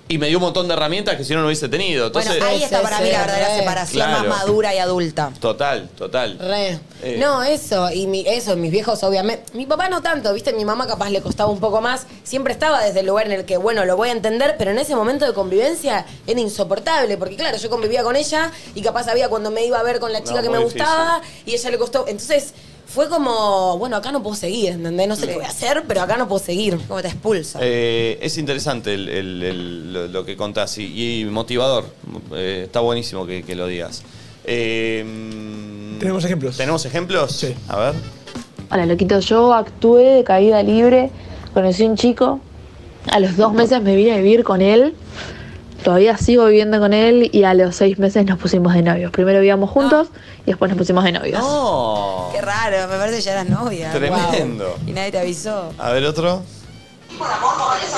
Speaker 1: Y me dio un montón de herramientas que si no, no hubiese tenido.
Speaker 2: bueno,
Speaker 1: Entonces,
Speaker 2: ahí está para mí la verdadera
Speaker 7: re.
Speaker 2: separación
Speaker 1: Claro.
Speaker 2: más madura y adulta.
Speaker 1: Total, total.
Speaker 7: Re.
Speaker 1: Eh.
Speaker 7: No, eso, y mi, eso, mis viejos, obviamente. Mi papá no tanto, viste, mi mamá capaz le costaba un poco más. Siempre estaba desde el lugar en el que, bueno, lo voy a entender, pero en ese momento de convivencia era insoportable, porque claro, yo convivía con ella y capaz había cuando me iba a ver con la chica
Speaker 6: No,
Speaker 7: que
Speaker 6: muy
Speaker 7: me gustaba y ella le costó. Entonces. Fue como, bueno, acá no puedo seguir, ¿entendés? No sé qué voy a hacer, pero acá no puedo seguir.
Speaker 2: Como te expulsa.
Speaker 1: Eh, es interesante el- el- el- lo, lo que contás y, y motivador. Eh, está buenísimo que, que lo digas.
Speaker 5: Tenemos
Speaker 1: ejemplos. ¿Tenemos ejemplos? Sí. A ver.
Speaker 17: Hola, loquito. Yo actué de caída libre. Conocí un chico. A los dos meses me vine a vivir con él. Todavía sigo viviendo con él y a los seis meses nos pusimos de novios. Primero vivíamos juntos y después nos pusimos de novios.
Speaker 1: No.
Speaker 2: Qué raro, me parece que ya eras novia.
Speaker 1: Tremendo.
Speaker 2: Guau. Y nadie te avisó.
Speaker 1: A ver otro.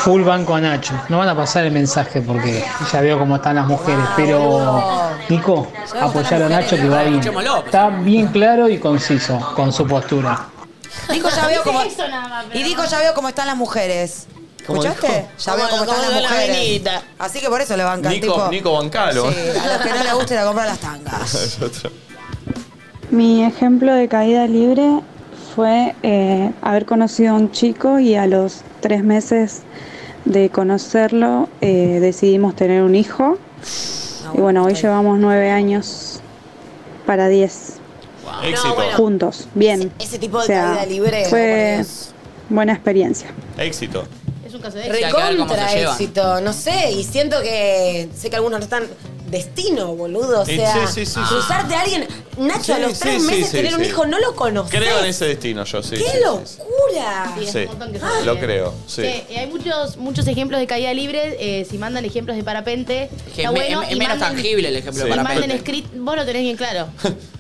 Speaker 18: Full banco a Nacho. No van a pasar el mensaje porque ya veo cómo están las mujeres,
Speaker 2: Ah,
Speaker 18: pero Nico, apoyar a Nacho que va bien.
Speaker 3: pues.
Speaker 18: Está bien claro y conciso con su postura.
Speaker 2: Dijo, ya veo cómo.
Speaker 4: Eso nada más,
Speaker 2: Y dijo, ya veo cómo están las mujeres.
Speaker 1: ¿Cómo
Speaker 2: ¿Escuchaste? Ya veo cómo están las mujeres. Así que por eso le bancan, tipo.
Speaker 1: Nico, Nico Bancalo.
Speaker 2: Sí, a los que no le gusta ir a comprar las tangas.
Speaker 1: <laughs> Es otro.
Speaker 19: Mi ejemplo de caída libre fue eh, haber conocido a un chico y a los tres meses de conocerlo eh, decidimos tener un hijo. Y bueno, hoy llevamos nueve años para diez.
Speaker 1: Éxito.
Speaker 19: Juntos, bien.
Speaker 7: Ese- ese tipo de
Speaker 19: O sea,
Speaker 7: caída libre, por
Speaker 19: Fue
Speaker 7: Dios.
Speaker 19: buena experiencia.
Speaker 1: Éxito.
Speaker 4: Es un caso de éxito.
Speaker 7: Recontra éxito, no sé, y siento que sé que algunos no están destino, boludo, o
Speaker 1: Sí,
Speaker 7: sea,
Speaker 1: sí, sí, sí,
Speaker 7: cruzarte a alguien, Nacho,
Speaker 1: Sí,
Speaker 7: a los tres
Speaker 1: sí, sí,
Speaker 7: meses
Speaker 1: sí,
Speaker 7: tener un
Speaker 1: sí.
Speaker 7: hijo, no lo conoces.
Speaker 1: Creo en ese destino yo, sí.
Speaker 7: ¡Qué
Speaker 1: sí,
Speaker 7: locura!
Speaker 4: Sí,
Speaker 1: Sí,
Speaker 4: es un montón que se
Speaker 1: Sí, lo creo, sí.
Speaker 4: Sí, y eh, hay muchos, muchos ejemplos de caída libre. eh, si mandan ejemplos de parapente,
Speaker 3: Que
Speaker 4: está
Speaker 3: me-
Speaker 4: bueno.
Speaker 3: es
Speaker 4: y
Speaker 3: menos
Speaker 4: manden-
Speaker 3: tangible el ejemplo
Speaker 4: y
Speaker 3: de parapente.
Speaker 4: manden script, vos lo tenés bien
Speaker 3: <laughs>
Speaker 4: claro.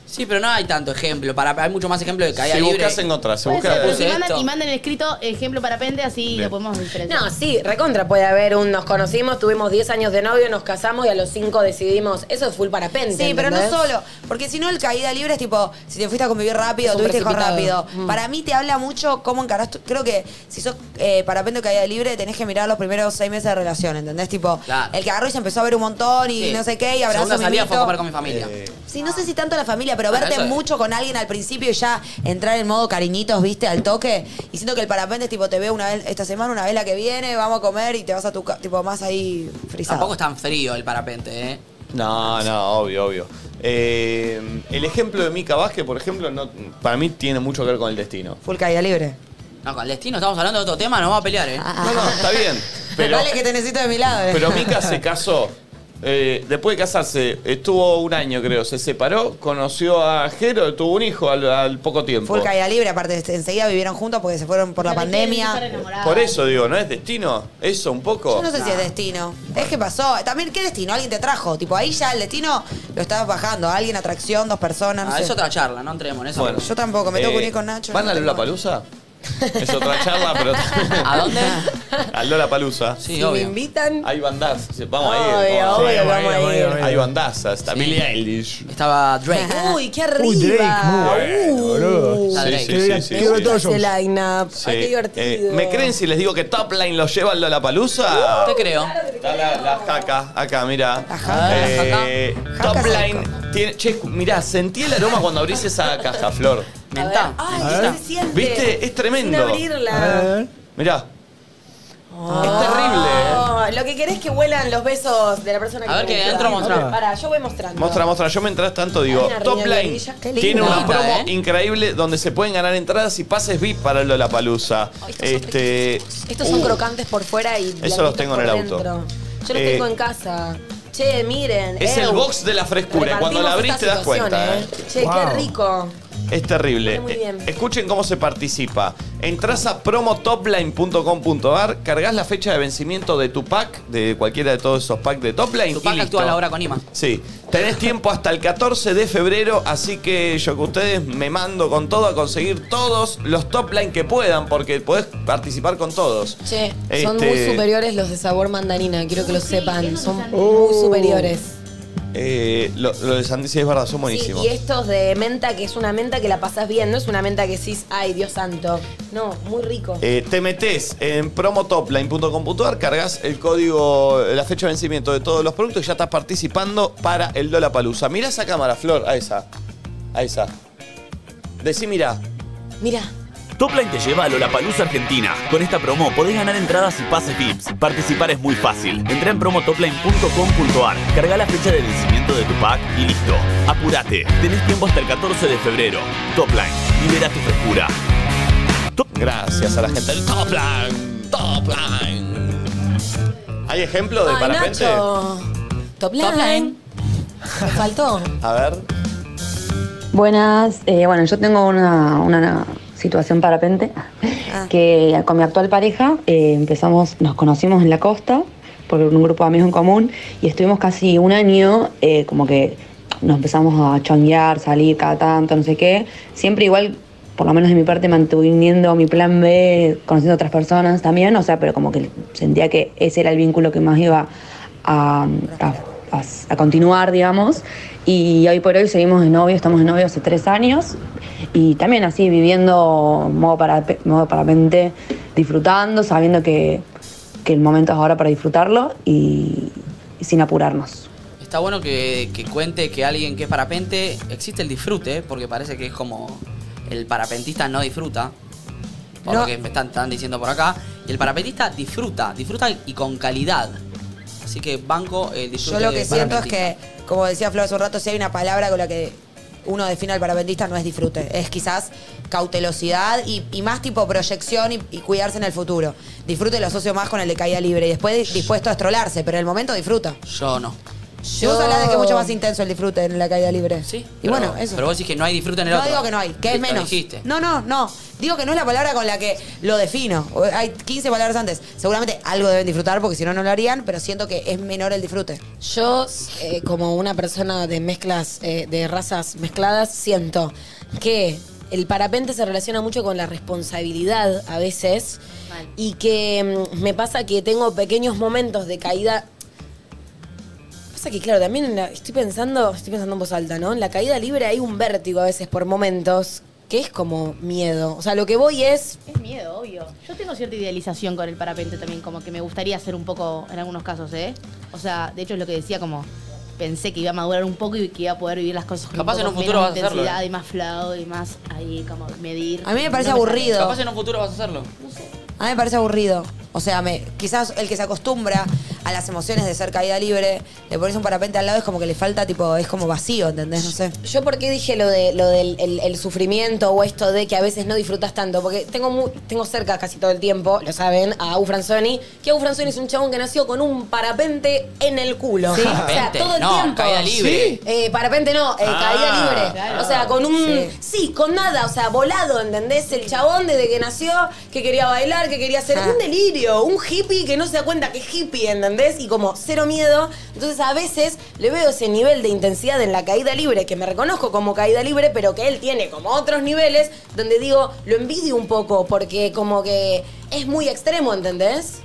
Speaker 3: Sí, pero no hay tanto ejemplo. Para, hay mucho más ejemplo de caída
Speaker 1: Si
Speaker 3: libre.
Speaker 1: buscas, encontrás, si
Speaker 3: Puede
Speaker 1: buscas-
Speaker 3: ser,
Speaker 4: Pero
Speaker 3: puse
Speaker 4: si mandan,
Speaker 3: esto.
Speaker 4: y manden el escrito ejemplo parapente, así
Speaker 1: Bien.
Speaker 4: lo podemos diferenciar.
Speaker 7: No, sí, recontra puede haber un nos conocimos, tuvimos 10 años de novio, nos casamos y a los 5 decidimos, eso es full parapente.
Speaker 2: Sí, pero no
Speaker 7: ¿entendés?
Speaker 2: solo. Porque si no, el caída libre es tipo, si te fuiste a convivir
Speaker 7: Es
Speaker 2: rápido,
Speaker 7: un
Speaker 2: tuviste hijos
Speaker 7: precipitado.
Speaker 2: rápido.
Speaker 7: Mm.
Speaker 2: Para mí te habla mucho cómo encarás. tu- Creo que si sos eh, parapente o caída libre, tenés que mirar los primeros seis meses de relación, ¿entendés? Tipo,
Speaker 3: Claro.
Speaker 2: el que agarró y se empezó a ver un montón y
Speaker 3: Sí.
Speaker 2: no sé qué, y abrazó
Speaker 3: Segunda
Speaker 2: un
Speaker 3: salida fue a
Speaker 2: mimito.
Speaker 3: comer con mi familia.
Speaker 1: Eh,
Speaker 2: Sí, no sé si tanto la familia, pero
Speaker 3: Bueno,
Speaker 2: verte
Speaker 3: Ah, eso es.
Speaker 2: mucho con alguien al principio y ya entrar en modo cariñitos, viste, al toque. Y siento que el parapente es tipo, te veo una vez esta semana, una vez la que viene, vamos a comer y te vas a tu ca- tipo más ahí frisado.
Speaker 3: Tampoco es tan frío el parapente, ¿eh?
Speaker 1: No, no, obvio, obvio. Eh, el ejemplo de Mica Vázquez, por ejemplo, no, para mí tiene mucho que ver con el destino.
Speaker 2: Full caída libre.
Speaker 3: No, con el destino estamos hablando de otro
Speaker 2: Ah,
Speaker 3: tema, nos vamos a pelear, ¿eh?
Speaker 2: <laughs>
Speaker 1: No, no, está bien. Pero,
Speaker 2: Vale que te necesito de mi lado. eh.
Speaker 1: pero Mica se casó eh, después de casarse, estuvo un año creo, se separó, conoció a Jero, tuvo un hijo al, al poco tiempo.
Speaker 2: <laughs> Full caída libre, aparte este, enseguida vivieron juntos porque se fueron por la pandemia.
Speaker 1: Por eso digo, ¿no es destino? ¿Eso un poco?
Speaker 2: Yo no sé si es destino. Es que pasó. También, ¿qué destino? Alguien te trajo. Tipo, ahí ya el destino lo estabas bajando. Alguien, atracción, dos personas. No
Speaker 3: Ah,
Speaker 2: sé.
Speaker 3: es otra charla, no entremos en eso.
Speaker 1: Bueno.
Speaker 2: Yo tampoco, me tengo que
Speaker 1: Eh,
Speaker 2: unir con Nacho.
Speaker 1: ¿Van
Speaker 2: no
Speaker 1: a
Speaker 2: tengo-
Speaker 1: Lola Palusa? Es
Speaker 2: <laughs>
Speaker 1: otra charla, pero. <laughs>
Speaker 3: ¿A dónde?
Speaker 1: A Lola Palusa. Sí,
Speaker 7: Si me invitan,
Speaker 1: Hay bandazas. Vamos a ir.
Speaker 7: Obvio,
Speaker 1: vamos
Speaker 7: obvio,
Speaker 1: a ir.
Speaker 7: vamos a ir.
Speaker 1: Hay bandazas. Está Billie Eilish.
Speaker 3: Estaba Drake.
Speaker 2: <laughs>
Speaker 7: Uy, qué arriba. Drake,
Speaker 1: muy bueno, boludo. Sí, sí, sí, sí, sí.
Speaker 7: Ese line-up.
Speaker 1: Sí.
Speaker 7: Ay, qué divertido.
Speaker 1: Eh, ¿Me creen si les digo que Topline los lleva al Lollapalooza?
Speaker 3: Te creo.
Speaker 1: Está la, la jaca, acá, mirá. Eh, Topline tiene... Che, escu- mirá, sentí el aroma cuando abrís esa caja, Flor.
Speaker 3: Mentá.
Speaker 2: Ah.
Speaker 7: Ay,
Speaker 1: Mentá.
Speaker 7: ¿qué se siente?
Speaker 1: ¿Viste? Es tremendo.
Speaker 7: Sin abrirla.
Speaker 1: Mirá. ¿eh?
Speaker 7: Oh, lo que querés es que vuelan los besos de la persona que
Speaker 3: A ver, que adentro mostrá.
Speaker 7: Para, yo voy mostrando.
Speaker 1: Mostra, mostra. Yo mientras tanto digo,
Speaker 7: Hay una
Speaker 1: Top
Speaker 7: riña
Speaker 1: Line
Speaker 7: amarilla. Qué lindo.
Speaker 1: tiene una
Speaker 7: Linda, eh.
Speaker 1: promo increíble donde se pueden ganar entradas y pases VIP para el Lollapalooza. Este,
Speaker 7: Estos son
Speaker 1: uh,
Speaker 7: crocantes por fuera y.
Speaker 1: Eso
Speaker 7: blanditos
Speaker 1: los tengo en
Speaker 7: por
Speaker 1: el auto.
Speaker 7: dentro. Yo los
Speaker 1: Eh,
Speaker 7: tengo en casa. Che, miren.
Speaker 1: Es el
Speaker 7: eu,
Speaker 1: box de la frescura. y Cuando
Speaker 7: repartimos
Speaker 1: la abrís
Speaker 7: esta
Speaker 1: te das
Speaker 7: situación,
Speaker 1: cuenta.
Speaker 7: eh.
Speaker 1: ¿eh?
Speaker 7: Che, qué rico.
Speaker 1: Es terrible.
Speaker 7: Muy bien.
Speaker 1: Eh, Escuchen cómo se participa. Entrás a promotopline.com.ar, cargas la fecha de vencimiento de tu pack, de cualquiera de todos esos packs de Topline.
Speaker 3: Tu pack
Speaker 1: y listo.
Speaker 3: actúa a la hora con Ima.
Speaker 1: Sí, tenés tiempo hasta el 14 de febrero, así que yo que ustedes me mando con todo a conseguir todos los Topline que puedan, porque podés participar con todos.
Speaker 7: Che, son muy
Speaker 1: Este-
Speaker 7: superiores los de sabor mandarina, quiero que lo sepan. Son muy superiores.
Speaker 1: Eh, lo, lo de Sandy sí es verdad, son buenísimos.
Speaker 7: Y estos de menta, que es una menta que la pasas bien, no es una menta que decís, ay, Dios santo. No, muy rico.
Speaker 1: Eh, te metes en promotopline.com.ar, cargas el código, la fecha de vencimiento de todos los productos y ya estás participando para el Dola Palusa. Mirá esa cámara, Flor, a esa. A esa. Decí, mirá.
Speaker 7: Mira.
Speaker 6: Topline te lleva a Lollapalooza Argentina. Con esta promo podés ganar entradas y pases VIPs. Participar es muy fácil. Entra en promotopline.com.ar, carga la fecha de vencimiento de tu pack y listo. Apúrate, tenés tiempo hasta el 14 de febrero. Topline, libera tu frescura.
Speaker 1: Gracias a la gente del Topline. Topline. ¿Hay ejemplo de
Speaker 7: ay,
Speaker 1: parapente?
Speaker 7: Nacho. Top line. Me faltó.
Speaker 1: A ver.
Speaker 20: Buenas, eh, bueno, yo tengo una, una situación parapente que con mi actual pareja eh, empezamos, nos conocimos en la costa por un grupo de amigos en común y estuvimos casi un año eh, como que nos empezamos a chonguear, salir cada tanto, no sé qué, siempre igual, por lo menos de mi parte, manteniendo mi plan B, conociendo otras personas también, o sea, pero como que sentía que ese era el vínculo que más iba a, a- a- a continuar, digamos. Y hoy por hoy seguimos de novio, estamos de novio hace tres años. Y también así viviendo modo, para, modo parapente, disfrutando, sabiendo que, que el momento es ahora para disfrutarlo y- y sin apurarnos.
Speaker 3: Está bueno que, que cuente que alguien que es parapente existe el disfrute, porque parece que es como el parapentista no disfruta, por
Speaker 2: No.
Speaker 3: lo que me están, están diciendo por acá, y el parapentista disfruta, disfruta y con calidad. Así que banco el
Speaker 2: Yo
Speaker 3: disfrute.
Speaker 2: lo que siento es
Speaker 3: parapentista.
Speaker 2: que, como decía Flor hace un rato, si hay una palabra con la que uno define al parapentista no es disfrute, es quizás cautelosidad y, y más tipo proyección y, y cuidarse en el futuro. Disfrute lo asocio más con el de caída libre y después dispuesto a estrolarse, pero en el momento disfruta.
Speaker 3: Yo no.
Speaker 2: Si vos hablás de que es mucho más intenso el disfrute en la caída libre. Sí. Y
Speaker 3: Pero-
Speaker 2: bueno, eso.
Speaker 3: Pero vos decís que no hay disfrute en el
Speaker 2: no
Speaker 3: otro.
Speaker 2: digo que no hay, que es
Speaker 3: Lo
Speaker 2: menos.
Speaker 3: dijiste.
Speaker 2: No, no, no. Digo que no es la palabra con la que lo defino. O- Hay 15 palabras antes. Seguramente algo deben disfrutar porque si no, no lo harían, pero siento que es menor el disfrute.
Speaker 7: Yo, eh, como una persona de mezclas, eh, de razas mezcladas, siento que el parapente se relaciona mucho con la responsabilidad a veces y que mm, me pasa que tengo pequeños momentos de caída. Pasa que, claro, también en la- estoy pensando, estoy pensando en voz alta, ¿no? En la caída libre hay un vértigo a veces por momentos que es como miedo. O sea, lo que voy es
Speaker 4: Es miedo, obvio. Yo tengo cierta idealización con el parapente también, como que me gustaría hacer un poco en algunos casos, ¿eh? O sea, de hecho es lo que decía, como pensé que iba a madurar un poco y que iba a poder vivir las cosas con
Speaker 3: Capaz
Speaker 4: un
Speaker 3: en
Speaker 4: poco
Speaker 3: un futuro
Speaker 4: menos
Speaker 3: vas a hacerlo,
Speaker 4: intensidad
Speaker 3: ¿eh?
Speaker 4: y más flow y más ahí como medir.
Speaker 2: A mí me parece
Speaker 4: No
Speaker 2: aburrido.
Speaker 4: sale.
Speaker 3: Capaz en un futuro vas a hacerlo.
Speaker 2: A mí me parece aburrido. O sea, me, quizás el que se acostumbra a las emociones de ser caída libre, le pones un parapente al lado, es como que le falta, tipo, es como vacío, ¿entendés? No sé.
Speaker 7: Yo por qué dije lo de lo del el- el sufrimiento o esto de que a veces no disfrutas tanto, porque tengo mu- tengo cerca casi todo el tiempo, lo saben, a Agus Franzoni, que Agus Franzoni es un chabón que nació con un parapente en el culo.
Speaker 3: Sí.
Speaker 7: O sea,
Speaker 3: Parapente,
Speaker 7: todo el
Speaker 3: no,
Speaker 7: tiempo.
Speaker 3: caída libre.
Speaker 7: Sí. Eh, parapente no, eh,
Speaker 3: Ah,
Speaker 7: caída libre.
Speaker 3: claro.
Speaker 7: O sea, con un sí. con nada, o sea, volado, ¿entendés? El chabón desde que nació que quería bailar, que quería hacer un delirio, un hippie que no se da cuenta que es hippie, ¿entendés? Y como cero miedo. Entonces a veces le veo ese nivel de intensidad en la caída libre, que me reconozco como caída libre, pero que él tiene como otros niveles, donde digo, lo envidio un poco, porque como que es muy extremo, ¿entendés?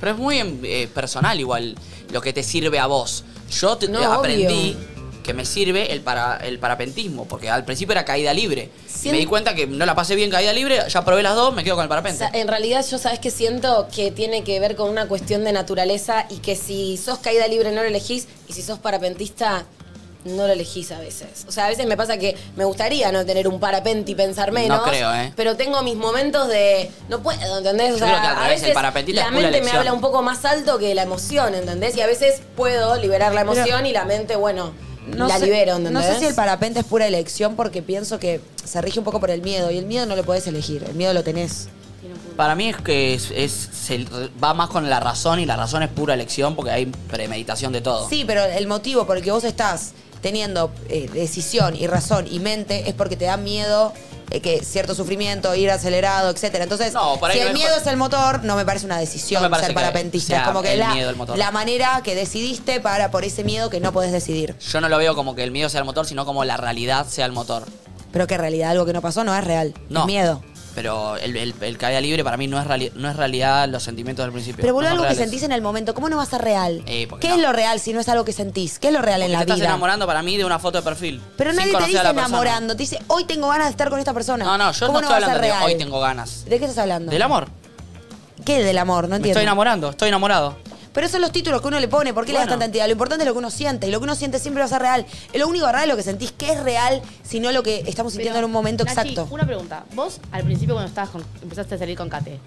Speaker 3: Pero es muy eh, personal igual lo que te sirve a vos. Yo te-
Speaker 7: No,
Speaker 3: eh, aprendí
Speaker 7: obvio.
Speaker 3: que me sirve el, para, el parapentismo, porque al principio era caída libre.
Speaker 7: Sien-
Speaker 3: Me di cuenta que no la pasé bien caída libre, ya probé las dos, me quedo con el
Speaker 7: O
Speaker 3: parapente.
Speaker 2: eh,
Speaker 7: sea, en realidad yo sabes que siento que tiene que ver con una cuestión de naturaleza y que si sos caída libre no lo elegís y si sos parapentista no lo elegís a veces. O sea, a veces me pasa que me gustaría no tener un parapente y pensar menos.
Speaker 3: creo, ¿eh?
Speaker 7: Pero tengo mis momentos de no puedo, ¿entendés? O
Speaker 3: Yo
Speaker 7: sea,
Speaker 3: creo que al
Speaker 7: a
Speaker 3: revés, el
Speaker 7: veces
Speaker 3: parapentista
Speaker 7: la
Speaker 3: es pura
Speaker 7: mente me
Speaker 3: elección.
Speaker 7: habla un poco más alto que la emoción, ¿entendés? Y a veces puedo liberar la emoción
Speaker 2: Pero-
Speaker 7: y la mente, bueno,
Speaker 2: No
Speaker 7: la
Speaker 2: sé-
Speaker 7: libero, ¿entendés?
Speaker 2: No sé si el parapente es pura elección porque pienso que se rige un poco por el miedo y el miedo no lo podés elegir, el miedo lo tenés.
Speaker 3: Para mí es que es, es- se va más con la razón y la razón es pura elección porque hay premeditación de todo.
Speaker 2: Sí, pero el motivo por el que vos estás teniendo eh, decisión y razón y mente es porque te da miedo eh, que cierto sufrimiento, ir acelerado, etcétera. Entonces,
Speaker 3: por ahí
Speaker 2: si
Speaker 3: lo
Speaker 2: el
Speaker 3: dejo-
Speaker 2: miedo es el motor, no me parece una decisión
Speaker 3: No me parece
Speaker 2: ser
Speaker 3: que
Speaker 2: parapentista.
Speaker 3: sea
Speaker 2: es como que
Speaker 3: el
Speaker 2: la,
Speaker 3: miedo el motor.
Speaker 2: la manera que decidiste para por ese miedo que no podés decidir.
Speaker 3: Yo no lo veo como que el miedo sea el motor, sino como la realidad sea el motor.
Speaker 2: Pero que en realidad algo que no pasó no es real.
Speaker 3: No.
Speaker 2: Es miedo.
Speaker 3: Pero el, el, el caída libre para mí no es, reali- no es realidad los sentimientos del principio.
Speaker 2: Pero
Speaker 3: no
Speaker 2: vuelve
Speaker 3: son
Speaker 2: algo que
Speaker 3: reales.
Speaker 2: sentís en el momento. ¿Cómo no va a ser real?
Speaker 3: Eh, porque
Speaker 2: ¿Qué es lo real si no es algo que sentís? ¿Qué es lo real en
Speaker 3: te
Speaker 2: la
Speaker 3: estás
Speaker 2: vida?
Speaker 3: enamorando para mí de una foto de perfil.
Speaker 2: Pero
Speaker 3: sin
Speaker 2: nadie te
Speaker 3: conocer a
Speaker 2: dice
Speaker 3: la persona.
Speaker 2: enamorando, te dice, hoy tengo ganas de estar con esta persona.
Speaker 3: No, no, yo
Speaker 2: ¿Cómo
Speaker 3: no estoy
Speaker 2: va a
Speaker 3: hablando
Speaker 2: ser
Speaker 3: de
Speaker 2: real?
Speaker 3: hoy tengo ganas.
Speaker 2: ¿De qué estás hablando?
Speaker 3: Del amor.
Speaker 2: ¿Qué del amor? No
Speaker 3: Me
Speaker 2: entiendo.
Speaker 3: estoy enamorando, estoy enamorado.
Speaker 2: Pero esos son los títulos que uno le pone, ¿por qué le das
Speaker 3: Bueno.
Speaker 2: tanta entidad? Lo importante es lo que uno siente, y lo que uno siente siempre va a ser real. Lo único real es lo que sentís, que es real, sino lo que estamos sintiendo en un momento
Speaker 4: Nachi,
Speaker 2: exacto.
Speaker 4: Una pregunta. Vos, al principio, cuando estabas con- empezaste a salir con Kate,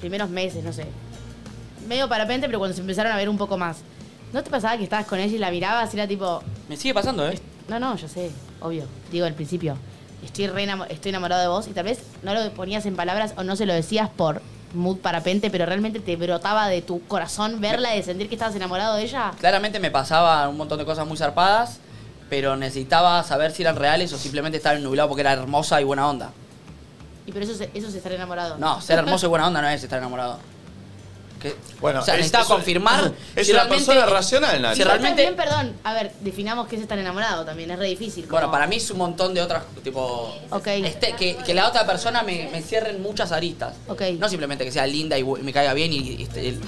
Speaker 4: primeros meses, no sé, medio parapente, pero cuando se empezaron a ver un poco más, ¿no te pasaba que estabas con ella y la mirabas y era tipo,
Speaker 3: Me sigue pasando, ¿eh?
Speaker 4: no, no, yo sé, obvio, digo al principio, estoy, re enamo- estoy enamorado de vos y tal vez no lo ponías en palabras o no se lo decías por mood parapente, pero realmente te brotaba de tu corazón verla y sentir que estabas enamorado de ella?
Speaker 3: Claramente me pasaba un montón de cosas muy zarpadas, pero necesitaba saber si eran reales o simplemente estar nublado porque era hermosa y buena onda.
Speaker 4: Y pero eso es, eso es estar enamorado.
Speaker 3: No, ser hermoso y buena onda no es estar enamorado. Que-
Speaker 1: Bueno,
Speaker 3: o sea,
Speaker 1: es-
Speaker 3: necesitaba
Speaker 1: eso-
Speaker 3: confirmar.
Speaker 1: <coughs> es
Speaker 3: si
Speaker 1: una
Speaker 3: realmente-
Speaker 1: persona racional, Nacho.
Speaker 3: Si realmente.
Speaker 4: También, perdón, a ver, definamos qué es estar enamorado también, es re difícil.
Speaker 3: Bueno,
Speaker 4: como-
Speaker 3: para mí es un montón de otras, tipo...
Speaker 4: Ok.
Speaker 3: este- que, que la otra persona me, me cierre en muchas aristas. No simplemente que sea linda y bu- me caiga bien y... y este, el-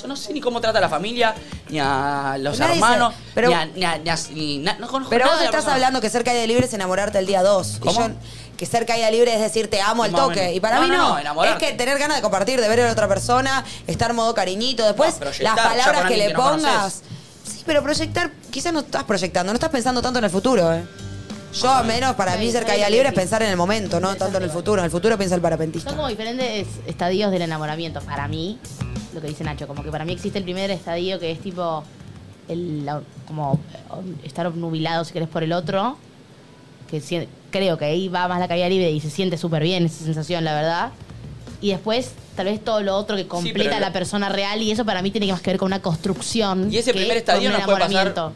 Speaker 3: Yo no sé ni cómo trata a la familia, ni a los
Speaker 2: Nadie
Speaker 3: hermanos,
Speaker 2: sabe, pero-
Speaker 3: ni a... Ni a- ni a- ni na- no conozco
Speaker 2: Pero
Speaker 3: nada
Speaker 2: vos
Speaker 3: de la
Speaker 2: estás
Speaker 3: persona.
Speaker 2: hablando que ser caída libre es enamorarte el día 2.
Speaker 3: ¿Cómo?
Speaker 2: que ser caída libre es decir te amo al
Speaker 3: Más o
Speaker 2: toque.
Speaker 3: menos.
Speaker 2: Y para
Speaker 3: No,
Speaker 2: mí
Speaker 3: no,
Speaker 2: no.
Speaker 3: no, enamorarte.
Speaker 2: Es que tener ganas de compartir, de ver a la otra persona, estar modo cariñito. Después,
Speaker 3: No, proyectar,
Speaker 2: las
Speaker 3: ya con
Speaker 2: palabras que
Speaker 3: alguien
Speaker 2: le
Speaker 3: que no
Speaker 2: pongas.
Speaker 3: conoces.
Speaker 2: sí, pero proyectar, quizás no estás proyectando, no estás pensando tanto en el futuro, ¿eh? Yo, al menos, para mí ser caída libre es pensar en el momento, no tanto en el futuro. En el futuro piensa el parapentista.
Speaker 4: Son como diferentes estadios del enamoramiento. Para mí, lo que dice Nacho, como que para mí existe el primer estadio que es tipo el, la- como eh, estar obnubilado, si querés, por el otro. Que si- creo que ahí va más la caída libre y se siente súper bien esa sensación, la verdad. Y después, tal vez todo lo otro que completa
Speaker 3: pero-
Speaker 4: la persona real y eso para mí tiene más que ver con una construcción.
Speaker 3: Y ese
Speaker 4: que
Speaker 3: primer
Speaker 4: con
Speaker 3: estadio
Speaker 4: un
Speaker 3: nos puede pasar
Speaker 4: enamoramiento.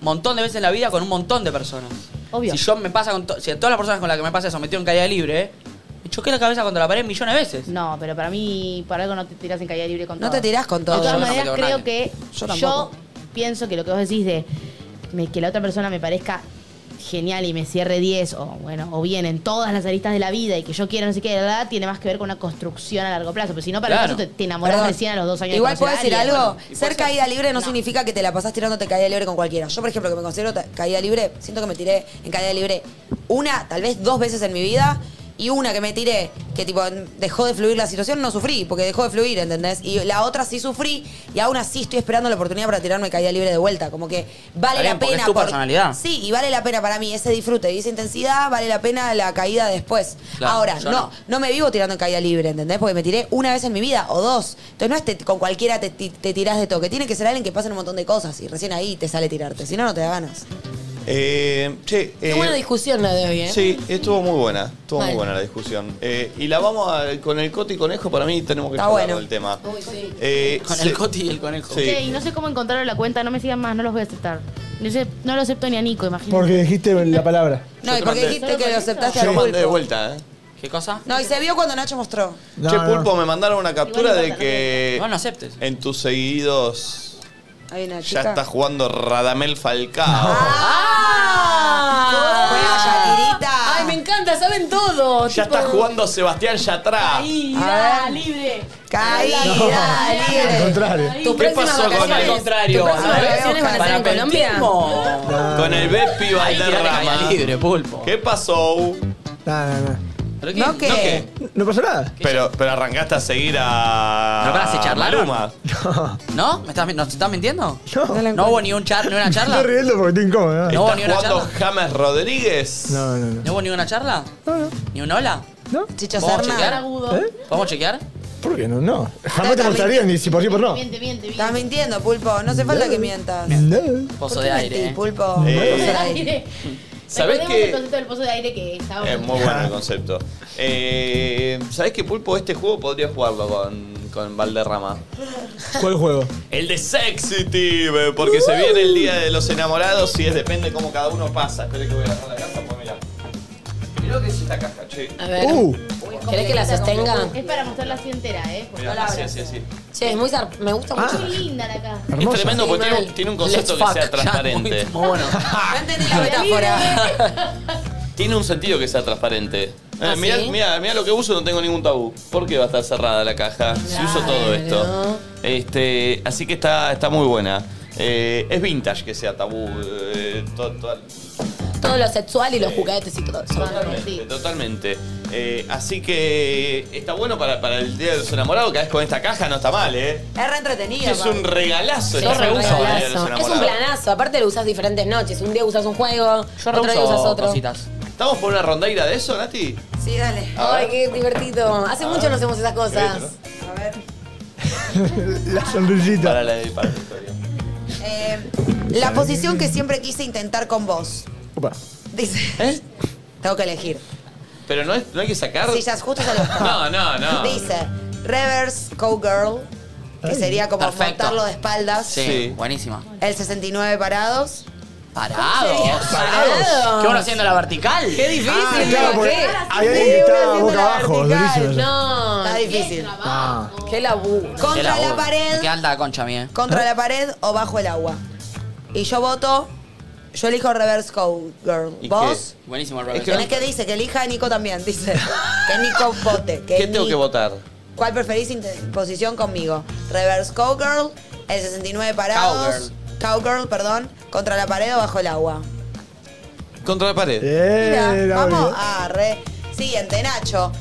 Speaker 3: Un montón de veces en la vida con un montón de personas.
Speaker 4: Obvio.
Speaker 3: Si yo me pasa con... to- si a todas las personas con las que me pasa eso metieron en caída libre, ¿eh? me choqué la cabeza contra la pared millones de veces.
Speaker 4: No, pero para mí, por algo no te tirás en caída libre con
Speaker 3: No
Speaker 4: todo.
Speaker 3: te tirás con todo.
Speaker 4: De todas
Speaker 3: Yo no me
Speaker 4: maneras,
Speaker 3: meto con
Speaker 4: creo
Speaker 3: nadie.
Speaker 4: que
Speaker 3: Yo
Speaker 4: yo,
Speaker 3: tampoco.
Speaker 4: pienso que lo que vos decís de me- que la otra persona me parezca genial y me cierre 10 o bueno o bien en todas las aristas de la vida y que yo quiera no sé qué, la verdad tiene más que ver con una construcción a largo plazo. Pero si no, para
Speaker 2: Claro.
Speaker 4: eso te, te enamorás
Speaker 2: Perdón.
Speaker 4: recién a los dos años. de
Speaker 2: Igual
Speaker 4: conocer
Speaker 2: puedo
Speaker 4: a
Speaker 2: decir
Speaker 4: alguien.
Speaker 2: algo, ser caída libre no, significa que te la pasás tirándote caída libre con cualquiera. Yo, por ejemplo, que me considero ta- caída libre, siento que me tiré en caída libre una, tal vez dos veces en mi vida. y una que me tiré, que tipo dejó de fluir la situación, no sufrí, porque dejó de fluir, ¿entendés? Y la otra sí sufrí y aún así estoy esperando la oportunidad para tirarme caída libre de vuelta. Como que vale
Speaker 3: Está bien,
Speaker 2: la
Speaker 3: porque
Speaker 2: pena.
Speaker 3: es tu
Speaker 2: por-
Speaker 3: personalidad.
Speaker 2: Sí, y vale la pena para mí ese disfrute y esa intensidad, vale la pena la caída después.
Speaker 3: Claro,
Speaker 2: Ahora,
Speaker 3: yo
Speaker 2: no,
Speaker 3: no.
Speaker 2: no, me vivo tirando en caída libre, ¿entendés? Porque me tiré una vez en mi vida o dos. Entonces no es te- con cualquiera te, ti- te tirás de toque. Tiene que ser alguien que pasen un montón de cosas y recién ahí te sale tirarte. Si no, no te da ganas.
Speaker 1: Eh, che, eh,
Speaker 7: discusión la de hoy, ¿eh?
Speaker 1: Sí, estuvo muy buena, estuvo
Speaker 7: Mal.
Speaker 1: muy buena la discusión. Eh, y la vamos a- con el Coti y Conejo, para mí tenemos que
Speaker 2: Está
Speaker 1: charlar
Speaker 2: bueno.
Speaker 1: del tema.
Speaker 4: Uy, sí.
Speaker 1: Eh,
Speaker 3: Con
Speaker 1: se-
Speaker 3: el Coti y el Conejo.
Speaker 4: Che, y no sé cómo encontraron la cuenta, no me sigan más, no los voy a aceptar. No, sé- no lo acepto ni a Nico, imagínate.
Speaker 5: Porque dijiste la palabra.
Speaker 2: No, y porque dijiste que lo aceptaste
Speaker 1: Yo
Speaker 2: al
Speaker 1: mandé de
Speaker 2: pulpo.
Speaker 1: vuelta, ¿eh?
Speaker 3: ¿Qué cosa?
Speaker 2: No, y se vio cuando Nacho mostró.
Speaker 1: che, Pulpo, me mandaron una captura de que.
Speaker 3: Igual no aceptes.
Speaker 1: En tus seguidos
Speaker 2: Hay una
Speaker 1: ya
Speaker 2: chica.
Speaker 1: está jugando Radamel Falcao. Ah,
Speaker 7: Ah.
Speaker 2: ¡Ah!
Speaker 7: Ay, me encanta, saben todo.
Speaker 1: Ya está jugando Sebastián Yatrá.
Speaker 7: Caída libre.
Speaker 2: Caída
Speaker 7: libre. Tus
Speaker 1: ¿Qué
Speaker 7: próximas
Speaker 1: pasó con
Speaker 7: vacaciones-
Speaker 1: el
Speaker 3: contrario?
Speaker 7: ¿Tus próximas
Speaker 3: A ver,
Speaker 7: vacaciones van a ser en Colombia?
Speaker 1: Con el Bepi Valderrama.
Speaker 3: libre, Pulpo.
Speaker 1: ¿Qué pasó?
Speaker 5: No, no, no.
Speaker 2: ¿No qué?
Speaker 5: No pasó nada.
Speaker 1: Pero, pero arrancaste a seguir a.
Speaker 3: ¿No pará, se charlaron?
Speaker 1: Maluma.
Speaker 3: ¿No? ¿Me estás, ¿Nos estás mintiendo?
Speaker 5: No.
Speaker 3: ¿No hubo ni, un char,
Speaker 2: <laughs>
Speaker 3: ni una charla?
Speaker 5: Estoy riendo porque estoy incómodo.
Speaker 3: No, ni una
Speaker 1: ¿Estás jugando
Speaker 3: charla.
Speaker 1: James Rodríguez?
Speaker 5: No, no, no.
Speaker 3: ¿No hubo ninguna charla? No, no. ¿Ni un hola?
Speaker 5: No. ¿Eh?
Speaker 2: Chicho
Speaker 3: ¿Podemos
Speaker 2: Serna.
Speaker 3: chequear?
Speaker 2: Agudo.
Speaker 3: ¿Podemos chequear?
Speaker 5: ¿Por qué no? No. Jamás te gustaría ni si por sí por no.
Speaker 2: Miente, Estás mintiendo, Pulpo. No hace falta que mientas.
Speaker 3: Pozo
Speaker 2: ¿Por
Speaker 3: de
Speaker 2: qué
Speaker 3: aire,
Speaker 2: mentís,
Speaker 3: eh.
Speaker 2: Pulpo.
Speaker 1: Eh,
Speaker 2: Pozo de aire.
Speaker 1: ¿Sabés
Speaker 4: Recordemos el
Speaker 1: que
Speaker 4: concepto del pozo de aire que está
Speaker 1: Es muy bueno el concepto. Eh, ¿Sabés que Pulpo este juego podría jugarlo con, con Valderrama?
Speaker 5: ¿Cuál juego?
Speaker 1: El de Sexity, porque se viene el día de los enamorados y es, depende cómo cada uno pasa. Espera que voy a agarrar la caja, pues mirá. Mirá lo que es esta caja, che.
Speaker 7: A ver.
Speaker 2: Uh,
Speaker 1: Uh.
Speaker 7: ¿Querés que la sostenga?
Speaker 4: Es para mostrarla así entera, ¿eh? Porque
Speaker 1: Mirá,
Speaker 4: no la
Speaker 1: así,
Speaker 4: abras.
Speaker 1: así, así.
Speaker 7: Che, es muy zar- me gusta mucho.
Speaker 4: Muy linda la caja.
Speaker 1: Es tremendo porque
Speaker 7: Sí,
Speaker 1: tiene,
Speaker 7: mal.
Speaker 1: tiene un concepto
Speaker 7: Let's
Speaker 1: que
Speaker 7: fuck.
Speaker 1: sea
Speaker 7: Ya, <laughs>
Speaker 1: transparente.
Speaker 3: muy bueno.
Speaker 2: la metáfora.
Speaker 1: Tiene un sentido que sea transparente. Eh,
Speaker 7: ¿Ah,
Speaker 1: mira,
Speaker 7: sí?
Speaker 1: lo que uso, no tengo ningún tabú. ¿Por qué va a estar cerrada la caja si uso todo esto? Este, así que está, está muy buena. Eh, es vintage que sea tabú. eh, to- to- Ah.
Speaker 7: Todo lo sexual y los juguetes y todo eso.
Speaker 1: totalmente. totalmente. Eh, así que está bueno para, para el Día de los Enamorados. Cada vez con esta caja no está mal, ¿eh?
Speaker 2: Es re entretenido.
Speaker 1: Es un regalazo.
Speaker 7: Sí,
Speaker 1: yo
Speaker 7: es un
Speaker 1: reuso para el Día de los
Speaker 7: planazo. Es un
Speaker 1: Enamorados.
Speaker 7: planazo. Aparte lo usas diferentes noches. Un día usas un juego, otro día usas
Speaker 1: Reuso
Speaker 7: otro.
Speaker 1: cositas. ¿Estamos por una rondaira de eso, Nati?
Speaker 2: Sí, dale.
Speaker 1: A
Speaker 7: Ay,
Speaker 1: ver.
Speaker 7: qué divertido. Hace
Speaker 1: A
Speaker 7: mucho
Speaker 1: ver.
Speaker 7: no hacemos esas cosas.
Speaker 5: La sonrisita.
Speaker 1: Para la, para la historia.
Speaker 2: Eh, la posición que siempre quise intentar con vos.
Speaker 5: Opa.
Speaker 2: Dice.
Speaker 3: ¿Eh?
Speaker 2: Tengo que elegir.
Speaker 1: Pero no, es, no hay que sacar.
Speaker 2: Sí, ya justo salió.
Speaker 1: No, no, no.
Speaker 2: Dice, reverse cowgirl, que
Speaker 1: Ay.
Speaker 2: sería como
Speaker 3: Perfecto.
Speaker 2: montarlo de espaldas.
Speaker 3: Sí, buenísima.
Speaker 2: El 69 parados.
Speaker 3: Parados.
Speaker 2: ¿Cómo sería? Parados.
Speaker 3: ¿Qué uno haciendo la vertical?
Speaker 2: Qué difícil, Ah,
Speaker 5: claro, porque hay alguien que está boca abajo. durísimo.
Speaker 7: No,
Speaker 2: está difícil.
Speaker 5: Ah.
Speaker 7: Qué laburo.
Speaker 2: Contra la pared.
Speaker 3: Qué alta concha eh. mía.
Speaker 2: Contra
Speaker 1: ¿Eh?
Speaker 2: la pared o bajo el agua. Y yo voto, yo elijo reverse cowgirl. ¿Vos?
Speaker 3: Buenísimo el
Speaker 2: Tenés que dice que elija a Nico también, dice. Que
Speaker 1: <laughs>
Speaker 2: Nico vote. Que
Speaker 1: ¿Qué tengo
Speaker 2: Ni-
Speaker 1: que votar?
Speaker 2: ¿Cuál preferís inte- posición conmigo? Reverse cowgirl, el 69 parados. Cowgirl. perdón. Contra la pared o bajo el agua.
Speaker 1: Contra la pared. Eh,
Speaker 2: Mira, vamos a re. Siguiente, Nacho.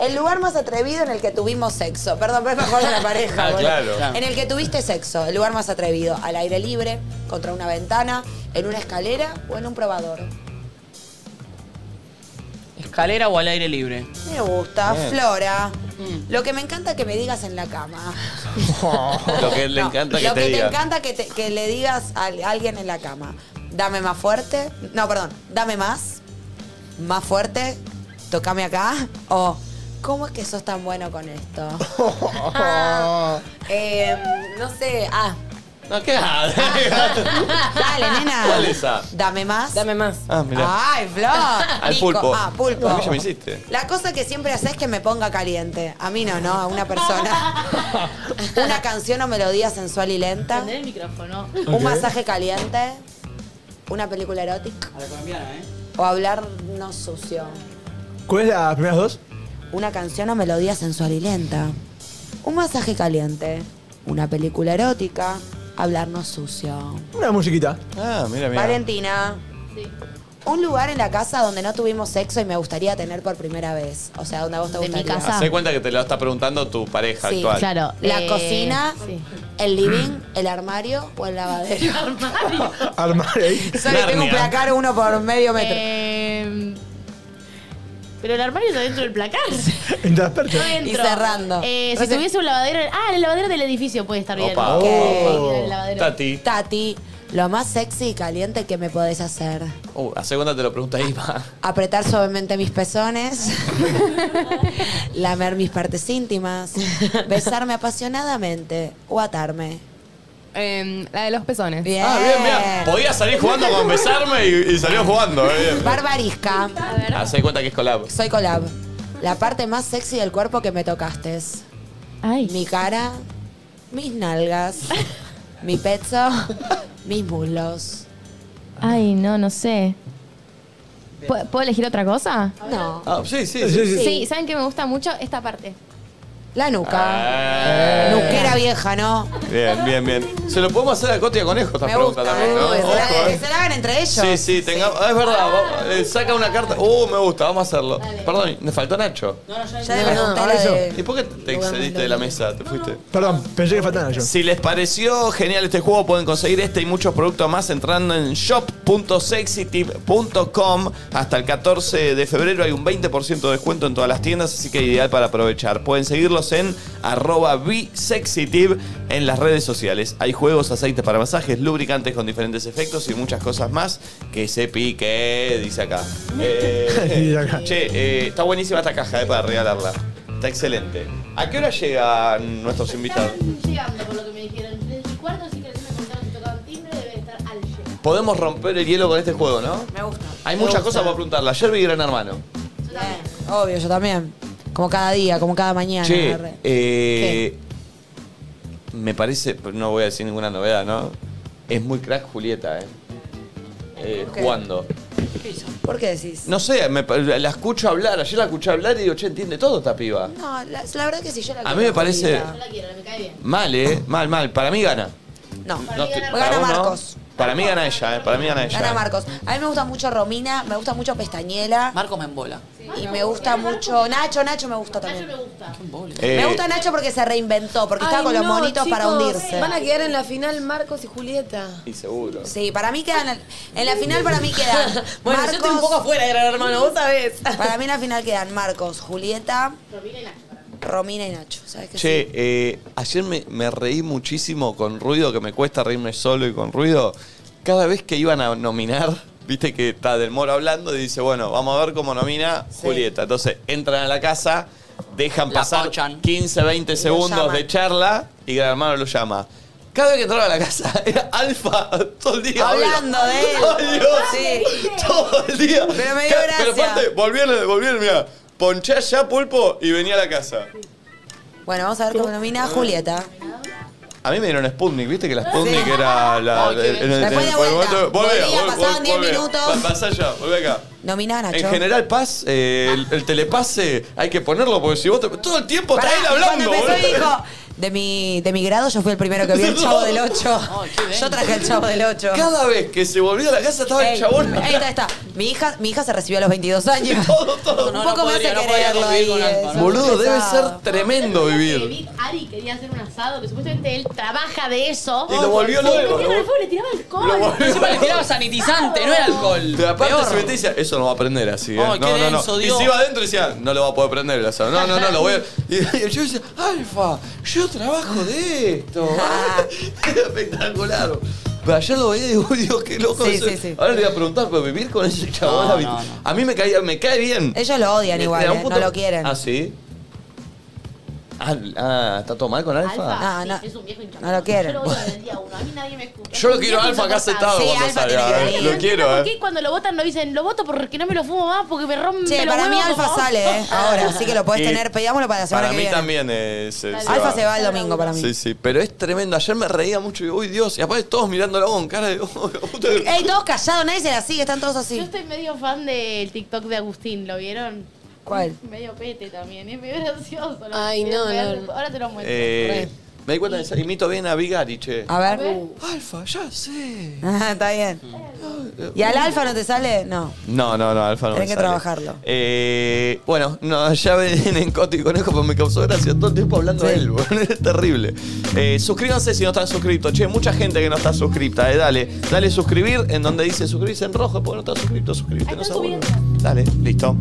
Speaker 2: El lugar más atrevido en el que tuvimos sexo. Perdón, pero es mejor
Speaker 1: <laughs>
Speaker 2: de la pareja.
Speaker 1: Ah,
Speaker 2: boludo.
Speaker 1: claro.
Speaker 2: En el que tuviste sexo. El lugar más atrevido. Al aire libre, contra una ventana, en una escalera o en un probador.
Speaker 3: ¿Escalera o al aire libre?
Speaker 2: Me gusta.
Speaker 3: Bien.
Speaker 2: Flora. Lo que me encanta que me digas en la cama.
Speaker 1: Lo que le encanta que
Speaker 2: Lo
Speaker 1: te
Speaker 2: que
Speaker 1: diga.
Speaker 2: te encanta que, te- que le digas a alguien en la cama. Dame más fuerte. No, perdón. Dame más. Más fuerte. Tocame acá. O, ¿cómo es que sos tan bueno con
Speaker 7: <laughs>
Speaker 2: esto? em,
Speaker 7: Ah, eh, no sé. Ah.
Speaker 1: No,
Speaker 2: <laughs>
Speaker 1: ¿qué?
Speaker 2: Dale, nena.
Speaker 1: ¿Cuál es esa?
Speaker 2: Dame más.
Speaker 7: Dame más.
Speaker 1: Ah, mirá.
Speaker 2: Ay, Flor.
Speaker 1: <laughs> Al
Speaker 2: Nico.
Speaker 1: pulpo.
Speaker 2: Ah, pulpo.
Speaker 1: A mí ya me hiciste.
Speaker 2: La cosa que siempre haces es que me ponga caliente. A mí no, no, a una persona.
Speaker 7: <laughs>
Speaker 2: Una canción o melodía sensual y lenta.
Speaker 4: Prender el micrófono.
Speaker 2: Un masaje caliente. Una película erótica.
Speaker 3: A la colombiana, ¿eh?
Speaker 2: O hablar no sucio.
Speaker 5: <laughs> ¿Cuáles las primeras dos?
Speaker 2: Una canción o melodía sensual y lenta. Un masaje caliente. Una película erótica. Hablar no sucio.
Speaker 5: Una musiquita.
Speaker 1: Ah, mira,
Speaker 2: Valentina. un lugar en la casa donde no tuvimos sexo y me gustaría tener por primera vez. O sea, donde a vos te gustaría.
Speaker 1: Hacé cuenta que te lo está preguntando tu pareja
Speaker 2: Sí,
Speaker 1: actual.
Speaker 2: claro. La cocina, el living, el armario o el lavadero.
Speaker 1: <laughs>
Speaker 2: El armario. <laughs> Sorry, tengo un
Speaker 1: Narnia.
Speaker 2: placar uno por medio metro.
Speaker 4: Eh, pero el armario está dentro del placar.
Speaker 2: <laughs>
Speaker 4: No entro.
Speaker 2: Y cerrando.
Speaker 4: Eh, si
Speaker 2: Reci-
Speaker 4: tuviese un lavadero. Ah, el lavadero del edificio puede estar bien.
Speaker 1: Opa.
Speaker 4: Ok.
Speaker 1: Opa.
Speaker 4: El lavadero.
Speaker 1: Tati.
Speaker 2: Tati, lo más sexy y caliente que me podés hacer.
Speaker 1: Uh, la segunda te lo pregunta Iva.
Speaker 2: Apretar suavemente mis pezones, <laughs> lamer mis partes íntimas, besarme apasionadamente o atarme.
Speaker 9: Em, la de los pezones.
Speaker 2: Bien.
Speaker 1: Ah, bien, mira. Podía salir jugando con besarme y, y salió jugando. eh, bien.
Speaker 2: Barbarisca,
Speaker 1: Hacé cuenta que es collab.
Speaker 2: soy Colab. La parte más sexy del cuerpo que me tocaste. Mi cara, mis nalgas, mi pecho, mis muslos.
Speaker 15: Ay, no, no sé. ¿Puedo puedo elegir otra cosa?
Speaker 2: No.
Speaker 1: Ah, sí, sí,
Speaker 15: Sí,
Speaker 1: sí.
Speaker 15: ¿saben que me gusta mucho? Esta parte.
Speaker 2: La nuca.
Speaker 1: Ah.
Speaker 2: Nuquera vieja, ¿no?
Speaker 1: Bien, bien, bien. Se lo podemos hacer a Coti y a Conejo esta pregunta también, ¿no?
Speaker 2: Que se la-
Speaker 1: Ojo,
Speaker 2: que
Speaker 1: eh.
Speaker 2: se la hagan entre ellos.
Speaker 1: Sí, sí, tenga- ah, es verdad. vamos, eh, saca una carta. Uh, me gusta, vamos a hacerlo. Perdón, me faltó Nacho.
Speaker 2: Ya le pregunté la de-
Speaker 1: ¿Y por qué te excediste de la mesa? ¿Te fuiste?
Speaker 5: Perdón, pensé que faltaba yo.
Speaker 1: Si les pareció genial este juego, pueden conseguir este y muchos productos más entrando en shop.sexytip.com. Hasta el 14 de febrero hay un 20% de descuento en todas las tiendas, así que ideal para aprovechar. Pueden seguirlos en arroba bisexytip en las redes sociales. Hay juegos, aceites para masajes, lubricantes con diferentes efectos y muchas cosas más que se pique, dice acá. Eh, che, eh, está buenísima esta caja eh, para regalarla. Está excelente. ¿A qué hora llegan nuestros invitados?
Speaker 4: Llegando, por lo que me dijeron. Desde el cuarto, sí que recién me contaron que tocaban timbre, debe estar al llegar.
Speaker 1: Podemos romper el hielo con este juego, ¿no?
Speaker 2: Me gusta.
Speaker 1: Hay
Speaker 2: Me
Speaker 1: muchas
Speaker 2: gusta.
Speaker 1: cosas para preguntarle. Ayer vi Gran Hermano.
Speaker 2: Obvio, yo también. Como cada día, como cada mañana.
Speaker 1: che,
Speaker 2: Arre.
Speaker 1: eh, me parece, no voy a decir ninguna novedad, ¿no? Es muy crack Julieta, ¿eh? Eh,
Speaker 2: ¿Por qué?
Speaker 1: Jugando.
Speaker 2: ¿Por qué decís?
Speaker 1: No sé, me pa- la escucho hablar. Ayer la escuché hablar y digo, che, entiende todo esta piba.
Speaker 2: No, la, la verdad que sí, yo la
Speaker 1: A
Speaker 2: quiero,
Speaker 1: mí me parece-
Speaker 2: Julieta.
Speaker 1: Yo Mal, ¿eh? Mal, mal. Para mí gana.
Speaker 2: No,
Speaker 1: No estoy-
Speaker 2: gana,
Speaker 1: para vos no.
Speaker 2: Marcos.
Speaker 1: Para mí gana ella, ¿eh? Para mí gana ella.
Speaker 2: Gana Marcos. A mí me gusta mucho Romina, me gusta mucho Pestañela.
Speaker 3: Marcos me embola.
Speaker 2: Y me gusta mucho Nacho, Nacho me gusta también. Nacho me gusta.
Speaker 1: Eh,
Speaker 2: Me gusta Nacho porque se reinventó, porque
Speaker 7: Ay,
Speaker 2: estaba con los
Speaker 7: no,
Speaker 2: monitos para
Speaker 7: chicos,
Speaker 2: hundirse.
Speaker 7: Van a quedar en la final Marcos y Julieta.
Speaker 1: Y seguro.
Speaker 2: Sí, para mí quedan. En la
Speaker 7: <laughs>
Speaker 2: final, para mí quedan.
Speaker 7: Bueno, yo estoy un poco
Speaker 2: fuera
Speaker 7: afuera de Gran Hermano, vos sabés.
Speaker 2: Para mí, en la final quedan Marcos, Julieta. Romina y Nacho. ¿Sabes qué?
Speaker 1: Che, eh, ayer me, me reí muchísimo con ruido, que me cuesta reírme solo y con ruido. Cada vez que iban a nominar, viste que está Del Moro hablando y dice, bueno, vamos a ver cómo nomina Julieta. Entonces entran a la casa, dejan pasar 15, 20 segundos
Speaker 16: llaman.
Speaker 1: de charla y Gran Hermano lo llama. Cada vez que entraba a la casa, <laughs> era alfa todo el día.
Speaker 2: Hablando
Speaker 1: obvio.
Speaker 2: de él.
Speaker 1: Ay, Dios.
Speaker 2: Sí.
Speaker 1: Todo el día.
Speaker 2: Pero me dio
Speaker 1: Ca-
Speaker 2: gracia.
Speaker 1: Pero aparte, volvieron, volvieron, mira, ponché ya pulpo y venía a la casa.
Speaker 2: Bueno, vamos a ver cómo nomina Julieta.
Speaker 1: A mí me dieron Sputnik, viste que la Sputnik era la.
Speaker 2: Ay, Oh, qué bien. Después de vuelta.
Speaker 1: Volvía,
Speaker 2: Volvía,
Speaker 1: vol-
Speaker 2: pasaban
Speaker 1: vol-
Speaker 2: 10
Speaker 1: volvía.
Speaker 2: minutos.
Speaker 1: Pa- Pasá ya, volvé acá.
Speaker 2: Nomina a Nacho.
Speaker 1: En general, Paz, eh, el, el telepase hay que ponerlo porque si vos te- todo el tiempo está
Speaker 2: Pará,
Speaker 1: él
Speaker 2: y
Speaker 1: hablando,
Speaker 2: cuando empezó
Speaker 1: boludo.
Speaker 2: dijo, de mi, de mi grado yo fui el primero que vio el Chavo del
Speaker 3: <laughs>
Speaker 2: 8.
Speaker 3: Oh,
Speaker 2: yo traje el Chavo del 8.
Speaker 1: Cada vez que se volvía a la casa estaba el chabón.
Speaker 2: Ahí está, ahí está. Mi hija, mi hija se recibió a los 22 años.
Speaker 1: todo.
Speaker 2: Un
Speaker 3: No, no
Speaker 2: poco
Speaker 3: podría,
Speaker 2: me
Speaker 3: no
Speaker 2: hace
Speaker 3: podría
Speaker 2: quererlo
Speaker 3: convivir
Speaker 2: ahí.
Speaker 3: con
Speaker 2: eh.
Speaker 3: Alfa.
Speaker 1: Boludo, debe
Speaker 2: pesado.
Speaker 1: ser tremendo vivir.
Speaker 4: David Ari quería hacer un asado, que supuestamente él trabaja de eso.
Speaker 1: Y lo volvió
Speaker 4: Sí,
Speaker 1: loco,
Speaker 4: metieron
Speaker 1: lo-
Speaker 4: el fuego, le tiraba alcohol.
Speaker 1: Lo volvió-
Speaker 4: Encima
Speaker 3: Le tiraba sanitizante, no era alcohol.
Speaker 1: Pero aparte
Speaker 3: Peor.
Speaker 1: se metía y decía, eso no va a aprender así. ¿eh?
Speaker 3: Ay, qué
Speaker 1: no, no, no.
Speaker 3: denso,
Speaker 1: y
Speaker 3: Dios.
Speaker 1: se iba adentro y decía, no lo va a poder prender el asado. No, no, no,
Speaker 2: <laughs>
Speaker 1: lo voy a. Y yo decía, Alfa, yo trabajo de esto.
Speaker 2: Ah.
Speaker 1: <laughs> Era espectacular. Pero ayer lo veía y digo, Dios, qué loco
Speaker 2: Sí,
Speaker 1: eso.
Speaker 2: sí, sí.
Speaker 1: Ahora le voy a preguntar, pero vivir con ese chabón.
Speaker 2: No,
Speaker 1: a mí-
Speaker 2: no, no.
Speaker 1: A mí me cae, me cae bien.
Speaker 2: Ellos lo odian
Speaker 1: Eh,
Speaker 2: igual,
Speaker 1: a un
Speaker 2: eh,
Speaker 1: punto-
Speaker 2: no lo quieren.
Speaker 1: Ah, sí. Ah, ah, ¿está todo mal con Alfa?
Speaker 2: No, no.
Speaker 4: Es un viejo hincha.
Speaker 2: No lo quieren.
Speaker 4: Yo lo odio desde el día uno. A mí nadie me escucha.
Speaker 1: Yo lo quiero a Alfa acá sentado
Speaker 4: Sí,
Speaker 1: cuando
Speaker 4: Alfa
Speaker 1: salga.
Speaker 4: tiene que
Speaker 1: eh.
Speaker 4: venir.
Speaker 1: Lo quiero,
Speaker 4: ¿Por
Speaker 1: eh.
Speaker 4: qué cuando lo votan no dicen lo voto porque no me lo fumo más? Porque me rompe
Speaker 2: Che,
Speaker 4: los
Speaker 2: para mí
Speaker 4: huevos?
Speaker 2: Alfa sale,
Speaker 3: <laughs>
Speaker 2: ¿eh? Ahora, así que lo podés
Speaker 1: Y-
Speaker 2: tener. Pedámoslo para la semana
Speaker 1: Para
Speaker 2: que
Speaker 1: mí
Speaker 2: viene.
Speaker 1: también eh, es. es-
Speaker 2: Alfa se va el domingo para mí.
Speaker 1: Sí, sí, pero es tremendo. Ayer me reía mucho y digo, uy Dios, y aparte todos mirándolo con cara de. <laughs> "Oh, la puta que-".
Speaker 2: Ey, todos callados, nadie se la sigue, están todos
Speaker 4: <laughs> Yo
Speaker 2: así.
Speaker 4: estoy medio fan del TikTok de Agustín, ¿lo vieron?
Speaker 2: ¿Cuál?
Speaker 4: Medio pete también, es medio gracioso. lo
Speaker 7: Ay,
Speaker 4: que es,
Speaker 7: no,
Speaker 4: me
Speaker 7: no,
Speaker 4: hace-
Speaker 7: no.
Speaker 4: Ahora te lo muestro.
Speaker 1: Eh, Me di cuenta que se- imito bien a Vigari, che.
Speaker 2: A ver.
Speaker 1: Alfa, ya sé.
Speaker 2: Ah, <laughs> está bien. ¿Y al alfa no te sale? No.
Speaker 1: No, no, no, Alfa no. me
Speaker 2: Tenés que
Speaker 1: sale.
Speaker 2: trabajarlo.
Speaker 1: Eh, bueno, no, ya ven en Coti y Conejo, pero me causó gracia todo el tiempo hablando de él, boludo, <laughs> es terrible. Eh, suscríbanse si no están suscritos. Che, mucha gente que no está suscripta, eh, dale. Dale suscribir en donde dice suscribirse en rojo, porque no está suscrito, suscríbete. No seas boludo. dale, listo.